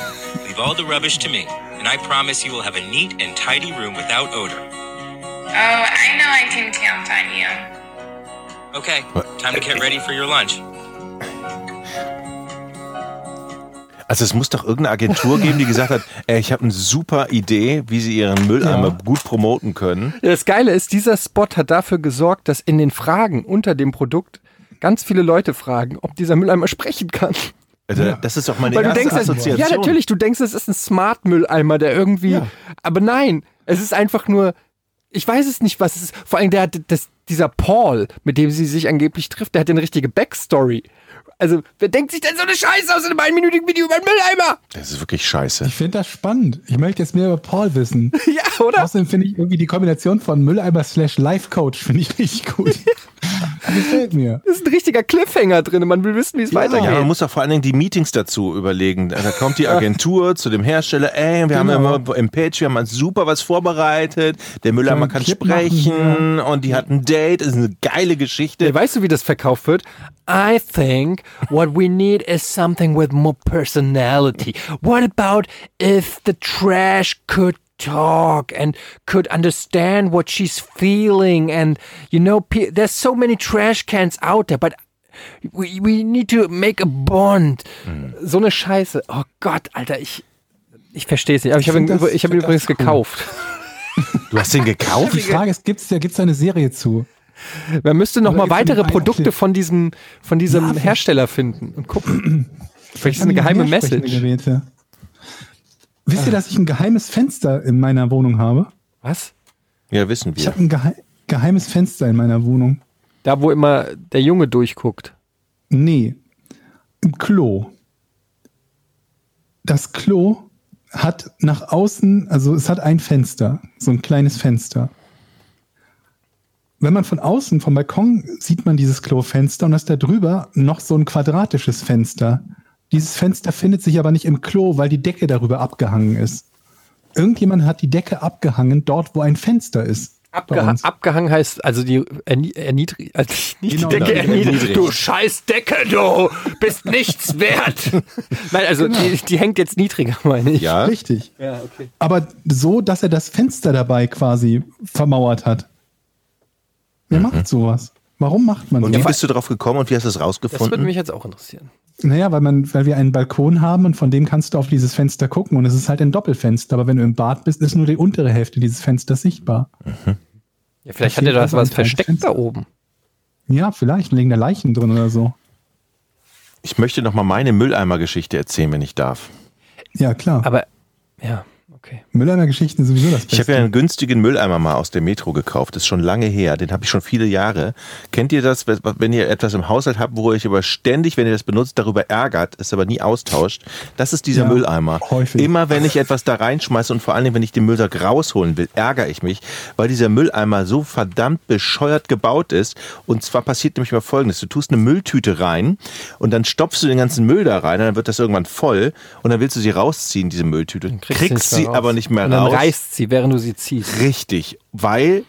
Leave all the rubbish to me, and I promise you will have a neat and tidy room without odor. Oh, I know I can count on you. Okay, What? time to get ready for your lunch. Also es muss doch irgendeine Agentur geben, die gesagt hat, ey, ich habe eine super Idee, wie sie ihren Mülleimer Ja. gut promoten können. Das Geile ist, dieser Spot hat dafür gesorgt, dass in den Fragen unter dem Produkt ganz viele Leute fragen, ob dieser Mülleimer sprechen kann. Also, Das ist doch meine Weil du erste denkst, das- Assoziation. ja natürlich, du denkst, es ist ein Smart-Mülleimer, der irgendwie, aber nein, es ist einfach nur, ich weiß es nicht, was es ist. Vor allem der hat das, dieser Paul, mit dem sie sich angeblich trifft, der hat ja eine richtige Backstory. Also, wer denkt sich denn so eine Scheiße aus in einem einminütigen Video über einen Mülleimer? Das ist wirklich scheiße. Ich finde das spannend. Ich möchte jetzt mehr über Paul wissen. ja, oder? Außerdem finde ich irgendwie die Kombination von Mülleimer slash Life-Coach finde ich richtig gut. Gefällt mir. Das ist ein richtiger Cliffhanger drin. Man will wissen, wie es Genau. Ja, man weitergeht. muss doch vor allen Dingen die Meetings dazu überlegen. Da kommt die Agentur zu dem Hersteller, ey, wir Genau. haben immer im Page, wir haben uns super was vorbereitet, der Mülleimer Sollen kann wir einen Clip sprechen und die hat ein Date, das ist eine geile Geschichte. Ja, weißt du, wie das verkauft wird? I think what we need is something with more personality. What about if the trash could talk and could understand what she's feeling? And, you know, pe- there's so many trash cans out there, but we, we need to make a bond. Mhm. So eine Scheiße. Oh Gott, Alter, ich. Ich verstehe es nicht, aber ich habe ihn, find das- über- ich habe ihn ich übrigens find das cool. gekauft. Du hast den Die gekauft? Frage ist, gibt es da gibt's da eine Serie zu? Man müsste noch Oder mal gibt's weitere einen Produkte Clip? von diesem, von diesem Hersteller finden und gucken. Vielleicht ist eine Haben die geheime Ah. mehr sprechende Message. Geräte? Wisst ihr, dass ich ein geheimes Fenster in meiner Wohnung habe? Was? Ja, wissen Ich wir. habe ein gehe geheimes Fenster in meiner Wohnung. Da, wo immer der Junge durchguckt. Nee, im Klo. Das Klo hat nach außen, also es hat ein Fenster, so ein kleines Fenster. Wenn man von außen, vom Balkon, sieht man dieses Klofenster und das da drüber noch so ein quadratisches Fenster. Dieses Fenster findet sich aber nicht im Klo, weil die Decke darüber abgehangen ist. Irgendjemand hat die Decke abgehangen, dort, wo ein Fenster ist. bei Abgeha uns. abgehangen heißt, also die erni- erniedrig, also nicht Genau, die Decke da- erniedrigt. Du scheiß Decke, du bist nichts wert. Nein, also die, die hängt jetzt niedriger, meine ich. Ja, Richtig. Aber so, dass er das Fenster dabei quasi vermauert hat. Wer macht sowas? Warum macht man Mhm. und das? wie bist du drauf gekommen und wie hast du es Das würde rausgefunden? mich jetzt auch interessieren. Naja, weil, man, weil wir einen Balkon haben und von dem kannst du auf dieses Fenster gucken und es ist halt ein Doppelfenster. Aber wenn du im Bad bist, ist nur die untere Hälfte dieses Fensters sichtbar. Ja, vielleicht Da hat er fehlt da also was ein kleines versteckt Fenster. da oben. Ja, vielleicht liegen da Leichen drin oder so. Ich möchte noch mal meine Mülleimer-Geschichte erzählen, wenn ich darf. Ja, klar. Aber Aber ja, okay. Mülleimer-Geschichten sind sowieso das Beste. Ich habe ja einen günstigen Mülleimer mal aus der Metro gekauft. Das ist schon lange her. Den habe ich schon viele Jahre. Kennt ihr das, wenn ihr etwas im Haushalt habt, wo ihr euch aber ständig, wenn ihr das benutzt, darüber ärgert, es aber nie austauscht? Das ist dieser Ja, Mülleimer. häufig. Immer wenn ich etwas da reinschmeiße und vor allem, wenn ich den Müllsack rausholen will, ärgere ich mich, weil dieser Mülleimer so verdammt bescheuert gebaut ist. Und zwar passiert nämlich mal Folgendes. Du tust eine Mülltüte rein und dann stopfst du den ganzen Müll da rein und dann wird das irgendwann voll und dann willst du sie rausziehen, diese Mülltüte. Kriegst, nicht sie mehr raus. aber nicht mehr Und dann raus. reißt sie, während du sie ziehst. Richtig, weil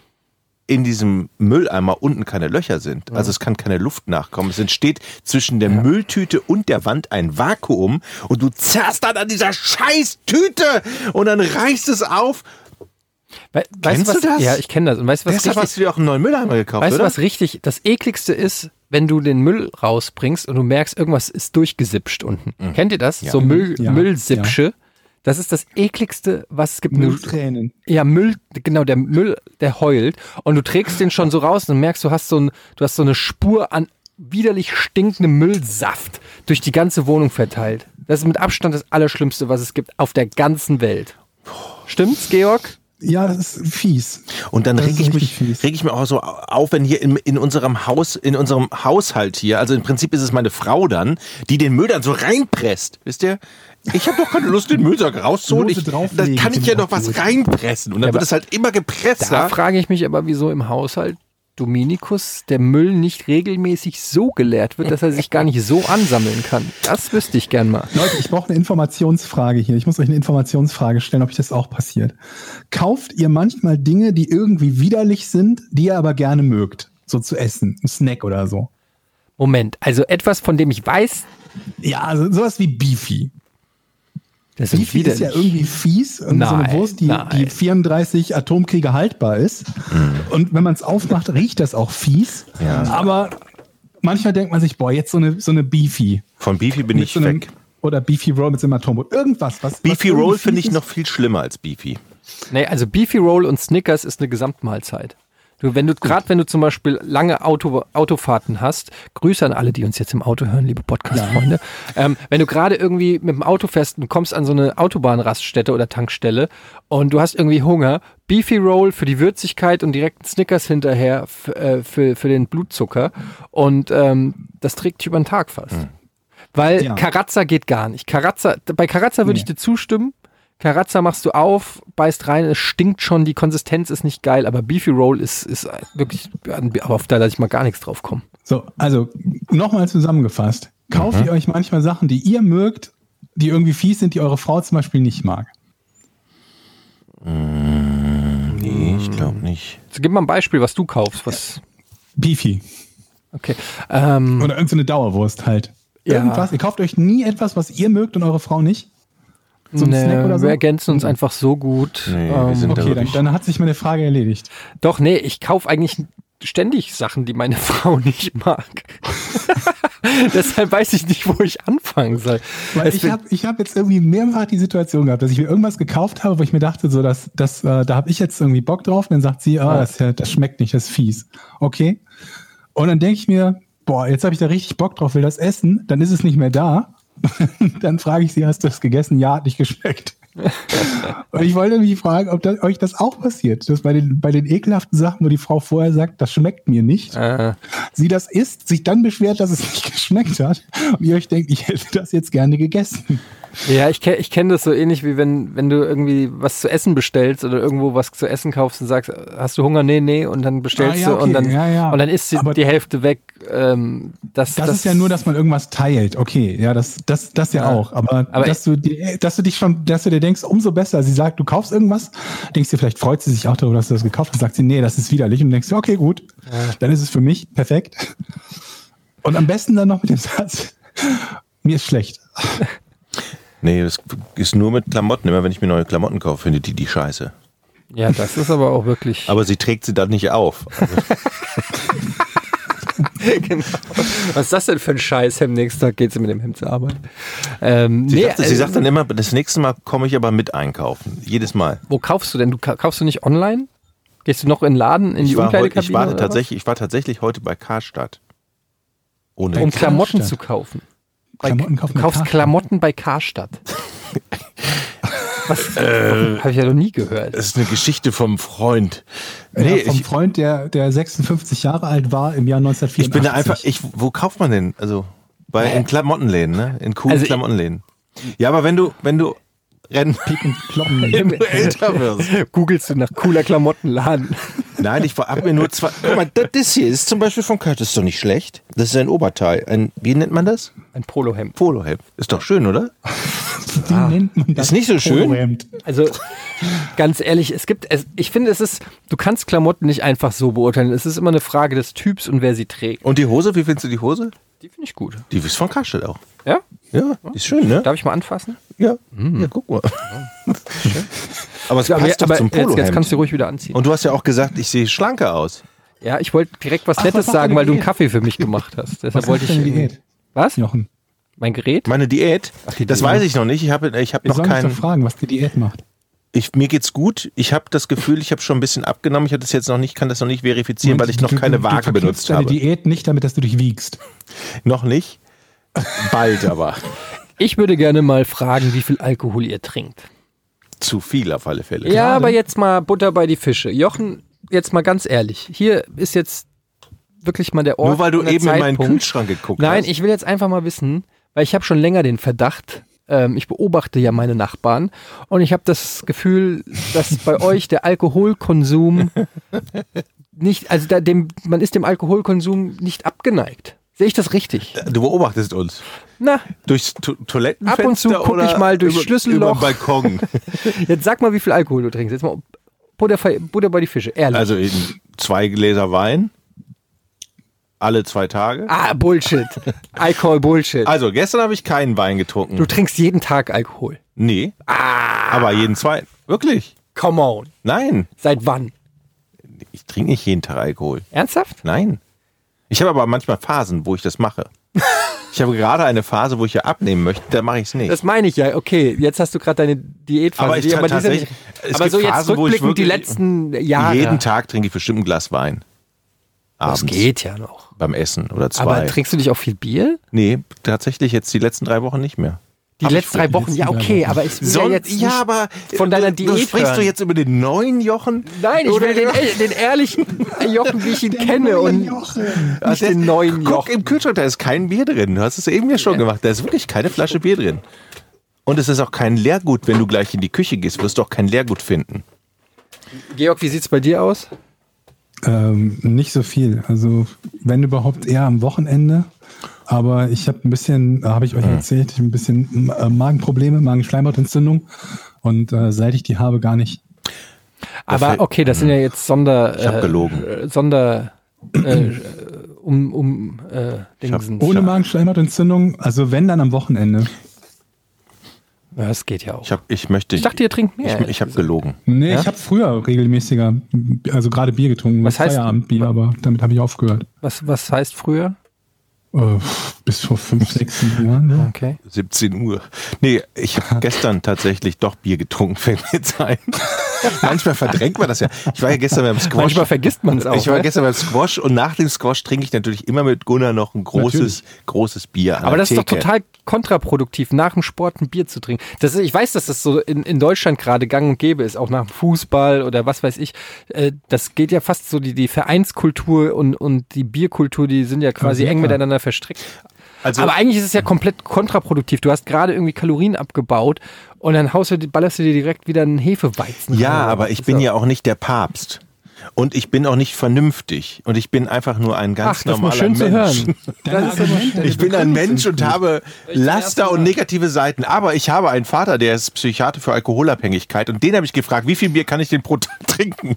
in diesem Mülleimer unten keine Löcher sind. Also es kann keine Luft nachkommen. Es entsteht zwischen der Mülltüte und der Wand ein Vakuum und du zerrst dann an dieser scheiß Tüte und dann reißt es auf. We weißt Kennst was, du das? Ja, ich kenne das. Und weißt du, was Deshalb richtig hast du dir auch einen neuen Mülleimer gekauft, Weißt du, oder? was richtig das ekligste ist, wenn du den Müll rausbringst und du merkst, irgendwas ist durchgesipscht unten. Kennt ihr das? So Müll, Ja. Müllsipsche. Das ist das ekligste, was es gibt. Du- Mülltränen. Ja, Müll, genau, der Müll, der heult und du trägst den schon so raus und merkst, du hast so ein, du hast so eine Spur an widerlich stinkendem Müllsaft durch die ganze Wohnung verteilt. Das ist mit Abstand das Allerschlimmste, was es gibt auf der ganzen Welt. Stimmt's, Georg? Ja, das ist fies. Und dann Das reg ist ich, richtig mich, fies. reg ich mich auch so auf, wenn hier in, in unserem Haus, in unserem Haushalt hier, also im Prinzip ist es meine Frau dann, die den Müll dann so reinpresst. Wisst ihr? Ich habe doch keine Lust, den Müllsack rauszuholen. Note Ich, da drauflegen, kann ich finde ja ich noch auch was gut. reinpressen. Und dann Ja, wird aber es halt immer gepresst. Da Ja? frage ich mich aber, wieso im Haushalt Dominikus der Müll nicht regelmäßig so geleert wird, dass er sich gar nicht so ansammeln kann. Das wüsste ich gern mal. Leute, ich brauche eine Informationsfrage hier. Ich muss euch eine Informationsfrage stellen, ob ich das auch passiert. Kauft ihr manchmal Dinge, die irgendwie widerlich sind, die ihr aber gerne mögt? So zu essen, ein Snack oder so. Moment, also etwas, von dem ich weiß, Ja, also sowas wie Beefy. das ist Beefy ist ja irgendwie fies und so eine Nein, Wurst, die, die nein. 34 Atomkriege haltbar ist. Mhm. Und wenn man es aufmacht, riecht das auch fies. Aber manchmal denkt man sich, boah, jetzt so eine, so eine Beefy. Von Beefy bin Mit ich so einem- weg. Oder Beefy Roll mit so einem Atomboot. Irgendwas, was. Beefy was irgendwie Roll fies finde ich ist. noch viel schlimmer als Beefy. Nee, also Beefy Roll und Snickers ist eine Gesamtmahlzeit. Du, wenn du, gerade wenn du zum Beispiel lange Auto, Autofahrten hast, Grüße an alle, die uns jetzt im Auto hören, liebe Podcast-Freunde. Ähm, wenn du gerade irgendwie mit dem Auto fährst und kommst an so eine Autobahnraststätte oder Tankstelle und du hast irgendwie Hunger, Beefy Roll für die Würzigkeit und direkten Snickers hinterher f- äh, für, für den Blutzucker. Und ähm, das trägt dich über den Tag fast. Weil Ja. Karazza geht gar nicht. Karazza, bei Karazza würde ich dir zustimmen. Karazza machst du auf, beißt rein, es stinkt schon, die Konsistenz ist nicht geil, aber Beefy Roll ist, ist wirklich, aber auf da lasse ich mal gar nichts drauf kommen. So, also nochmal zusammengefasst. Kauft ihr euch manchmal Sachen, die ihr mögt, die irgendwie fies sind, die eure Frau zum Beispiel nicht mag? Nee, ich glaube nicht. Jetzt gib mal ein Beispiel, was du kaufst. Was, Beefy. okay. Ähm, Oder irgendeine Dauerwurst halt. Ja. Irgendwas. Ihr kauft euch nie etwas, was ihr mögt und eure Frau nicht? So ein nee, Snack oder ne, so? Wir ergänzen uns einfach so gut. Nee, wir ähm, sind da Okay, dann, wirklich- dann hat sich meine Frage erledigt. Doch, nee, ich kaufe eigentlich ständig Sachen, die meine Frau nicht mag. Deshalb weiß ich nicht, wo ich anfangen soll. Weil Es ich wird- habe ich hab jetzt irgendwie mehrfach die Situation gehabt, dass ich mir irgendwas gekauft habe, wo ich mir dachte, so, dass, dass, äh, da habe ich jetzt irgendwie Bock drauf. Und dann sagt sie, ah, das, ist ja- das schmeckt nicht, das ist fies. Okay. Und dann denke ich mir, boah, jetzt habe ich da richtig Bock drauf, will das essen. Dann ist es nicht mehr da. dann frage ich sie, hast du es gegessen? Ja, hat nicht geschmeckt. Und ich wollte mich fragen, ob das, euch das auch passiert, dass bei den, bei den ekelhaften Sachen, wo die Frau vorher sagt, das schmeckt mir nicht, Äh, sie das isst, sich dann beschwert, dass es nicht geschmeckt hat und ihr euch denkt, ich hätte das jetzt gerne gegessen. ja, ich, ke- ich kenne das so ähnlich wie wenn, wenn du irgendwie was zu essen bestellst oder irgendwo was zu essen kaufst und sagst, hast du Hunger? Nee, nee, und dann bestellst Ah, ja, du und okay, dann, ja, ja. Und dann ist die, Aber- die Hälfte weg. Ähm, das, Das, ist ja nur, dass man irgendwas teilt. Okay, ja, das, das, das ja, Ja. auch. Aber, Aber dass, du, dir- dass du dich schon, dass du dir denkst, umso besser. Sie sagt, du kaufst irgendwas, denkst dir, vielleicht freut sie sich auch darüber, dass du das gekauft hast. Sagt sie, nee, das ist widerlich. Und denkst du, okay, gut, dann ist es für mich perfekt. Und am besten dann noch mit dem Satz, mir ist schlecht. Nee, das ist nur mit Klamotten. Immer wenn ich mir neue Klamotten kaufe, findet die die scheiße. Ja, das ist aber auch wirklich. Aber sie trägt sie dann nicht auf. genau. Was ist das denn für ein Scheiß? Am nächsten Tag geht sie mit dem Hemd zur Arbeit. Ähm, Sie, nee, sagt, sie also, sagt dann immer, das nächste Mal komme ich aber mit einkaufen. Jedes Mal. wo kaufst du denn? Du ka- kaufst du nicht online? Gehst du noch in den Laden, in die Ich war, heu- Umkleidekabine? ich, war oder was? tatsächlich, ich war tatsächlich heute bei Karstadt. Ohne Um Witz. Klamotten Karstadt. zu kaufen. Klamotten du kaufen bei kaufst Karstadt. Klamotten bei Karstadt. Was? Habe ich ja noch nie gehört. Das ist eine Geschichte vom Freund. Nee, ja, vom ich, Freund, der, der 56 Jahre alt war im Jahr 1984. ich bin da einfach. Ich, wo kauft man denn? Also bei in Klamottenläden, ne? In coolen Also ich- Klamottenläden. Ja, aber wenn du, wenn du Rennen, Picken, kloppen. wenn du älter wirst. Googelst du nach cooler Klamottenladen? Nein, ich hab mir nur zwei. Guck mal, das, das hier ist zum Beispiel von Kurt, das ist doch nicht schlecht. Das ist ein Oberteil. Ein, wie nennt man das? Ein Polohemd. Polohemd. Ist doch schön, oder? Die nennt man das Ist nicht so schön. Polohemd. Also ganz ehrlich, es gibt, es, ich finde, es ist, du kannst Klamotten nicht einfach so beurteilen. Es ist immer eine Frage des Typs und wer sie trägt. Und die Hose, wie findest du die Hose? Die finde ich gut. Die ist von Karstadt auch. Ja? Ja, die ist schön, ne? Darf ich mal anfassen? Ja, ja guck mal. Aber es Aber- passt aber doch zum jetzt, Polohemd. jetzt kannst du ruhig wieder anziehen. Und du hast ja auch gesagt, ich sehe schlanker aus. ja, ich wollte direkt was Nettes was hat sagen, deine weil du einen Diät? Kaffee für mich gemacht hast. Deshalb Was wollte ich. ist denn die ähm, Diät? Was? Jochen. Mein Gerät? Meine Diät, die das Diät. weiß ich noch nicht. Ich habe ich hab Wir noch sollen uns keinen. doch fragen, was die Diät macht. Ich, mir geht's gut. Ich habe das Gefühl, ich habe schon ein bisschen abgenommen. Ich habe das jetzt noch nicht, kann das noch nicht verifizieren, weil ich noch Du- keine du- Waage du verknüpfst benutzt deine habe. Diät nicht damit, dass du dich wiegst. Noch nicht. Bald aber. Ich würde gerne mal fragen, wie viel Alkohol ihr trinkt. Zu viel auf alle Fälle. Ja, aber jetzt mal Butter bei die Fische. Jochen, jetzt mal ganz ehrlich. Hier ist jetzt wirklich mal der Ort. Nur weil du und der eben in meinen Zeitpunkt. Kühlschrank geguckt Nein, hast. ich will jetzt einfach mal wissen, weil ich habe schon länger den Verdacht, ähm, ich beobachte ja meine Nachbarn und ich habe das Gefühl, dass bei euch der Alkoholkonsum nicht, also da dem, man ist dem Alkoholkonsum nicht abgeneigt. Sehe ich das richtig? Du beobachtest uns. Na, Durchs to Toilettenfenster Ab und zu guck oder ich mal durchs über, Schlüsselloch. Über den Balkon. jetzt sag mal, wie viel Alkohol du trinkst. Jetzt mal Butter, fe- Butter bei die Fische, ehrlich. Also in zwei Gläser Wein. Alle zwei Tage. ah, Bullshit. I call Bullshit. Also gestern habe ich keinen Wein getrunken. Du Ah. trinkst jeden Tag Alkohol. nee. Aber jeden zweiten. Wirklich? Come on. Nein. Seit wann? Ich trinke nicht jeden Tag Alkohol. Ernsthaft? Nein. Ich habe aber manchmal Phasen, wo ich das mache. Ich habe gerade eine Phase, wo ich ja abnehmen möchte, da mache ich es nicht. Das meine ich ja. Okay, jetzt hast du gerade deine Diätphase. Aber ich die- kann die ist ja tatsächlich- nicht, es aber gibt so jetzt Phasen, wo ich rückblickend die wirklich letzten Jahre. Jeden Tag trinke ich bestimmt ein Glas Wein. Abends Das geht ja noch. beim Essen oder zwei. Aber trinkst du nicht auch viel Bier? nee, tatsächlich jetzt die letzten drei Wochen nicht mehr. Die letzten drei Wochen, ja okay, aber ich will ja jetzt nicht von deiner Diät hören. über den neuen Jochen? Nein, ich Oder- will den, den ehrlichen Jochen, wie ich ihn kenne und nicht Ach, der- den neuen Guck, Jochen. im Kühlschrank, da ist kein Bier drin. Du hast es eben ja schon gemacht. Da ist wirklich keine Flasche Bier drin. Und es ist auch kein Leergut, wenn du gleich in die Küche gehst, wirst du auch kein Leergut finden. Georg, wie sieht's bei dir aus? Ähm, nicht so viel. Also, wenn überhaupt eher am Wochenende. Aber ich habe ein bisschen, äh, habe ich euch Mhm. erzählt, ich hab ein bisschen äh, Magenprobleme, Magenschleimhautentzündung. Und äh, seit ich die habe, gar nicht. Aber fällt- Hm. okay, das sind ja jetzt Sonder. Ich hab gelogen. Äh, Sonder. Äh, um. um äh, Dingsen. Ohne Magenschleimhautentzündung, also wenn dann am Wochenende. Ja, das geht ja auch. Ich, hab, ich möchte. Ich dachte, ihr trinkt mehr, Ich, ehrlich ich habe gelogen. Nee, Ja? ich habe früher regelmäßiger, also gerade Bier getrunken, Was heißt- Feierabendbier, aber damit habe ich aufgehört. Was, was heißt früher? Äh, bis vor fünf, sechs, sieben Jahren. Ja. Okay. 17 Uhr. Nee, ich habe gestern tatsächlich doch Bier getrunken, fällt mir jetzt ein. Manchmal verdrängt man das ja. Ich war ja gestern beim Squash. Manchmal vergisst man es auch. Ich war ne? gestern beim Squash und nach dem Squash trinke ich natürlich immer mit Gunnar noch ein großes, großes Bier. An Aber der das ist doch Theke. total kontraproduktiv, nach dem Sport ein Bier zu trinken. Das ist, ich weiß, dass das so in, in Deutschland gerade gang und gäbe ist, auch nach dem Fußball oder was weiß ich. Äh, Das geht ja fast so, die, die Vereinskultur und, und die Bierkultur, die sind ja quasi sicher. eng miteinander verstrickt. Also, Aber eigentlich ist es ja komplett kontraproduktiv. Du hast gerade irgendwie Kalorien abgebaut und dann haust du, ballerst du dir direkt wieder einen Hefeweizen. ja, rein. aber ich bin So. ja auch nicht der Papst. Und ich bin auch nicht vernünftig. Und ich bin einfach nur ein ganz Ach, das ist mal normaler schön Mensch. zu hören. Deine Argumente, Ich die bin ein begründen Mensch sind und habe Laster und negative Seiten. Aber ich habe einen Vater, der ist Psychiater für Alkoholabhängigkeit. Und den habe ich gefragt, wie viel Bier kann ich denn pro Tag trinken?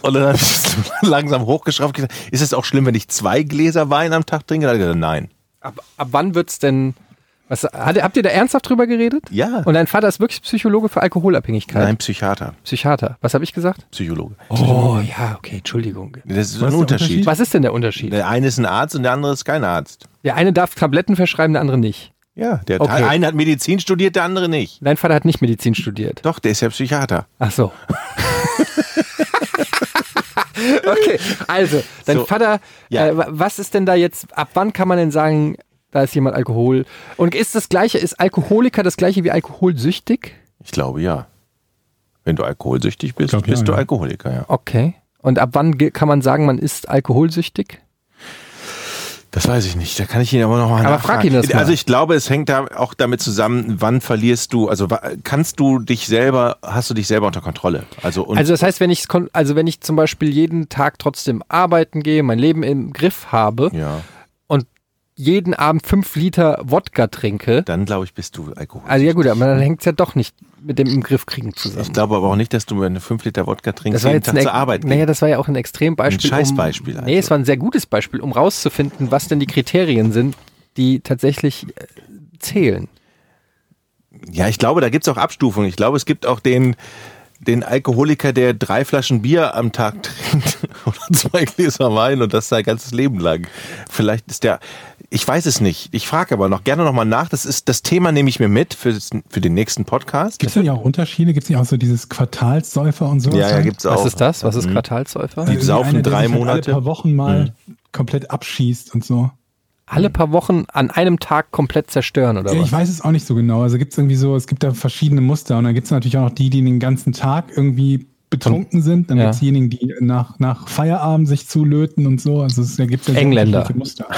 Und dann habe ich es langsam hochgeschraubt und gesagt, ist es auch schlimm, wenn ich zwei Gläser Wein am Tag trinke? Da habe ich gesagt, nein. Ab, ab wann wird's denn. Was, hat, habt ihr da ernsthaft drüber geredet? Ja. Und dein Vater ist wirklich Psychologe für Alkoholabhängigkeit? Nein, Psychiater, Psychiater. Was habe ich gesagt? Psychologe. Oh, ja, okay, Entschuldigung. Das ist ein der Unterschied. Unterschied? Was ist denn der Unterschied? Der eine ist ein Arzt und der andere ist kein Arzt. Der eine darf Tabletten verschreiben, der andere nicht. Ja, der Okay. Teil, eine hat Medizin studiert, der andere nicht. Dein Vater hat nicht Medizin studiert. Doch, der ist ja Psychiater. Ach so. okay, also, dein So, Vater, ja. äh, wa- was ist denn da jetzt, ab wann kann man denn sagen, da ist jemand Alkohol? Und ist das gleiche, ist Alkoholiker das gleiche wie alkoholsüchtig? Ich glaube ja. Wenn du alkoholsüchtig bist, glaub, ja, bist du ja. Alkoholiker, ja. Okay. Und ab wann ge- kann man sagen, man ist alkoholsüchtig? Das weiß ich nicht. Da kann ich ihn aber noch mal Aber nachfragen. frag ihn das mal. Also ich glaube, es hängt da auch damit zusammen, wann verlierst du, also wa- kannst du dich selber, hast du dich selber unter Kontrolle? Also, und also das heißt, wenn ich also wenn ich zum Beispiel jeden Tag trotzdem arbeiten gehe, mein Leben im Griff habe ja, und jeden Abend fünf Liter Wodka trinke, dann glaube ich, bist du Alkoholiker. also ja gut, aber dann hängt es ja doch nicht mit dem im Griff kriegen ich zusammen. glaube aber auch nicht, dass du eine 5 Liter Wodka trinkst, Das war jeden jetzt Tag ein, zur Arbeit naja, gehst. das war ja auch ein Extrembeispiel. Ein Scheißbeispiel Um, also. nee, es war ein sehr gutes Beispiel, um rauszufinden, was denn die Kriterien sind, die tatsächlich äh, zählen. Ja, ich glaube, da gibt's auch Abstufungen. Ich glaube, es gibt auch den, den Alkoholiker, der drei Flaschen Bier am Tag trinkt oder zwei Gläser Wein und das sein ganzes Leben lang. Vielleicht ist der, ich weiß es nicht. Ich frage aber noch gerne nochmal nach. Das ist, das Thema nehme ich mir mit für, für den nächsten Podcast. Gibt es nicht auch Unterschiede? Gibt es nicht auch so dieses Quartalssäufer und so? Also ja, ja, gibt's auch. Was ist das? Was Mhm. ist Quartalsäufer? Die saufen drei Monate. halt Mhm. Alle paar Wochen mal komplett abschießt und so. Alle paar Wochen an einem Tag komplett zerstören oder Ja, was? ich weiß es auch nicht so genau. Also gibt es irgendwie so, es gibt da verschiedene Muster und dann gibt es natürlich auch noch die, die den ganzen Tag irgendwie betrunken sind. Dann Ja. gibt es diejenigen, die nach, nach Feierabend sich zulöten und so. Also es da gibt's ja so Engländer. unterschiedliche Muster.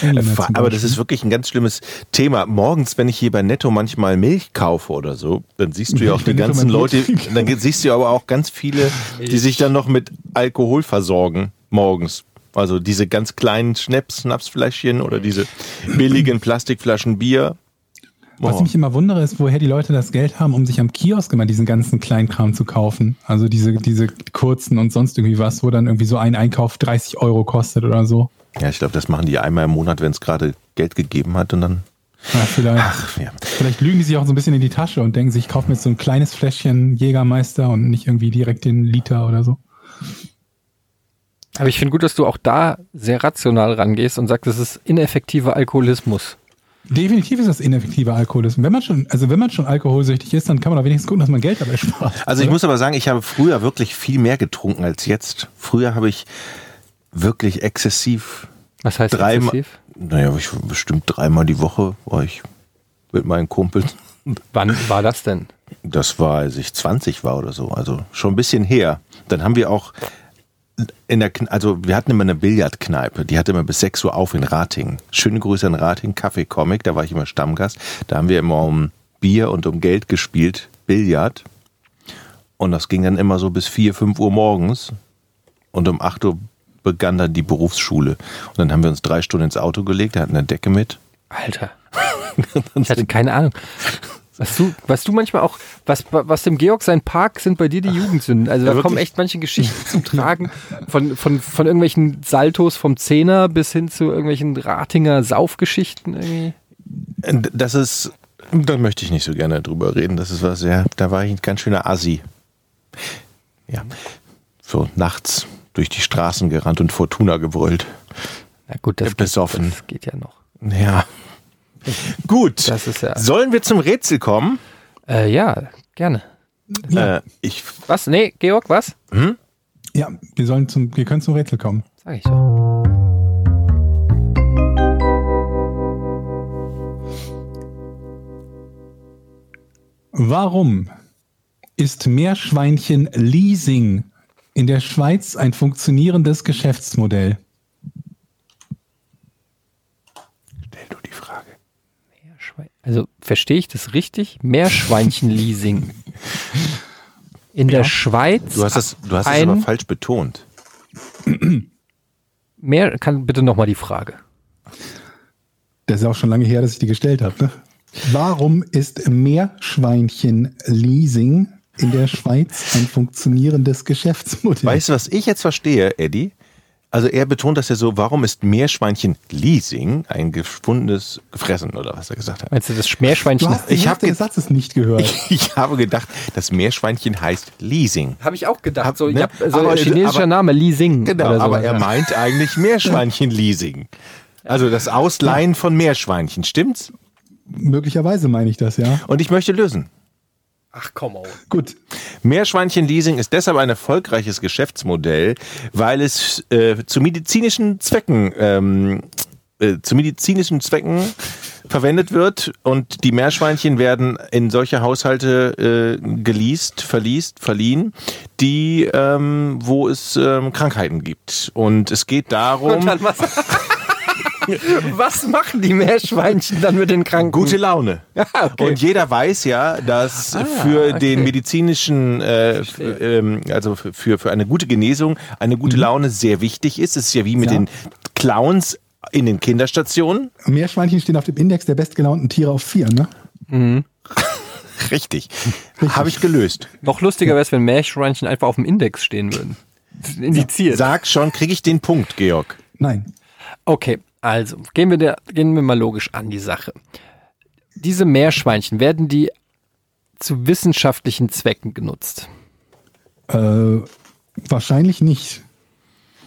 Engländer zum Äh, Aber das Beispiel. ne? ist wirklich ein ganz schlimmes Thema. Morgens, wenn ich hier bei Netto manchmal Milch kaufe oder so, dann siehst du ja auch Ich die bin Netto ganzen mein Leute, Bier trinken. dann siehst du aber auch ganz viele, die sich dann noch mit Alkohol versorgen morgens. Also diese ganz kleinen Schnaps, Schnapsfläschchen oder diese billigen Plastikflaschen Bier. Was ich mich immer wundere, ist, woher die Leute das Geld haben, um sich am Kiosk immer diesen ganzen Kleinkram zu kaufen. Also diese, diese kurzen und sonst irgendwie was, wo dann irgendwie so ein Einkauf 30 Euro kostet oder so. Ja, ich glaube, das machen die einmal im Monat, wenn es gerade Geld gegeben hat und dann. Ja, vielleicht, Ja. vielleicht lügen die sich auch so ein bisschen in die Tasche und denken sich, ich kaufe mir jetzt so ein kleines Fläschchen Jägermeister und nicht irgendwie direkt den Liter oder so. Aber ich finde gut, dass du auch da sehr rational rangehst und sagst, es ist ineffektiver Alkoholismus. Definitiv ist das ineffektiver Alkoholismus. Wenn man schon, also wenn man schon alkoholsüchtig ist, dann kann man doch wenigstens gucken, dass man Geld dabei spart. Also ich muss aber sagen, ich habe früher wirklich viel mehr getrunken als jetzt. Früher habe ich wirklich exzessiv Was heißt dreimal, exzessiv? Naja, ich bestimmt dreimal die Woche war ich mit meinen Kumpels. Wann war das denn? Das war, als ich 20 war oder so. Also schon ein bisschen her. Dann haben wir auch in der, Kn- also wir hatten immer eine Billardkneipe, die hatte immer bis 6 Uhr auf in Rating. Schöne Grüße an Rating, Kaffee Comic, da war ich immer Stammgast. Da haben wir immer um Bier und um Geld gespielt, Billard. Und das ging dann immer so bis 4, 5 Uhr morgens. Und um 8 Uhr begann dann die Berufsschule. Und dann haben wir uns drei Stunden ins Auto gelegt, hatten eine Decke mit. Alter. Ich hatte keine Ahnung. Was du, was du manchmal auch, was, was dem Georg sein Park sind bei dir die Jugendsünden. Also da kommen echt manche Geschichten zum Tragen. Von, von, von irgendwelchen Saltos vom Zehner bis hin zu irgendwelchen Ratinger Saufgeschichten irgendwie. Und Das ist, da möchte ich nicht so gerne drüber reden. Das ist was, ja, da war ich ein ganz schöner Assi. Ja. So nachts durch die Straßen gerannt und Fortuna gebrüllt. Na gut, das, Ja, besoffen. das geht ja noch. Ja. Gut. Das ist ja- Sollen wir zum Rätsel kommen? Äh, ja, gerne. Ja. Äh, ich, Was? Nee, Georg, was? Ja, wir sollen zum, wir können zum Rätsel kommen. Sag ich doch. Warum ist Meerschweinchen Leasing in der Schweiz ein funktionierendes Geschäftsmodell? stell du die Frage. Meerschwein- Also verstehe ich das richtig? Meerschweinchenleasing. In der Schweiz. Du hast das, du hast das ein Hm. aber falsch betont. Meer, kann bitte nochmal die Frage. Das ist auch schon lange her, dass ich die gestellt habe. Ne? Warum ist Meerschweinchen-Leasing in der Schweiz ein funktionierendes Geschäftsmodell? Weißt du, was ich jetzt verstehe, Eddie? Also er betont das ja so, warum ist Meerschweinchen Leasing ein gefundenes Gefressen oder was er gesagt hat? Meinst du das du Meerschweinchen? hast den Ich hab Hälfte ge- des Satzes nicht gehört. Ich habe gedacht, das Meerschweinchen heißt Leasing. Habe ich also, äh, auch gedacht. Hab- So, ne? ja, so Aber- chinesischer aber- Name, Li Sing. Genau, oder so. aber er ja. meint eigentlich Meerschweinchen-Leasing. Also das Ausleihen von Meerschweinchen, stimmt's? Möglicherweise meine ich das, ja. Und ich möchte lösen. Ach komm, oh. Gut. Meerschweinchen-Leasing ist deshalb ein erfolgreiches Geschäftsmodell, weil es äh, zu medizinischen Zwecken ähm, äh, zu medizinischen Zwecken verwendet wird und die Meerschweinchen werden in solche Haushalte äh, geleast, verliest, verliehen, die ähm, wo es ähm, Krankheiten gibt. Und es geht darum, was, was machen die Meerschweinchen dann mit den Kranken? Gute Laune. okay. Und jeder weiß ja, dass für den medizinischen, äh, f- ähm, also f- für, für eine gute Genesung, eine gute Laune sehr wichtig ist. Es ist Mhm. ja wie mit Ja. den Clowns in den Kinderstationen. Meerschweinchen stehen auf dem Index der bestgelaunten Tiere auf vier, ne? Richtig. Habe ich gelöst. Noch lustiger wäre es, wenn Meerschweinchen einfach auf dem Index stehen würden. Indiziert. Sag schon, kriege ich den Punkt, Georg. Nein. Okay, also gehen wir, der, gehen wir mal logisch an die Sache. Diese Meerschweinchen, werden die zu wissenschaftlichen Zwecken genutzt? Äh, wahrscheinlich nicht.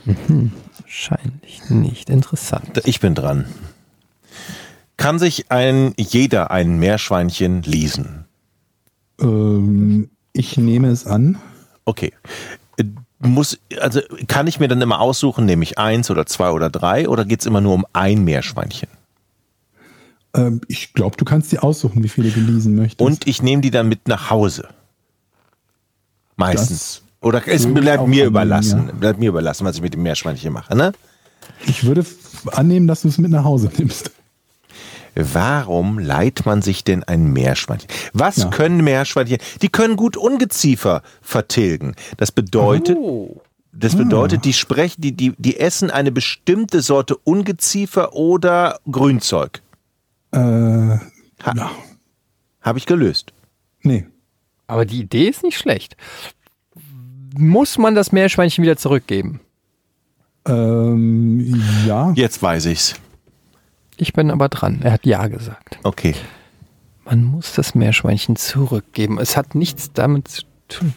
Wahrscheinlich nicht. Interessant. Ich bin dran. Kann sich ein jeder ein Meerschweinchen leasen? Ähm, ich nehme es an. Okay. Äh, Muss, also kann ich mir dann immer aussuchen, nehme ich eins oder zwei oder drei oder geht's immer nur um ein Meerschweinchen? Ähm, ich glaube, du kannst dir aussuchen, wie viele du leasen möchtest. Und ich nehme die dann mit nach Hause. Meistens. oder es würde ich bleibt auch mir annehmen, überlassen. Bleibt mir überlassen, was ich mit dem Meerschweinchen mache. Ne? ich würde f- annehmen, dass du es mit nach Hause nimmst. Warum leiht man sich denn ein Meerschweinchen? Was Ja. können Meerschweinchen? Die können gut Ungeziefer vertilgen. Das bedeutet, Oh. das Hm. bedeutet, die sprechen, die, die, die essen eine bestimmte Sorte Ungeziefer oder Grünzeug. Äh, ja. Habe ich gelöst. Nee. Aber die Idee ist nicht schlecht. Muss man das Meerschweinchen wieder zurückgeben? Ähm, ja. Jetzt weiß ich's. Ich bin aber dran. Er hat Ja gesagt. Okay. Man muss das Meerschweinchen zurückgeben. Es hat nichts damit zu tun.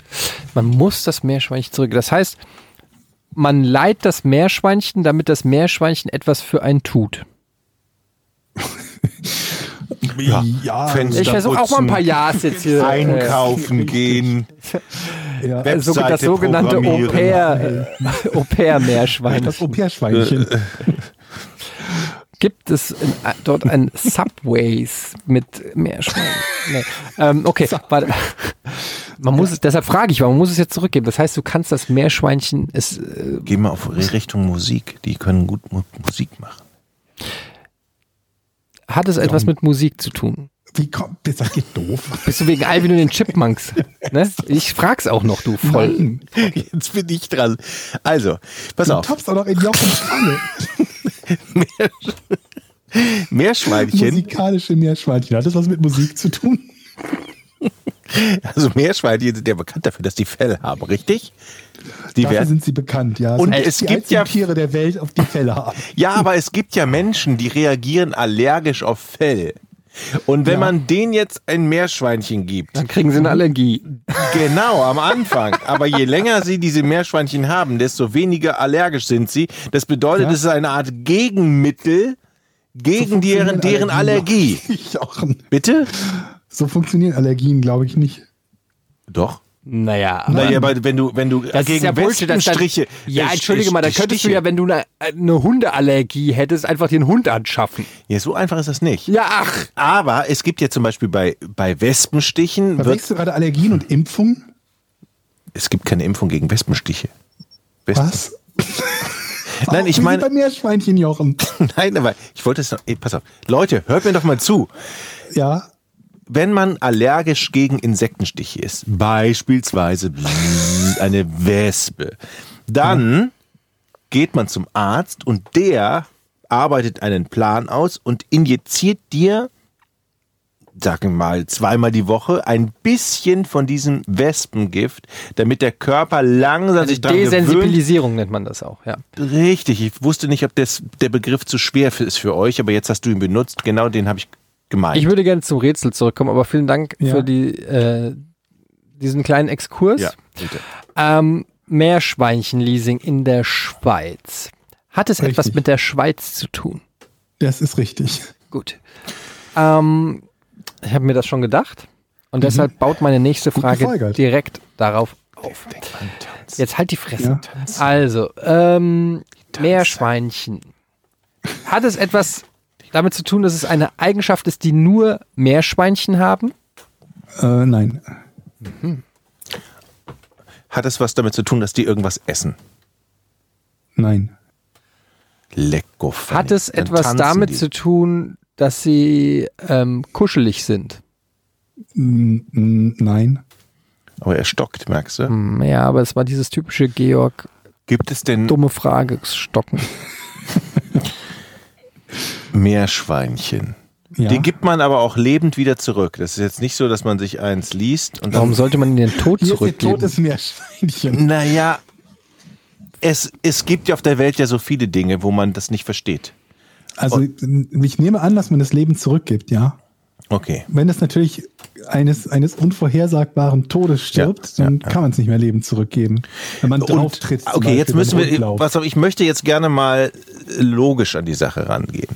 Man muss das Meerschweinchen zurückgeben. Das heißt, man leiht das Meerschweinchen, damit das Meerschweinchen etwas für einen tut. Ja. Fenster Ich versuche auch mal ein paar Ja's jetzt hier. Einkaufen gehen. Ja. Äh, so, das Webseite sogenannte programmieren. Au-pair, äh, Au-pair-Meerschweinchen. Das Au-pair-Schweinchen. Äh, Gibt es in, äh, dort ein Subways mit Meerschweinchen? Nee. Ähm, okay, warte. Man muss es, deshalb frage ich, weil man muss es jetzt zurückgeben. Das heißt, du kannst das Meerschweinchen, es äh, Geh mal auf Richtung Musik. Die können gut Mu- Musik machen. Hat es etwas mit Musik zu tun? Wie kommt das? Das geht doof. Bist du wegen Alvin und den Chipmunks? Ne? Ich frag's auch noch, du voll. Nein. Jetzt bin ich dran. Also, pass Du auf. tappst auch noch in Jochen Schale. Meerschweinchen, Musikalische Meerschweinchen. Hat das was mit Musik zu tun? also Meerschweinchen sind ja bekannt dafür, dass die Fell haben, richtig? Die Dafür werden, sind sie bekannt, ja. Es Und sind es die gibt einzigen ja- Tiere der Welt auf die Felle haben. ja, aber es gibt ja Menschen, die reagieren allergisch auf Fell. Und wenn man denen jetzt ein Meerschweinchen gibt, Dann kriegen sie eine Allergie. Genau, am Anfang. Aber je länger sie diese Meerschweinchen haben, desto weniger allergisch sind sie. Das bedeutet, es ist eine Art Gegenmittel gegen deren, deren Allergie. Ich auch. Bitte? So funktionieren Allergien, glaube ich, nicht. Doch. Naja, aber Naja, aber wenn du, wenn du Ähm, das gegen ist ja Bullshit. Das Striche. dann, ja, entschuldige mal, da könntest du ja, wenn du eine, eine Hundeallergie hättest, einfach den Hund anschaffen. Ja, so einfach ist das nicht. Ja, ach. Aber es gibt ja zum Beispiel bei, bei Wespenstichen, wird, Verwechselst du gerade Allergien und Impfung? es gibt keine Impfung gegen Wespenstiche. Wespen- Was? Nein, ich Wie meine, bei Meerschweinchenjochen. nein, aber ich wollte es noch, ey, pass auf. Leute, hört mir doch mal zu. Ja. wenn man allergisch gegen Insektenstiche ist, beispielsweise eine Wespe, dann geht man zum Arzt und der arbeitet einen Plan aus und injiziert dir, sagen wir mal, zweimal die Woche ein bisschen von diesem Wespengift, damit der Körper langsam sich dran gewöhnt. also Desensibilisierung nennt man das auch, ja. Richtig, ich wusste nicht, ob das, der Begriff zu schwer für- ist für euch, aber jetzt hast du ihn benutzt. Genau den habe ich gemeint. Ich würde gerne zum Rätsel zurückkommen, aber vielen Dank Ja. für die, äh, diesen kleinen Exkurs. ja, bitte. Ähm, Meerschweinchenleasing in der Schweiz. Hat es etwas Richtig. mit der Schweiz zu tun? Das ist richtig. Gut. Ähm, ich habe mir das schon gedacht und deshalb baut meine nächste Frage gefolgert. direkt darauf auf. Jetzt halt die Fresse. Ja. Also, ähm, Meerschweinchen. Hat es etwas damit zu tun, dass es eine Eigenschaft ist, die nur Meerschweinchen haben? Äh, nein. Hat es was damit zu tun, dass die irgendwas essen? Nein. Lecko. Hat es etwas damit zu tun, dass sie ähm, kuschelig sind? Mm, mm, Nein. Aber er stockt, merkst du? Hm, Ja, aber es war dieses typische Georg, Gibt es denn dumme Frage, stocken. Meerschweinchen? Ja. Die gibt man aber auch lebend wieder zurück. Das ist jetzt nicht so, dass man sich eins liest und Warum dann. sollte man in den Tod Hier ist ein zurückgeben? totes Meerschweinchen. Naja, es, es gibt ja auf der Welt ja so viele Dinge, wo man das nicht versteht. Also ich nehme an, dass man das Leben zurückgibt, ja. Okay. Wenn es natürlich eines, eines unvorhersagbaren Todes stirbt, Ja, ja, dann ja. kann man es nicht mehr Leben zurückgeben. Wenn man drauf tritt. zum okay, jetzt Beispiel, müssen wenn wir. Unglaubt. Pass auf, ich möchte jetzt gerne mal äh, logisch an die Sache rangehen.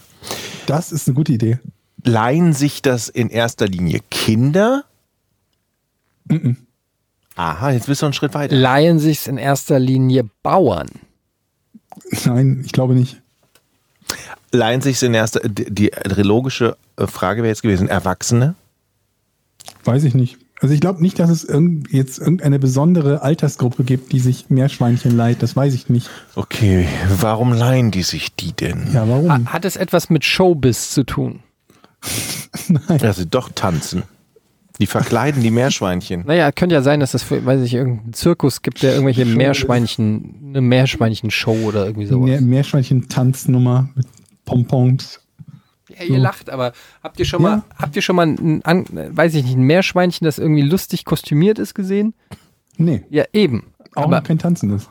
Das ist eine gute Idee. Leihen sich das in erster Linie Kinder? Aha, jetzt bist du einen Schritt weiter. Leihen sich's in erster Linie Bauern. Nein, ich glaube nicht. leihen sich in erster die, die logische äh, Frage wäre jetzt gewesen Erwachsene Weiß ich nicht. Also ich glaube nicht, dass es irgend, jetzt irgendeine besondere Altersgruppe gibt, die sich Meerschweinchen leiht. Das weiß ich nicht. okay warum leihen die sich die denn Ja, warum? Ha- Hat es etwas mit Showbiz zu tun? also doch tanzen die verkleiden die Meerschweinchen Naja, könnte ja sein, dass es, für, weiß ich, irgendeinen Zirkus gibt, der irgendwelche Meerschweinchen, eine Meerschweinchen-Show oder irgendwie sowas. Meer, Meerschweinchen-Tanznummer mit Pompons. Ja, ihr lacht, aber habt ihr schon Ja. mal, habt ihr schon mal ein, an, weiß ich nicht, ein Meerschweinchen, das irgendwie lustig kostümiert ist, gesehen? Nee, Ja, eben. auch aber, noch kein Tanzendes.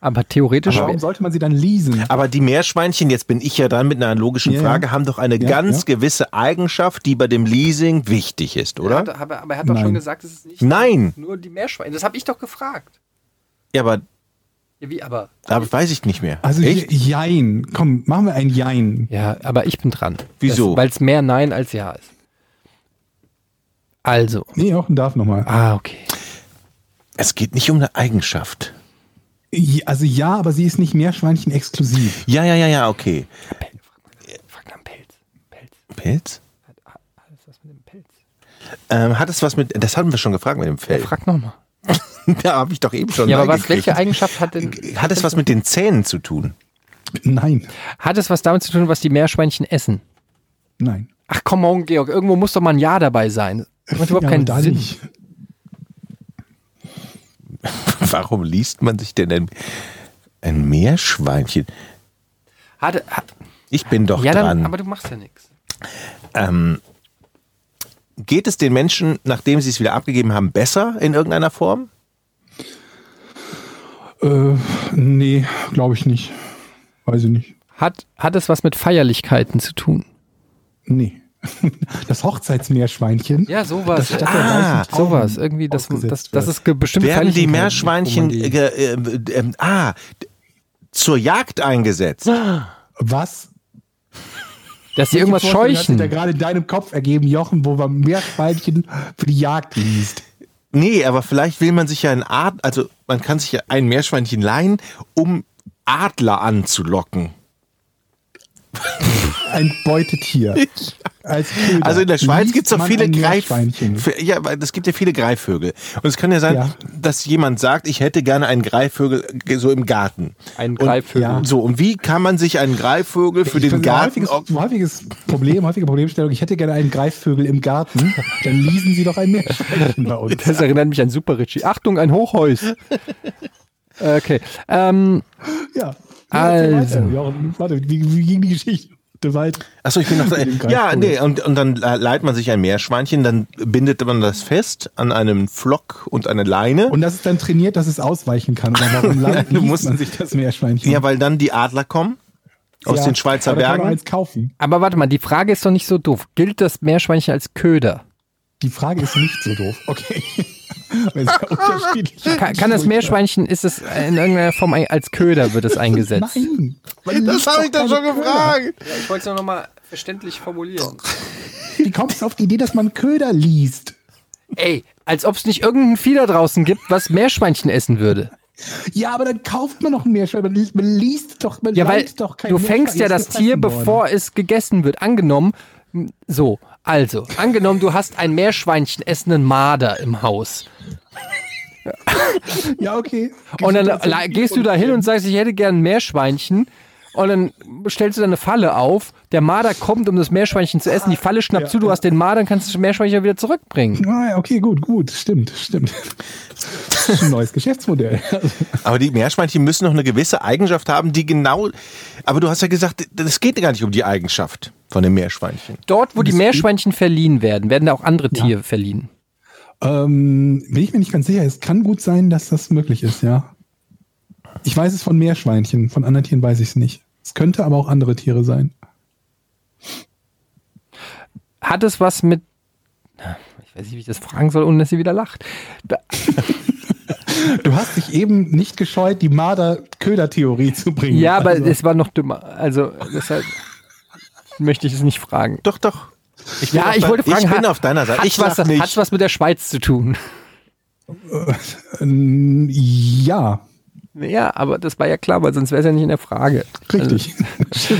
aber theoretisch. Warum sollte man sie dann leasen? aber die Meerschweinchen jetzt bin ich ja dran mit einer logischen Ja, ja. Frage haben doch eine Ja, ganz ja. gewisse Eigenschaft die bei dem Leasing wichtig ist oder Hat- aber, aber er hat doch Nein. schon gesagt, es ist nicht Nein. nur die Meerschweinchen. Das habe ich doch gefragt. ja aber Ja, wie, aber. aber weiß ich nicht mehr Also echt hier, Jein. Komm, machen wir ein Jein. Ja, aber ich bin dran. Wieso? Weil es mehr Nein als Ja ist. Also. Nee, auch darf nochmal. Ah, okay. es geht nicht um eine Eigenschaft Also ja, aber sie ist nicht Meerschweinchen exklusiv. ja ja ja ja okay Frag nach dem Pelz. Pelz. Pilz Was ist das mit dem Pelz? ähm, hat es was mit das hatten wir schon gefragt mit dem Fell Frag nochmal. da habe ich doch eben schon Ja, aber was, reingekriegt. welche Eigenschaft hat denn. hat es was mit den Zähnen zu tun Nein, Hat es was damit zu tun, was die Meerschweinchen essen? nein. Ach komm on, Georg, irgendwo muss doch mal ein Ja dabei sein. Das macht überhaupt Ja, aber keinen da Sinn. nicht. Warum liest man sich denn ein, ein Meerschweinchen? Hat, hat, Ich bin doch ja, dann, dran. aber du machst ja nichts. ähm, geht es den Menschen, nachdem sie es wieder abgegeben haben, besser in irgendeiner Form? Äh, nee, glaube ich nicht. Weiß ich nicht. Hat, hat es was mit Feierlichkeiten zu tun? Nee. Das Hochzeitsmeerschweinchen. Ja, sowas. Das- Ah, sowas. Irgendwie, das, ausgesetzt das, das wird. ist ge- bestimmt Werden die Feierlichkeiten, Meerschweinchen wo man die- äh, äh, ähm, ah, d- zur Jagd eingesetzt? Was? Dass sie irgendwas Vorstellung Hat sich da scheuchen. gerade in deinem Kopf ergeben, Jochen, wo man Meerschweinchen für die Jagd liest. Nee, aber vielleicht will man sich ja ein Adler, also man kann sich ja ein Meerschweinchen leihen, um Adler anzulocken. Ein Beutetier. Als Köder Also in der Schweiz liest gibt es doch man viele ein Greif Meerschweinchen. Fe- ja, weil es gibt ja viele Greifvögel. Und es kann ja sein, Ja. dass jemand sagt, ich hätte gerne einen Greifvögel äh, so im Garten. Einen Und- Greifvögel. Ja. So, und wie kann man sich einen Greifvögel für Ich den finde, Garten... Häufiges, häufiges Problem, häufige Problemstellung. Ich hätte gerne einen Greifvögel im Garten. Dann ließen sie doch ein Meerschweinchen bei uns. Das erinnert mich an Super Richie. Achtung, ein Hochhäus. Okay. Ähm, Ja. Also. Ja, warte, wie, wie ging die Geschichte weiter? Achso, ich bin noch... dem Greifvogel. ja, nee, und, und dann äh, leiht man sich ein Meerschweinchen, dann bindet man das fest an einem Flock und eine Leine. Und das ist dann trainiert, dass es ausweichen kann. Aber warum Nein, landet du musst- man sich das Meerschweinchen? ja, weil dann die Adler kommen aus Ja, den Schweizer aber da Kann man Bergen. eins kaufen. aber warte mal, die Frage ist doch nicht so doof. Gilt das Meerschweinchen als Köder? Die Frage ist nicht so doof. Okay. Aber es ist ja unterschiedlich. Kann, kann das Meerschweinchen, ist es in irgendeiner Form ein- als Köder wird es eingesetzt? Nein. Das habe ich doch schon gefragt. Ich wollte es noch mal verständlich formulieren. Wie kommst du auf die Idee, dass man Köder liest? Ey, als ob es nicht irgendein Vieh da draußen gibt, was Meerschweinchen essen würde. Ja, aber dann kauft man noch ein Meerschweinchen. Man liest- Man liest doch, man Ja, weil leiht doch kein du fängst Meerschweinchen. ja Es das ist gefressen Tier, worden. bevor es gegessen wird. Angenommen, m, so, also, angenommen, du hast einen Meerschweinchen essenden Marder im Haus. Ja, okay. Und dann Gesundheit- la- gehst du da hin und sagst, ich hätte gern ein Meerschweinchen. Und dann stellst du deine Falle auf. Der Marder kommt, um das Meerschweinchen zu essen. Die Falle schnappt zu, du hast den Marder, dann kannst du das Meerschweinchen wieder zurückbringen. Ah, ja, okay, gut, gut. Stimmt, stimmt. Das ist ein neues Geschäftsmodell. Aber die Meerschweinchen müssen noch eine gewisse Eigenschaft haben, die genau. Aber du hast ja gesagt, das geht gar nicht um die Eigenschaft von dem Meerschweinchen. Dort, wo die Meerschweinchen verliehen werden, werden da auch andere Tiere verliehen. Ähm, bin ich mir nicht ganz sicher. Es kann gut sein, dass das möglich ist, ja. Ich weiß es von Meerschweinchen, von anderen Tieren weiß ich es nicht. Es könnte aber auch andere Tiere sein. Hat es was mit. Ich weiß nicht, wie ich das fragen soll, ohne dass sie wieder lacht. Da, Du hast dich eben nicht gescheut, die Marder-Köder-Theorie zu bringen. ja, aber Also, es war noch dümmer. Also, deshalb möchte ich es nicht fragen. Doch, doch. bin ja, auf ich dein- wollte fragen. Ich bin hat- auf deiner Seite. hat's Ich weiß was, nicht. Hat was mit der Schweiz zu tun? ähm, ja, Ja, aber das war ja klar, weil sonst wäre es ja nicht in der Frage. richtig. Also,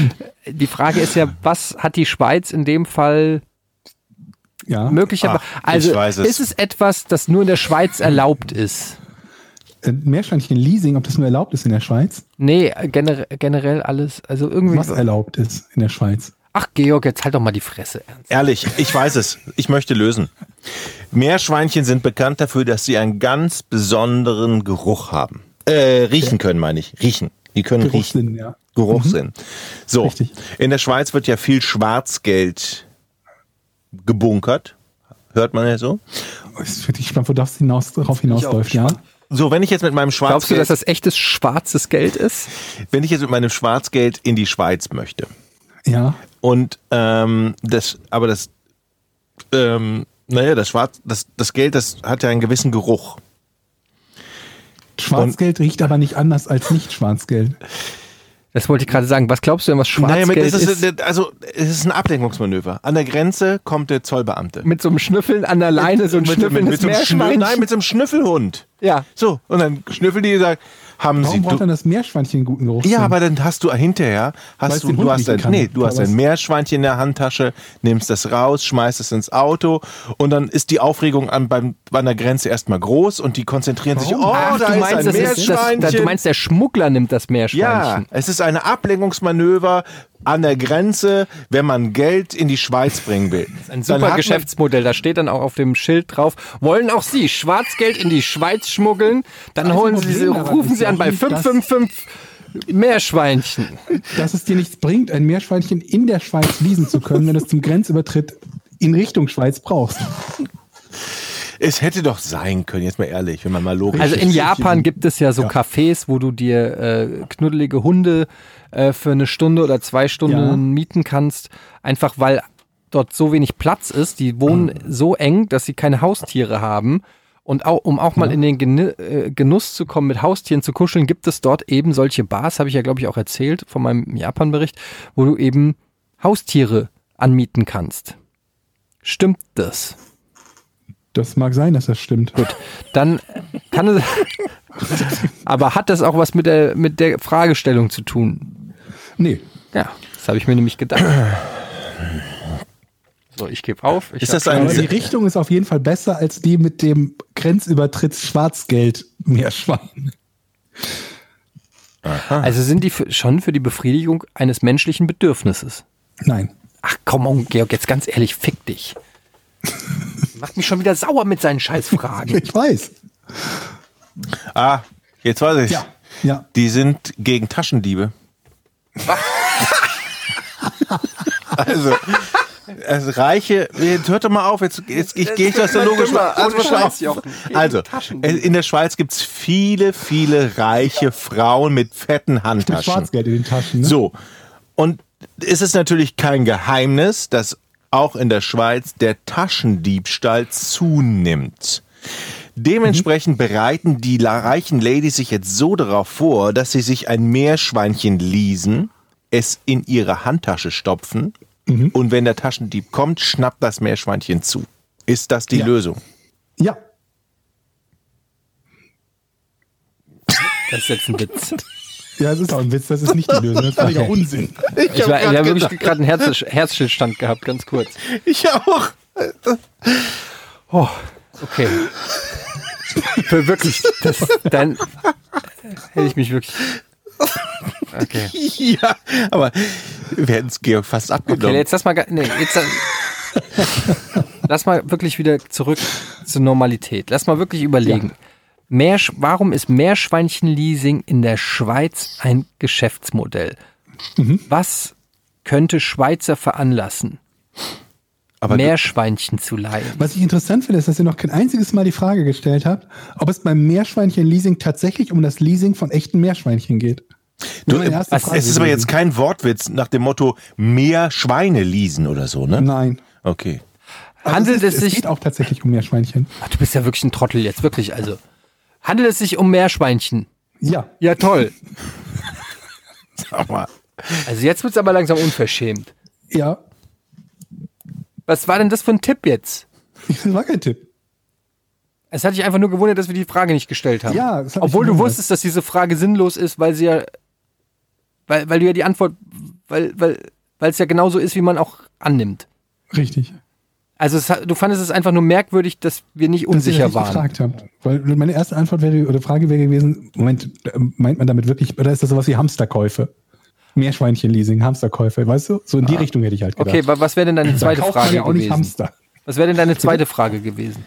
die Frage ist ja, was hat die Schweiz in dem Fall ja. möglicherweise? Ah, ich Also weiß es. ist es etwas, das nur in der Schweiz erlaubt ist? Äh, Meerschweinchen-Leasing, ob das nur erlaubt ist in der Schweiz? Nee, generell, generell alles. Also irgendwie. Was erlaubt ist in der Schweiz? Ach, Georg, jetzt halt doch mal die Fresse. ernst. Ehrlich, ich weiß es. Ich möchte lösen. Meerschweinchen sind bekannt dafür, dass sie einen ganz besonderen Geruch haben. Äh, riechen können, meine ich. Riechen. Die können riechen. Geruchssinn, ja. Mhm. Geruchssinn. So, Richtig. in der Schweiz wird ja viel Schwarzgeld gebunkert. Hört man ja so. Ist für dich spannend, wo das hinaus, darauf hinausläuft, ja? So, wenn ich jetzt mit meinem Glaubst du, Schwarzgeld, dass das echtes schwarzes Geld ist? wenn ich jetzt mit meinem Schwarzgeld in die Schweiz möchte Ja. und ähm, das, aber das, ähm, naja, das Schwarz, das, das Geld, das hat ja einen gewissen Geruch. Schwarzgeld riecht aber nicht anders als nicht Schwarzgeld. Das wollte ich gerade sagen. Was glaubst du denn, was Schwarzgeld mit- das ist? ist, also es ist ein Ablenkungsmanöver. An der Grenze kommt der Zollbeamte. mit so einem Schnüffeln an der Leine, so ein mit, mit, schnüffelndes mit so einem Schnü- Meerschweinchen. Nein, mit so einem Schnüffelhund. Ja. So, und dann schnüffeln die und sagen, haben Warum sie. braucht Du, dann das Meerschweinchen einen guten Geruch? Hm. ja, aber dann hast du hinterher, Weil es hast du, den Hund du hast riechen ein, kann. nee, du hast Aber ein es- Meerschweinchen in der Handtasche, nimmst das raus, schmeißt es ins Auto und dann ist die Aufregung an, beim, an der Grenze erstmal groß und die konzentrieren sich, oh, Ach, da du ist meinst, ein das ist, das, Meerschweinchen. da, du meinst, der Schmuggler nimmt das Ja, Meerschweinchen. es ist ein Ablenkungsmanöver an der Grenze, wenn man Geld in die Schweiz bringen will. Ein super Geschäftsmodell. Da steht dann auch auf dem Schild drauf. Wollen auch Sie Schwarzgeld in die Schweiz schmuggeln? Dann Also holen Sie, Problem sie daran rufen ist Sie ja an bei nicht, dass- 555 Meerschweinchen. Dass es dir nichts bringt, ein Meerschweinchen in der Schweiz leasen zu können, wenn du es zum Grenzübertritt in Richtung Schweiz brauchst. Es hätte doch sein können, jetzt mal ehrlich, wenn man mal logisch Also in ist. Japan gibt es ja so Cafés, wo du dir äh, knuddelige Hunde äh, für eine Stunde oder zwei Stunden Ja. mieten kannst, einfach weil dort so wenig Platz ist. Die wohnen so eng, dass sie keine Haustiere haben. Und auch, um auch mal in den Geni äh, Genuss zu kommen, mit Haustieren zu kuscheln, gibt es dort eben solche Bars, habe ich ja, glaube ich, auch erzählt von meinem Japan-Bericht, wo du eben Haustiere anmieten kannst. Stimmt das? Das mag sein, dass das stimmt. Gut, dann kann es. Aber hat das auch was mit der, mit der Fragestellung zu tun? Nee. Ja, das habe ich mir nämlich gedacht. So, ich gebe auf. Ich Ist das Aber die ein, Richtung ist auf jeden Fall besser als die mit dem Grenzübertritt Schwarzgeld Meerschwein. also sind die für, schon für die Befriedigung eines menschlichen Bedürfnisses? Nein. Ach komm, on, Georg, jetzt ganz ehrlich, fick dich. Macht mich schon wieder sauer mit seinen Scheißfragen. Ich weiß. ah, jetzt weiß ich. Ja. Ja. Die sind gegen Taschendiebe. also, also Reiche, jetzt hört doch mal auf, jetzt, jetzt ich gehe ich das ja logisch mal. Also, pass auf. also in der Schweiz gibt's viele, viele reiche Frauen mit fetten Mit Handtaschen. Schwarzgeld in den Taschen. Ne? So, und es ist natürlich kein Geheimnis, dass auch in der Schweiz der Taschendiebstahl zunimmt. Dementsprechend bereiten die la- reichen Ladies sich jetzt so darauf vor, dass sie sich ein Meerschweinchen leasen, es in ihre Handtasche stopfen und wenn der Taschendieb kommt, schnappt das Meerschweinchen zu. Ist das die Ja. Lösung? Ja. Das ist jetzt ein Witz. Ja, das ist auch ein Witz. Das ist nicht die Lösung. Das ist völliger Unsinn. Ich, war- ich habe wirklich gerade einen Herz, Herzstillstand gehabt, ganz kurz. Ich auch. Oh, okay. Für wirklich, das, dann hätte ich mich wirklich. Okay. Ja, aber wir hätten es Georg fast abgenommen. Okay, jetzt lass mal, ga- nee, jetzt lass mal wirklich wieder zurück zur Normalität. Lass mal wirklich überlegen. Meersch- warum ist Meerschweinchenleasing in der Schweiz ein Geschäftsmodell? Was könnte Schweizer veranlassen, aber Meerschweinchen zu leihen? Was ich interessant finde, ist, dass ihr noch kein einziges Mal die Frage gestellt habt, ob es beim Meerschweinchen-Leasing tatsächlich um das Leasing von echten Meerschweinchen geht. Du, Meine äh, erste Frage es ist aber gewesen. jetzt kein Wortwitz nach dem Motto mehr Schweine leasen oder so, ne? Nein. Okay. Aber Handelt ist- es sich- Es geht auch tatsächlich um Meerschweinchen. Ach, du bist ja wirklich ein Trottel jetzt, wirklich. Also handelt es sich um Meerschweinchen? Ja. Ja, toll. Sag mal. Also jetzt wird's aber langsam unverschämt. Ja. Was war denn das für ein Tipp jetzt? Das war kein Tipp. Es hat dich einfach nur gewundert, dass wir die Frage nicht gestellt haben. Ja, das hat mich Obwohl du gewundert. wusstest, dass diese Frage sinnlos ist, weil sie ja, weil, weil du ja die Antwort, weil, weil, weil es ja genauso ist, wie man auch annimmt. Richtig. Also es, hat- du fandest es einfach nur merkwürdig, dass wir nicht Dass ihr unsicher nicht waren. gefragt habt. Weil meine erste Antwort wäre oder Frage wäre gewesen: Moment, äh, meint man damit wirklich, oder ist das sowas wie Hamsterkäufe? Meerschweinchen-Leasing, Hamsterkäufe, weißt du? So in die Richtung hätte ich halt gedacht. Ah. Okay, wa- was wäre denn deine zweite Kauft man Frage ja auch nicht gewesen? Hamster. Was wäre denn deine zweite Frage gewesen?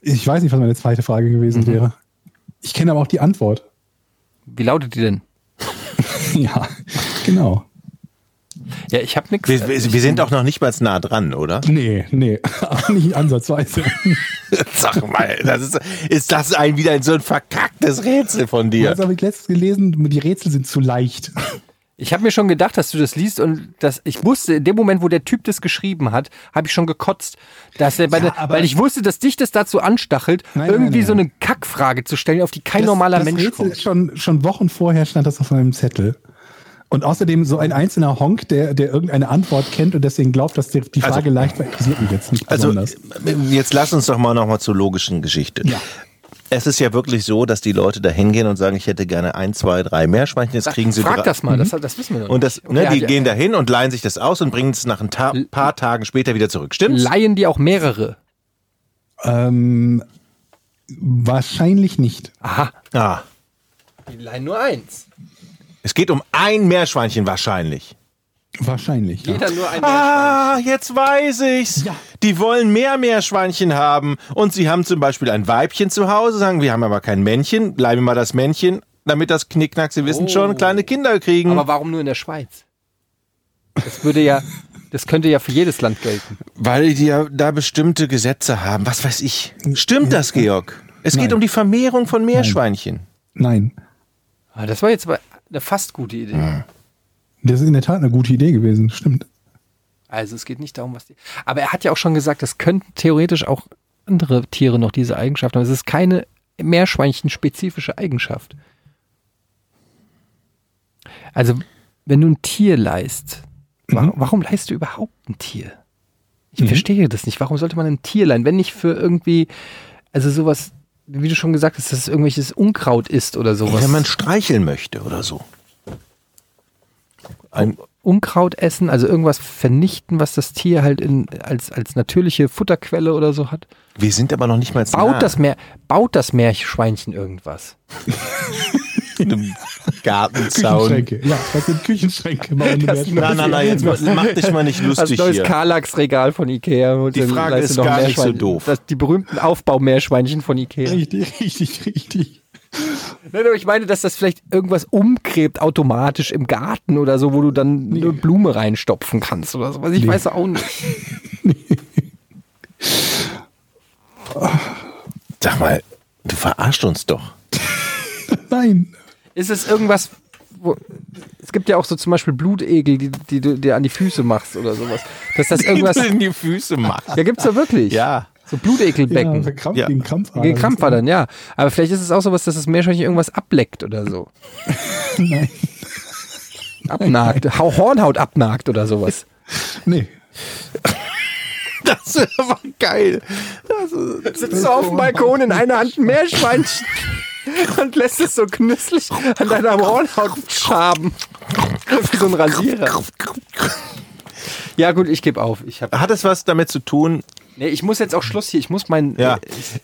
Ich weiß nicht, was meine zweite Frage gewesen wäre. Ich kenne aber auch die Antwort. Wie lautet die denn? Ja, genau. Ja, ich habe nichts. Wir, wir, wir sind auch noch nicht mal nah dran, oder? Nee, nee, auch nicht ansatzweise. Sag mal, das ist, ist das ein wieder so ein verkacktes Rätsel von dir? Das habe ich letztens gelesen, die Rätsel sind zu leicht. Ich habe mir schon gedacht, dass du das liest und dass ich wusste, in dem Moment, wo der Typ das geschrieben hat, habe ich schon gekotzt, dass er bei der, aber- weil ich wusste, dass dich das dazu anstachelt, Nein, irgendwie nein, nein, so eine nein. Kackfrage zu stellen, auf die kein normaler das Mensch Rätsel kommt. ist Schon, schon Wochen vorher stand das auf meinem Zettel. Und außerdem so ein einzelner Honk, der, der irgendeine Antwort kennt und deswegen glaubt, dass die, die Frage Also- leicht war, interessiert mich jetzt nicht Also besonders. jetzt lass uns doch mal nochmal zur logischen Geschichte. Es ist ja wirklich so, dass die Leute da hingehen und sagen, ich hätte gerne ein, zwei, drei Meerschweinchen. Jetzt kriegen sie drei- Mhm. Frag das mal, das, das wissen wir noch Und das, nicht. ne, Okay, also die hat- gehen da hin und leihen sich das aus und bringen es nach ein ta paar Tagen später wieder zurück. Stimmt's? Leihen die auch mehrere? Ähm, wahrscheinlich nicht. Aha. Ah, Die leihen nur eins. es geht um ein Meerschweinchen wahrscheinlich. Wahrscheinlich. Ja. Jeder nur ein Ah, jetzt weiß ich's. Die wollen mehr Meerschweinchen haben. Und sie haben zum Beispiel ein Weibchen zu Hause, sagen, wir haben aber kein Männchen, bleiben mal das Männchen, damit das Knickknack, sie wissen schon, kleine Kinder kriegen. Aber warum nur in der Schweiz? Das würde ja, das könnte ja für jedes Land gelten. weil die ja da bestimmte Gesetze haben, was weiß ich. Stimmt das, Georg? Es geht um die Vermehrung von Meerschweinchen. Nein. Ah, Das war jetzt aber eine fast gute Idee. Das ist in der Tat eine gute Idee gewesen, stimmt. Also es geht nicht darum, was die. Aber er hat ja auch schon gesagt, es könnten theoretisch auch andere Tiere noch diese Eigenschaft haben. Es ist keine Meerschweinchen-spezifische Eigenschaft. Also, wenn du ein Tier leist, wa warum leist du überhaupt ein Tier? Ich verstehe das nicht. Warum sollte man ein Tierlein, wenn nicht für irgendwie, also sowas, wie du schon gesagt hast, dass es irgendwelches Unkraut ist oder sowas. Wenn man streicheln möchte oder so. Ein, Unkraut essen, also irgendwas vernichten, was das Tier halt in, als, als natürliche Futterquelle oder so hat. wir sind aber noch nicht mal Baut, nah. das, Meer, baut das Meerschweinchen irgendwas? in einem Gartenzaun. Küchenschränke. Ja, das sind Küchenschränke. Mal ohne Wert. Nein, nein, nein, jetzt Also, mach dich mal nicht Das lustig Also neues hier. Karlax-Regal von Ikea. Und Die dann Frage weißt du ist noch gar nicht so Meerschwein- doof. Das, die berühmten Aufbaumeerschweinchen von Ikea. Richtig, richtig, richtig. Nein, aber ich meine, dass das vielleicht irgendwas umgräbt automatisch im Garten oder so, wo du dann eine Blume reinstopfen kannst oder sowas. Ich weiß auch nicht. Sag mal, du verarscht uns doch. Nein. Ist es irgendwas, wo, es gibt ja auch so zum Beispiel Blutegel, die, die du dir an die Füße machst oder sowas. Dass das irgendwas, in die Füße machen. ja gibt's ja wirklich. Ja. So Blutegelbecken. Ja, Krampf, Ja. Gegen Krampfader. Gegen Krampfer dann, ja. Aber vielleicht ist es auch sowas, dass das Meerschweinchen irgendwas ableckt oder so. Nein. Abnagt. Hau- Hornhaut abnagt oder sowas. Nee. Das war geil. sitzt so auf dem Balkon in einer Hand ein Meerschweinchen und lässt es so knüsslich an deiner Hornhaut schaben. Wie so ein Rasierer. Ja gut, ich gebe auf. Ich, hab, Hat es was damit zu tun? nee, ich muss jetzt auch Schluss hier. Ich muss meinen... Ja.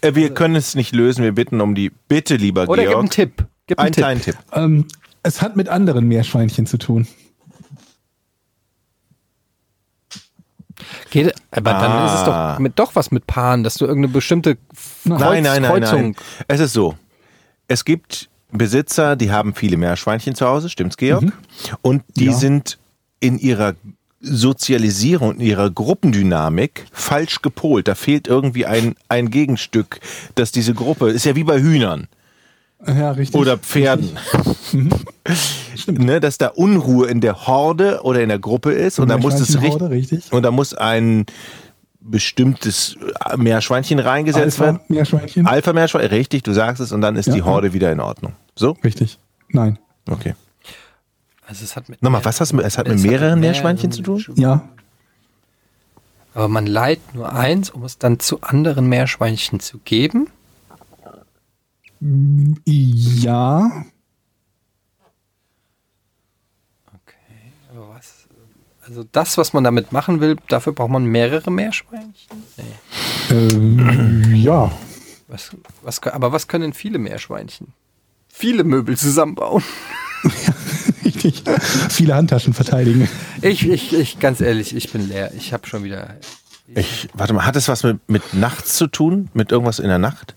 Äh, Äh, Wir können es nicht lösen. Wir bitten um die Bitte, lieber oder gib Georg. einen Tipp. Gib einen Einen Tipp. kleinen Tipp. Ähm, es hat mit anderen Meerschweinchen zu tun. Geht, aber dann ist es Ah. doch, mit, doch was mit Paaren, dass du irgendeine bestimmte Kreuz, Nein, nein, nein, Kreuzung... nein. Es ist so. Es gibt Besitzer, die haben viele Meerschweinchen zu Hause, stimmt's, Georg? Mhm. Und die Ja. sind in ihrer Sozialisierung, in ihrer Gruppendynamik falsch gepolt. Da fehlt irgendwie ein, ein Gegenstück, dass diese Gruppe, ist ja wie bei Hühnern Ja, richtig. oder Pferden, ne, dass da Unruhe in der Horde oder in der Gruppe ist und da muss es Meerschweinchenhorde, richtig, richtig. und da muss ein bestimmtes Meerschweinchen reingesetzt werden. Alpha Meerschweinchen. Alpha Meerschweinchen, richtig, du sagst es und dann ist Ja. die Horde wieder in Ordnung. So? richtig. Nein. Okay. Also es hat mit Nochmal, was hast du, es hat mit Es hat mehreren mit Meerschweinchen zu mehreren tun? Ja. Aber man leiht nur eins, um es dann zu anderen Meerschweinchen zu geben. Ja. Aber was? Also das, was man damit machen will, dafür braucht man mehrere Meerschweinchen. Ähm, ja. Was, was, kö- aber was können viele Meerschweinchen? Viele Möbel zusammenbauen. Richtig. Viele Handtaschen verteidigen. Ich, ich, ich, ganz ehrlich, ich bin leer. Ich habe schon wieder. Ich, warte mal, hat es was mit, mit nachts zu tun? Mit irgendwas in der Nacht?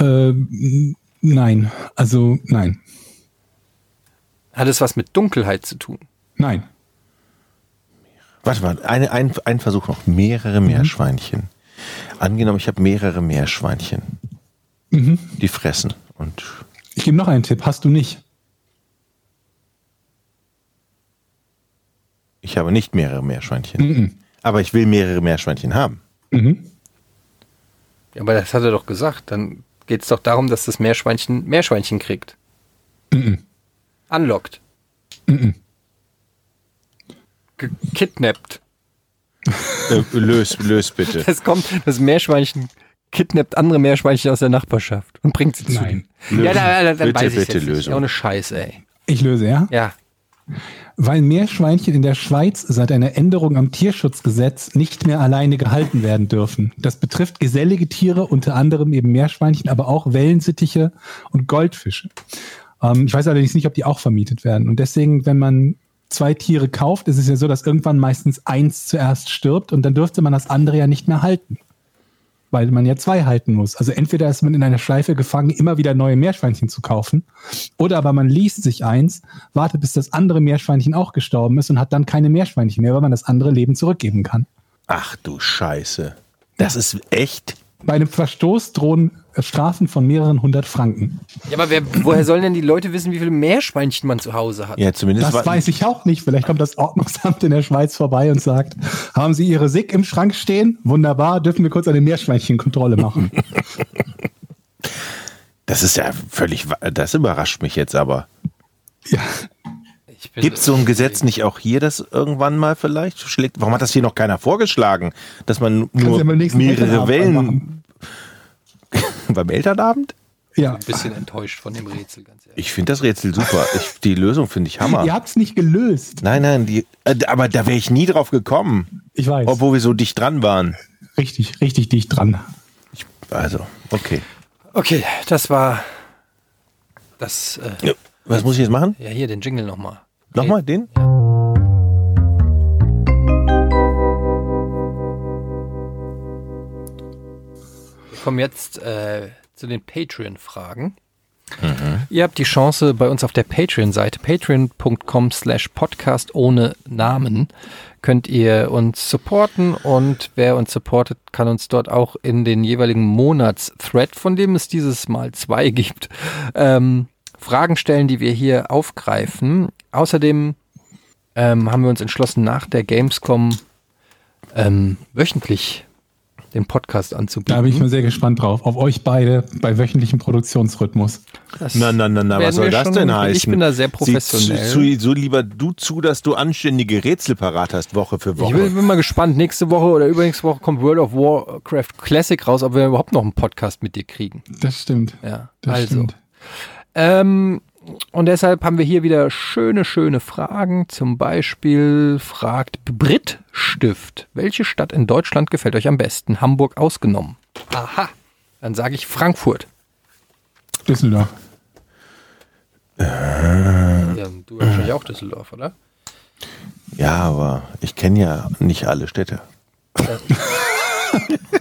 Ähm, nein. Also, nein. Hat es was mit Dunkelheit zu tun? Nein. Warte mal, eine, ein, ein Versuch noch. Mehrere Mhm. Meerschweinchen. Angenommen, ich habe mehrere Meerschweinchen. Mhm. Die fressen. Und Ich gebe noch einen Tipp. Hast du nicht? ich habe nicht mehrere Meerschweinchen. Mhm. Aber ich will mehrere Meerschweinchen haben. Ja, aber das hat er doch gesagt. Dann geht es doch darum, dass das Meerschweinchen Meerschweinchen kriegt. Unlocked. Gekidnappt. Äh, lös, lös bitte. Es kommt, das Meerschweinchen kidnappt andere Meerschweinchen aus der Nachbarschaft und bringt sie zu. Nein. Ihnen. Ja, da, da, dann Bitte, weiß ich bitte jetzt nicht. Lösung. Ohne Scheiß, ey. Ich löse, ja? Ja. Weil Meerschweinchen in der Schweiz seit einer Änderung am Tierschutzgesetz nicht mehr alleine gehalten werden dürfen. Das betrifft gesellige Tiere, unter anderem eben Meerschweinchen, aber auch Wellensittiche und Goldfische. Ähm, ich weiß allerdings nicht, ob die auch vermietet werden. Und deswegen, wenn man zwei Tiere kauft, ist es ja so, dass irgendwann meistens eins zuerst stirbt und dann dürfte man das andere ja nicht mehr halten. Weil man ja zwei halten muss. Also entweder ist man in einer Schleife gefangen, immer wieder neue Meerschweinchen zu kaufen, oder aber man liest sich eins, wartet, bis das andere Meerschweinchen auch gestorben ist und hat dann keine Meerschweinchen mehr, weil man das andere Leben zurückgeben kann. Ach du Scheiße. Das ist echt. Bei einem Verstoß drohen äh, Strafen von mehreren hundert Franken. Ja, aber wer, woher sollen denn die Leute wissen, wie viele Meerschweinchen man zu Hause hat? Ja, zumindest Das war- weiß ich auch nicht. Vielleicht kommt das Ordnungsamt in der Schweiz vorbei und sagt, haben Sie Ihre Sick im Schrank stehen? Wunderbar, dürfen wir kurz eine Meerschweinchenkontrolle machen. Das ist ja völlig. wa- Das überrascht mich jetzt aber. ja. Ich Ich bin- Gibt es so ein Gesetz nicht auch hier, das irgendwann mal vielleicht schlägt? Warum hat das hier noch keiner vorgeschlagen, dass man nur ja beim nächsten mehrere Elternabend Wellen beim Elternabend? Ja. Ein bisschen enttäuscht von dem Rätsel, ganz ehrlich. Ich finde das Rätsel super. Ich, die Lösung finde ich Hammer. Ihr habt's nicht gelöst. Nein, nein, die, äh, aber da wäre ich nie drauf gekommen, Ich weiß. obwohl wir so dicht dran waren. richtig, richtig dicht dran. Also, okay. Okay, das war das. Äh, Ja. Was muss ich jetzt machen? ja, hier den Jingle nochmal. Nochmal den? Wir kommen jetzt äh, zu den Patreon-Fragen. Mhm. Ihr habt die Chance, bei uns auf der Patreon-Seite, patreon.com slash podcast ohne Namen, könnt ihr uns supporten und wer uns supportet, kann uns dort auch in den jeweiligen Monats-Thread, von dem es dieses Mal zwei gibt, ähm, Fragen stellen, die wir hier aufgreifen. Außerdem ähm, haben wir uns entschlossen, nach der Gamescom ähm, wöchentlich den Podcast anzubieten. Da bin ich mal sehr gespannt drauf. Auf euch beide bei wöchentlichem Produktionsrhythmus. Das Na, na, na, na, werden was soll wir das schon- denn heißen? Ich bin da sehr Sieh professionell. zu, zu, so lieber du zu, dass du anständige Rätsel parat hast, Woche für ich bin, Woche. bin mal gespannt. Nächste Woche oder übernächste Woche kommt World of Warcraft Classic raus, ob wir überhaupt noch einen Podcast mit dir kriegen. Das stimmt. Ja, Das also. stimmt. Ähm, und deshalb haben wir hier wieder schöne, schöne Fragen. Zum Beispiel fragt Brit Stift, welche Stadt in Deutschland gefällt euch am besten? Hamburg ausgenommen. Aha. Dann sage ich Frankfurt. Düsseldorf. Ja, du wahrscheinlich auch Düsseldorf, oder? Ja, aber ich kenne ja nicht alle Städte.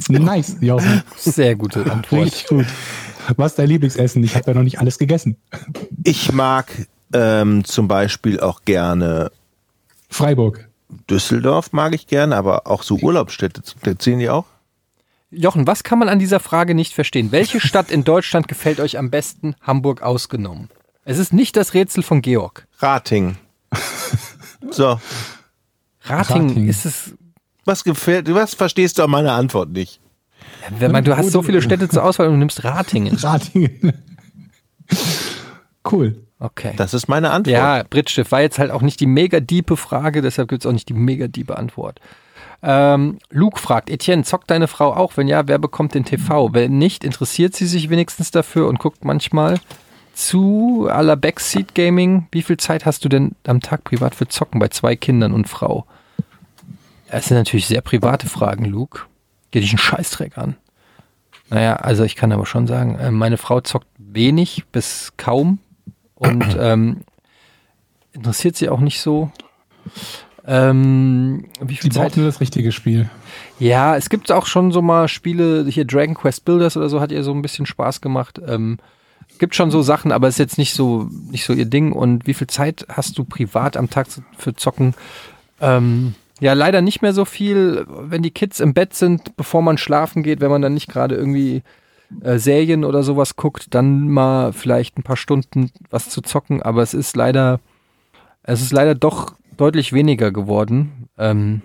Nice, Jochen. Sehr gute Antwort. Richtig gut. Was ist dein Lieblingsessen? Ich habe ja noch nicht alles gegessen. Ich mag ähm, zum Beispiel auch gerne Freiburg. Düsseldorf, mag ich gerne, aber auch so Urlaubsstädte. Da ziehen die auch? Jochen, was kann man an dieser Frage nicht verstehen? Welche Stadt in Deutschland gefällt euch am besten, Hamburg ausgenommen? Es ist nicht das Rätsel von Georg. Rating. so, Rating, Rating. ist es. was gefällt, was verstehst du an meiner Antwort nicht? Wenn man, du hast so viele Städte zur Auswahl und du nimmst Ratingen. Ratingen. Cool. Okay. Das ist meine Antwort. Ja, Brittschiff war jetzt halt auch nicht die mega diepe Frage, deshalb gibt es auch nicht die mega diepe Antwort. Ähm, Luke fragt, Etienne, zockt deine Frau auch? Wenn ja, wer bekommt den TV? Wenn nicht, interessiert sie sich wenigstens dafür und guckt manchmal zu à la Backseat Gaming. Wie viel Zeit hast du denn am Tag privat für Zocken bei zwei Kindern und Frau? Das sind natürlich sehr private Fragen, Luke. Geh dich einen Scheißdreck an. Naja, also ich kann aber schon sagen, äh, meine Frau zockt wenig bis kaum und ähm, interessiert sie auch nicht so. Ähm, wie Die viel braucht Zeit? nur das richtige Spiel. Ja, es gibt auch schon so mal Spiele, hier Dragon Quest Builders oder so hat ihr so ein bisschen Spaß gemacht. Ähm, gibt schon so Sachen, aber ist jetzt nicht so, nicht so ihr Ding. Und wie viel Zeit hast du privat am Tag zu- für Zocken? Ähm, ja, leider nicht mehr so viel. Wenn die Kids im Bett sind, bevor man schlafen geht, wenn man dann nicht gerade irgendwie äh, Serien oder sowas guckt, dann mal vielleicht ein paar Stunden was zu zocken. Aber es ist leider, es ist leider doch deutlich weniger geworden. Ähm,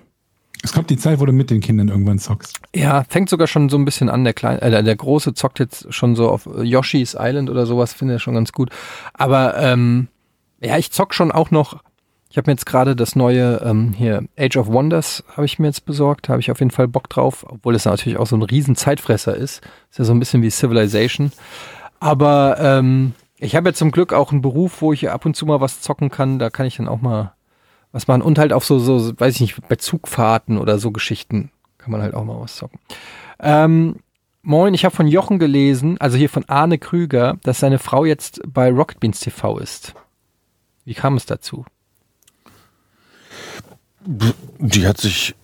Es kommt die Zeit, wo du mit den Kindern irgendwann zockst. ja, fängt sogar schon so ein bisschen an. Der kleine, äh, der große zockt jetzt schon so auf äh, Yoshi's Island oder sowas, finde ich schon ganz gut. Aber ähm, ja, ich zock schon auch noch. Ich habe mir jetzt gerade das neue ähm, hier Age of Wonders habe ich mir jetzt besorgt. Habe ich auf jeden Fall Bock drauf, obwohl es natürlich auch so ein riesen Zeitfresser ist. Ist ja so ein bisschen wie Civilization. Aber ähm, ich habe ja zum Glück auch einen Beruf, wo ich ab und zu mal was zocken kann. Da kann ich dann auch mal was machen. Und halt auch so, so weiß ich nicht, bei Zugfahrten oder so Geschichten kann man halt auch mal was zocken. Ähm, moin, ich habe von Jochen gelesen, also hier von Arne Krüger, dass seine Frau jetzt bei Rocket Beans TV ist. Wie kam es dazu? Die hat sich,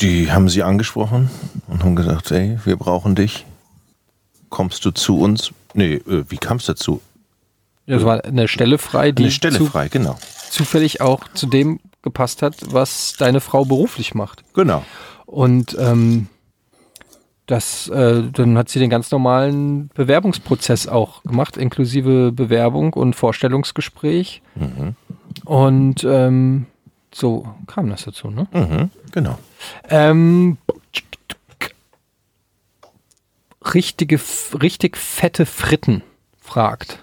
die haben sie angesprochen und haben gesagt, ey, wir brauchen dich. Kommst du zu uns? Nee, äh, wie kam es dazu? Das Also war eine Stelle frei, die Eine Stelle zu, frei, genau. zufällig auch zu dem gepasst hat, was deine Frau beruflich macht. Genau. Und ähm, das, äh, dann hat sie den ganz normalen Bewerbungsprozess auch gemacht, inklusive Bewerbung und Vorstellungsgespräch. Und ähm, so kam das dazu, ne? Mhm, genau. Ähm, richtige, f- richtig fette Fritten fragt.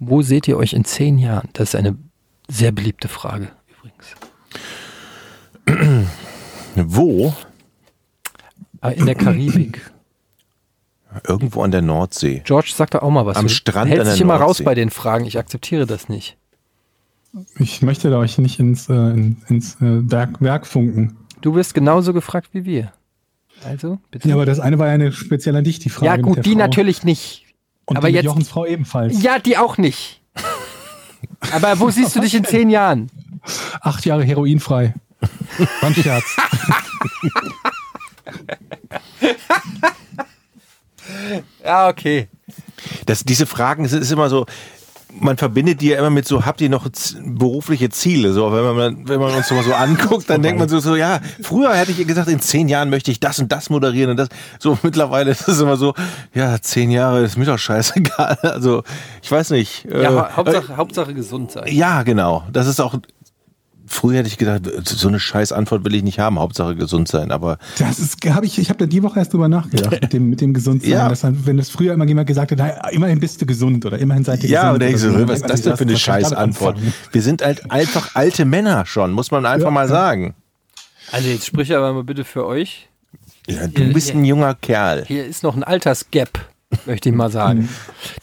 Wo seht ihr euch in zehn Jahren? Das ist eine Sehr beliebte Frage übrigens. Wo? Äh, In der Karibik. Irgendwo an der Nordsee. George sagt da auch mal was. Am Du Strand an Hältst der dich immer raus Nordsee. bei den Fragen. Ich akzeptiere das nicht. Ich möchte da euch nicht ins, äh, in- ins äh, Werk, Werk funken. Du wirst genauso gefragt wie wir. Also, bitte. Ja, aber das eine war ja eine speziell an dich, die Frage. Ja, mit der gut, die Frau. natürlich nicht. Und aber die mit jetzt- Jochens Frau ebenfalls. Ja, die auch nicht. Aber wo siehst du dich in zehn Jahren? Acht Jahre heroinfrei. War ein Scherz. Ja, okay. Das, diese Fragen sind ist immer so, man verbindet die ja immer mit so, habt ihr noch z- berufliche Ziele? So, wenn man, wenn man uns so mal so anguckt, dann denkt man so, so, ja, früher hätte ich ihr gesagt, in zehn Jahren möchte ich das und das moderieren und das. So, mittlerweile ist es immer so, ja, zehn Jahre ist mir doch scheißegal. Also, ich weiß nicht. äh, Ja, hau- Hauptsache, Hauptsache gesund sein. Ja, genau. Das ist auch. Früher hätte ich gedacht, so eine scheiß Antwort will ich nicht haben. Hauptsache gesund sein. Aber Das ist, habe ich, ich habe da die Woche erst drüber nachgedacht, mit dem, mit dem Gesundsein. Ja. Dass man, wenn es früher immer jemand gesagt hat, na, immerhin bist du gesund oder immerhin seid ihr ja, und gesund. da denke ich so, oder was ist das denn für eine Was kann ich scheiß damit Antwort? anfangen? Wir sind halt einfach alte Männer schon, muss man einfach Ja. mal sagen. Also jetzt sprich aber mal bitte für euch. Ja, du bist ein junger Kerl. Hier ist noch ein Altersgap, möchte ich mal sagen.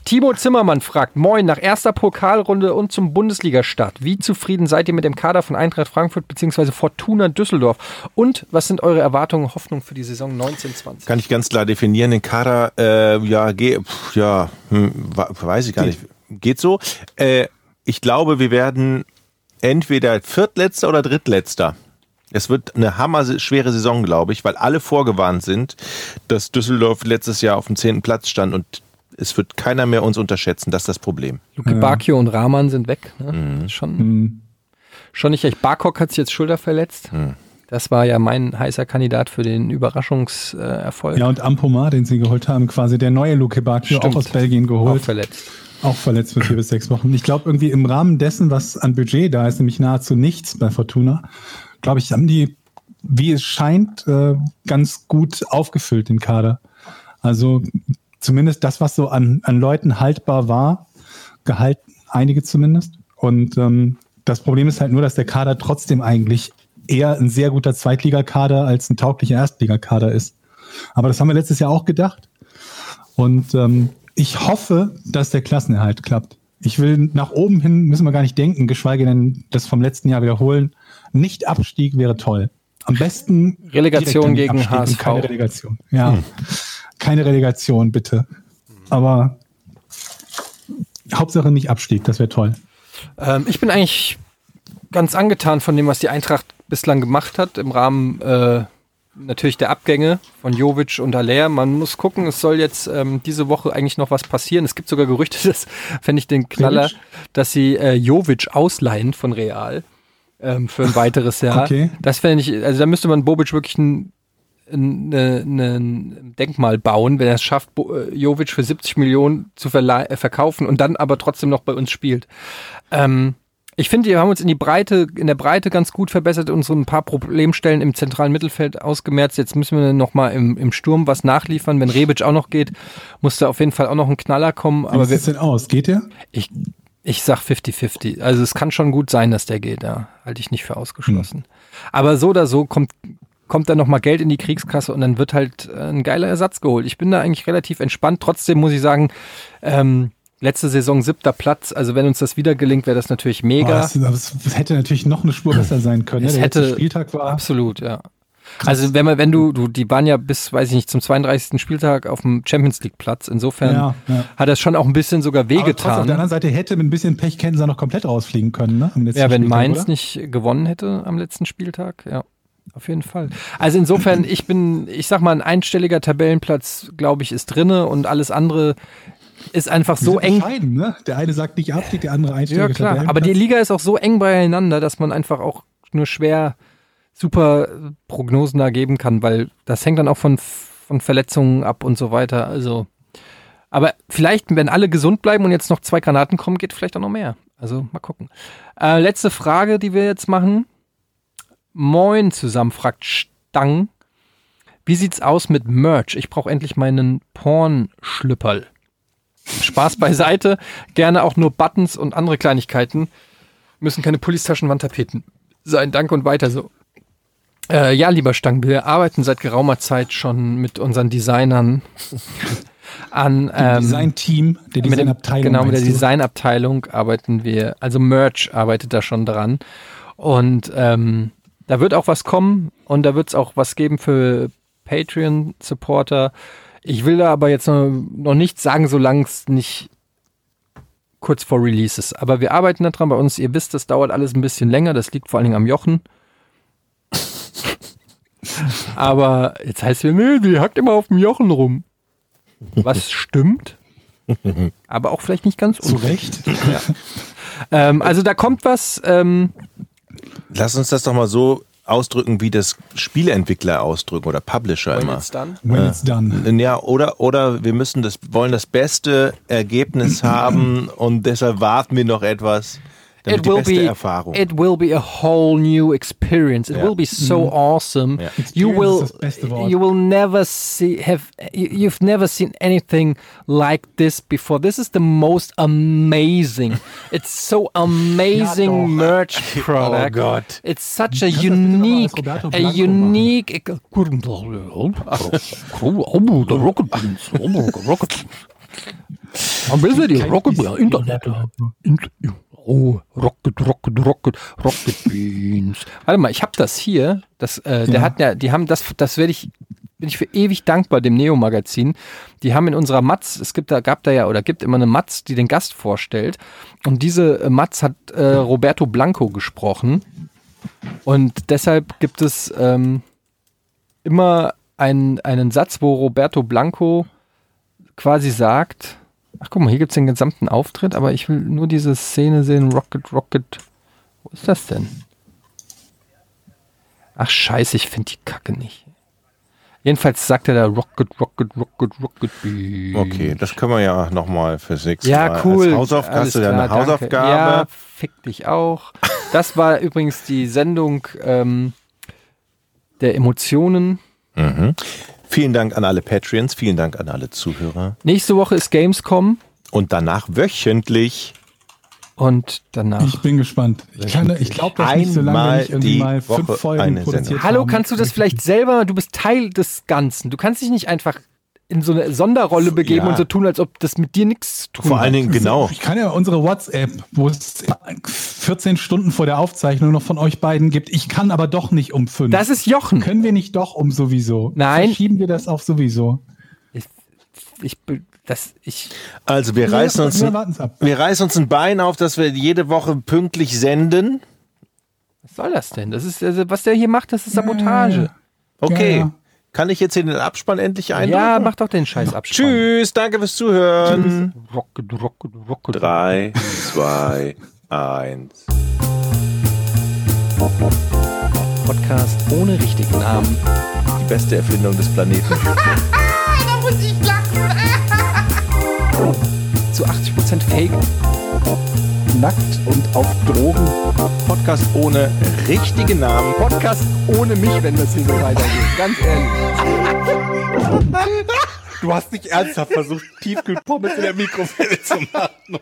Timo Zimmermann fragt, moin, nach erster Pokalrunde und zum Bundesligastart. Wie zufrieden seid ihr mit dem Kader von Eintracht Frankfurt bzw. Fortuna Düsseldorf? Und was sind eure Erwartungen und Hoffnungen für die Saison 1920? Kann ich ganz klar definieren. Den Kader, äh, ja, geh, pf, ja, hm, wa- weiß ich gar nicht. Geht so. Äh, ich glaube, wir werden entweder Viertletzter oder Drittletzter. Es wird eine hammerschwere Saison, glaube ich, weil alle vorgewarnt sind, dass Düsseldorf letztes Jahr auf dem zehnten Platz stand und es wird keiner mehr uns unterschätzen. Das ist das Problem. Luke Bakio und Rahman sind weg. Ne? Schon, Mhm. schon nicht echt. Barkok hat sich jetzt Schulter verletzt. Das war ja mein heißer Kandidat für den Überraschungserfolg. Ja, und Ampomar, den sie geholt haben, quasi der neue Luke Bakio, auch Stimmt. aus Belgien auch geholt. verletzt. Auch verletzt für vier bis sechs Wochen. Ich glaube, irgendwie im Rahmen dessen, was an Budget da ist, nämlich nahezu nichts bei Fortuna, glaube ich, haben die, wie es scheint, äh, ganz gut aufgefüllt den Kader. Also zumindest das, was so an, an Leuten haltbar war, gehalten, einige zumindest. Und ähm, das Problem ist halt nur, dass der Kader trotzdem eigentlich eher ein sehr guter Zweitligakader als ein tauglicher Erstligakader ist. Aber das haben wir letztes Jahr auch gedacht. Und ähm, ich hoffe, dass der Klassenerhalt klappt. Ich will nach oben hin, müssen wir gar nicht denken, geschweige denn das vom letzten Jahr wiederholen. Nicht Abstieg wäre toll. Am besten Relegation direkt gegen Abstieg und HSV. Keine Relegation. Ja, keine Relegation bitte. Aber Hauptsache nicht Abstieg, das wäre toll. Ähm, ich bin eigentlich ganz angetan von dem, was die Eintracht bislang gemacht hat im Rahmen äh, natürlich der Abgänge von Jovic und Aller. Man muss gucken, es soll jetzt ähm, diese Woche eigentlich noch was passieren. Es gibt sogar Gerüchte, dass, fände ich den Knaller, Jovic? dass sie äh, Jovic ausleihen von Real ähm, für ein weiteres Jahr. Okay. Das fände ich, also da müsste man Bobic wirklich ein, ein, ne- ne- ein Denkmal bauen, wenn er es schafft, Bo äh, Jovic für 70 Millionen zu verlei- äh, verkaufen und dann aber trotzdem noch bei uns spielt. Ähm, ich finde, wir haben uns in, die Breite, in der Breite ganz gut verbessert, uns so ein paar Problemstellen im zentralen Mittelfeld ausgemerzt. Jetzt müssen wir nochmal im, im Sturm was nachliefern. Wenn Rebic auch noch geht, muss da auf jeden Fall auch noch ein Knaller kommen. Aber Wie Aber wir, sieht's denn aus? Geht der? ich, ich sag 50-50. Also es kann schon gut sein, dass der geht, ja. Halte ich nicht für Hm. ausgeschlossen. Aber so oder so kommt, kommt dann nochmal Geld in die Kriegskasse und dann wird halt äh, ein geiler Ersatz geholt. Ich bin da eigentlich relativ entspannt. Trotzdem muss ich sagen, ähm, letzte Saison siebter Platz. Also wenn uns das wieder gelingt, wäre das natürlich Oh, mega. das, das hätte natürlich noch eine Spur besser sein können. ne? Es Der letzte hätte- Spieltag war. Absolut, ja. Also wenn man, wenn du, du, die waren ja bis, weiß ich nicht, zum 32. Spieltag auf dem Champions League Platz. Insofern Ja, ja. hat das schon auch ein bisschen sogar Aber trotzdem, Auf wehgetan. der anderen Seite hätte mit ein bisschen Pech Kenser noch komplett rausfliegen können. Ne? Am letzten Ja, wenn Spieltag, Mainz oder? nicht gewonnen hätte am letzten Spieltag, ja. Auf jeden Fall. Also insofern, ich bin, ich sag mal, ein einstelliger Tabellenplatz, glaube ich, ist drinne und alles andere ist einfach Die so sind eng. bescheiden, Ne? Der eine sagt nicht Abstieg, der andere Einstieg. Ja, klar. Aber die Liga ist auch so eng beieinander, dass man einfach auch nur schwer äh, super äh, Prognosen da geben kann, weil das hängt dann auch von, von Verletzungen ab und so weiter. Also, aber vielleicht, wenn alle gesund bleiben und jetzt noch zwei Granaten kommen, geht vielleicht auch noch mehr. Also mal gucken. Äh, letzte Frage, die wir jetzt machen. Moin zusammen, fragt Stang. Wie sieht's aus mit Merch? Ich brauche endlich meinen Porn-Schlüpperl. Spaß beiseite. Gerne auch nur Buttons und andere Kleinigkeiten. Müssen keine Pullis, Taschen, Wandtapeten sein. Danke und weiter so. Äh, ja, lieber Stang, wir arbeiten seit geraumer Zeit schon mit unseren Designern an ähm, Design-Team, der mit dem, Designabteilung. genau, mit der meinst du? Designabteilung arbeiten wir, also Merch arbeitet da schon dran. Und ähm, da wird auch was kommen und da wird es auch was geben für Patreon-Supporter. Ich will da aber jetzt noch, noch nichts sagen, solange es nicht kurz vor Release ist. Aber wir arbeiten da dran. Bei uns, ihr wisst, das dauert alles ein bisschen länger. Das liegt vor allen Dingen am Jochen. aber jetzt heißt es, nee, die hackt immer auf dem Jochen rum. Was stimmt? aber auch vielleicht nicht ganz Zu Recht. Ähm, also da kommt was. Ähm, Lass uns das doch mal so ausdrücken, wie das Spieleentwickler ausdrücken oder Publisher immer. dann? When it's done. Ja, oder, oder wir müssen das, wollen das beste Ergebnis haben und deshalb warten wir noch etwas. Damit it die will beste be Erfahrung. it will be a whole new experience. It Ja. will be so awesome. Ja. You Experience will is Mhm. das beste Wort. you will never see have you- you've never seen anything like this before. This is the most amazing. It's so amazing merch Oh product. Gott. It's such a das bitte mal als Äh, unique Roberto a Blanco unique Äh, Rocket Am besten die Rocket Internet. Int- Oh, Rocket, Rocket, Rocket, Rocket Beans. Warte mal, ich habe das hier. Das, äh, der Ja. hat ja, die haben das, das werde ich, bin ich für ewig dankbar dem Neo Magazin. Die haben in unserer Matz, es gibt da, gab da ja oder gibt immer eine Matz, die den Gast vorstellt. Und diese äh, Matz hat äh, Roberto Blanco gesprochen. Und deshalb gibt es ähm, immer einen, einen Satz, wo Roberto Blanco quasi sagt, ach guck mal, hier gibt es den gesamten Auftritt, aber ich will nur diese Szene sehen, Rocket, Rocket. Wo ist das denn? Ach scheiße, ich finde die Kacke nicht. Jedenfalls sagt er da Rocket, Rocket, Rocket, Rocket. Beans. Okay, das können wir ja nochmal fürs nächste Mal. Ja, als cool. Hausaufgabe, Alles hast du deine klar, danke. Ja, Hausaufgabe. fick dich auch. Das war übrigens die Sendung ähm, der Emotionen. Vielen Dank an alle Patreons, vielen Dank an alle Zuhörer. Nächste Woche ist Gamescom Und danach wöchentlich und danach. Ich bin gespannt. Ich, kann- ich glaube das nicht, solange Einmal wir nicht irgendwie die mal fünf Woche Folgen eine produziert Sendung. Hallo, haben. kannst du das vielleicht selber? Du bist Teil des Ganzen. Du kannst dich nicht einfach in so eine Sonderrolle begeben ja. und so tun, als ob das mit dir nichts zu tun vor hat. allen Dingen genau. Ich kann ja unsere WhatsApp, wo es 14 Stunden vor der Aufzeichnung noch von euch beiden gibt. Ich kann aber doch nicht um fünf. Das ist Jochen. Können wir nicht doch um sowieso? Nein. Verschieben wir das auf sowieso. Ich, be- das, ich, Also wir reißen uns, wir ein, warten's ab. wir reißen uns ein Bein auf, dass wir jede Woche pünktlich senden. was soll das denn? Das ist, also, was der hier macht, das ist Sabotage. Okay. Ja, ja. Kann ich jetzt hier den Abspann endlich Ja, einlösen? mach doch den Scheiß ab. Tschüss, danke fürs Zuhören. Rocket, rocket, rocket. Drei, zwei, eins. Podcast ohne richtigen Namen. Die beste Erfindung des Planeten. Da muss ich lachen. Zu 80% Fake. Nackt und auf Drogen. Podcast ohne richtigen Namen. Podcast ohne mich, wenn das hier so weitergeht. Ganz ehrlich. Du hast nicht ernsthaft versucht, Tiefkühlpommes in der Mikrowelle zu machen.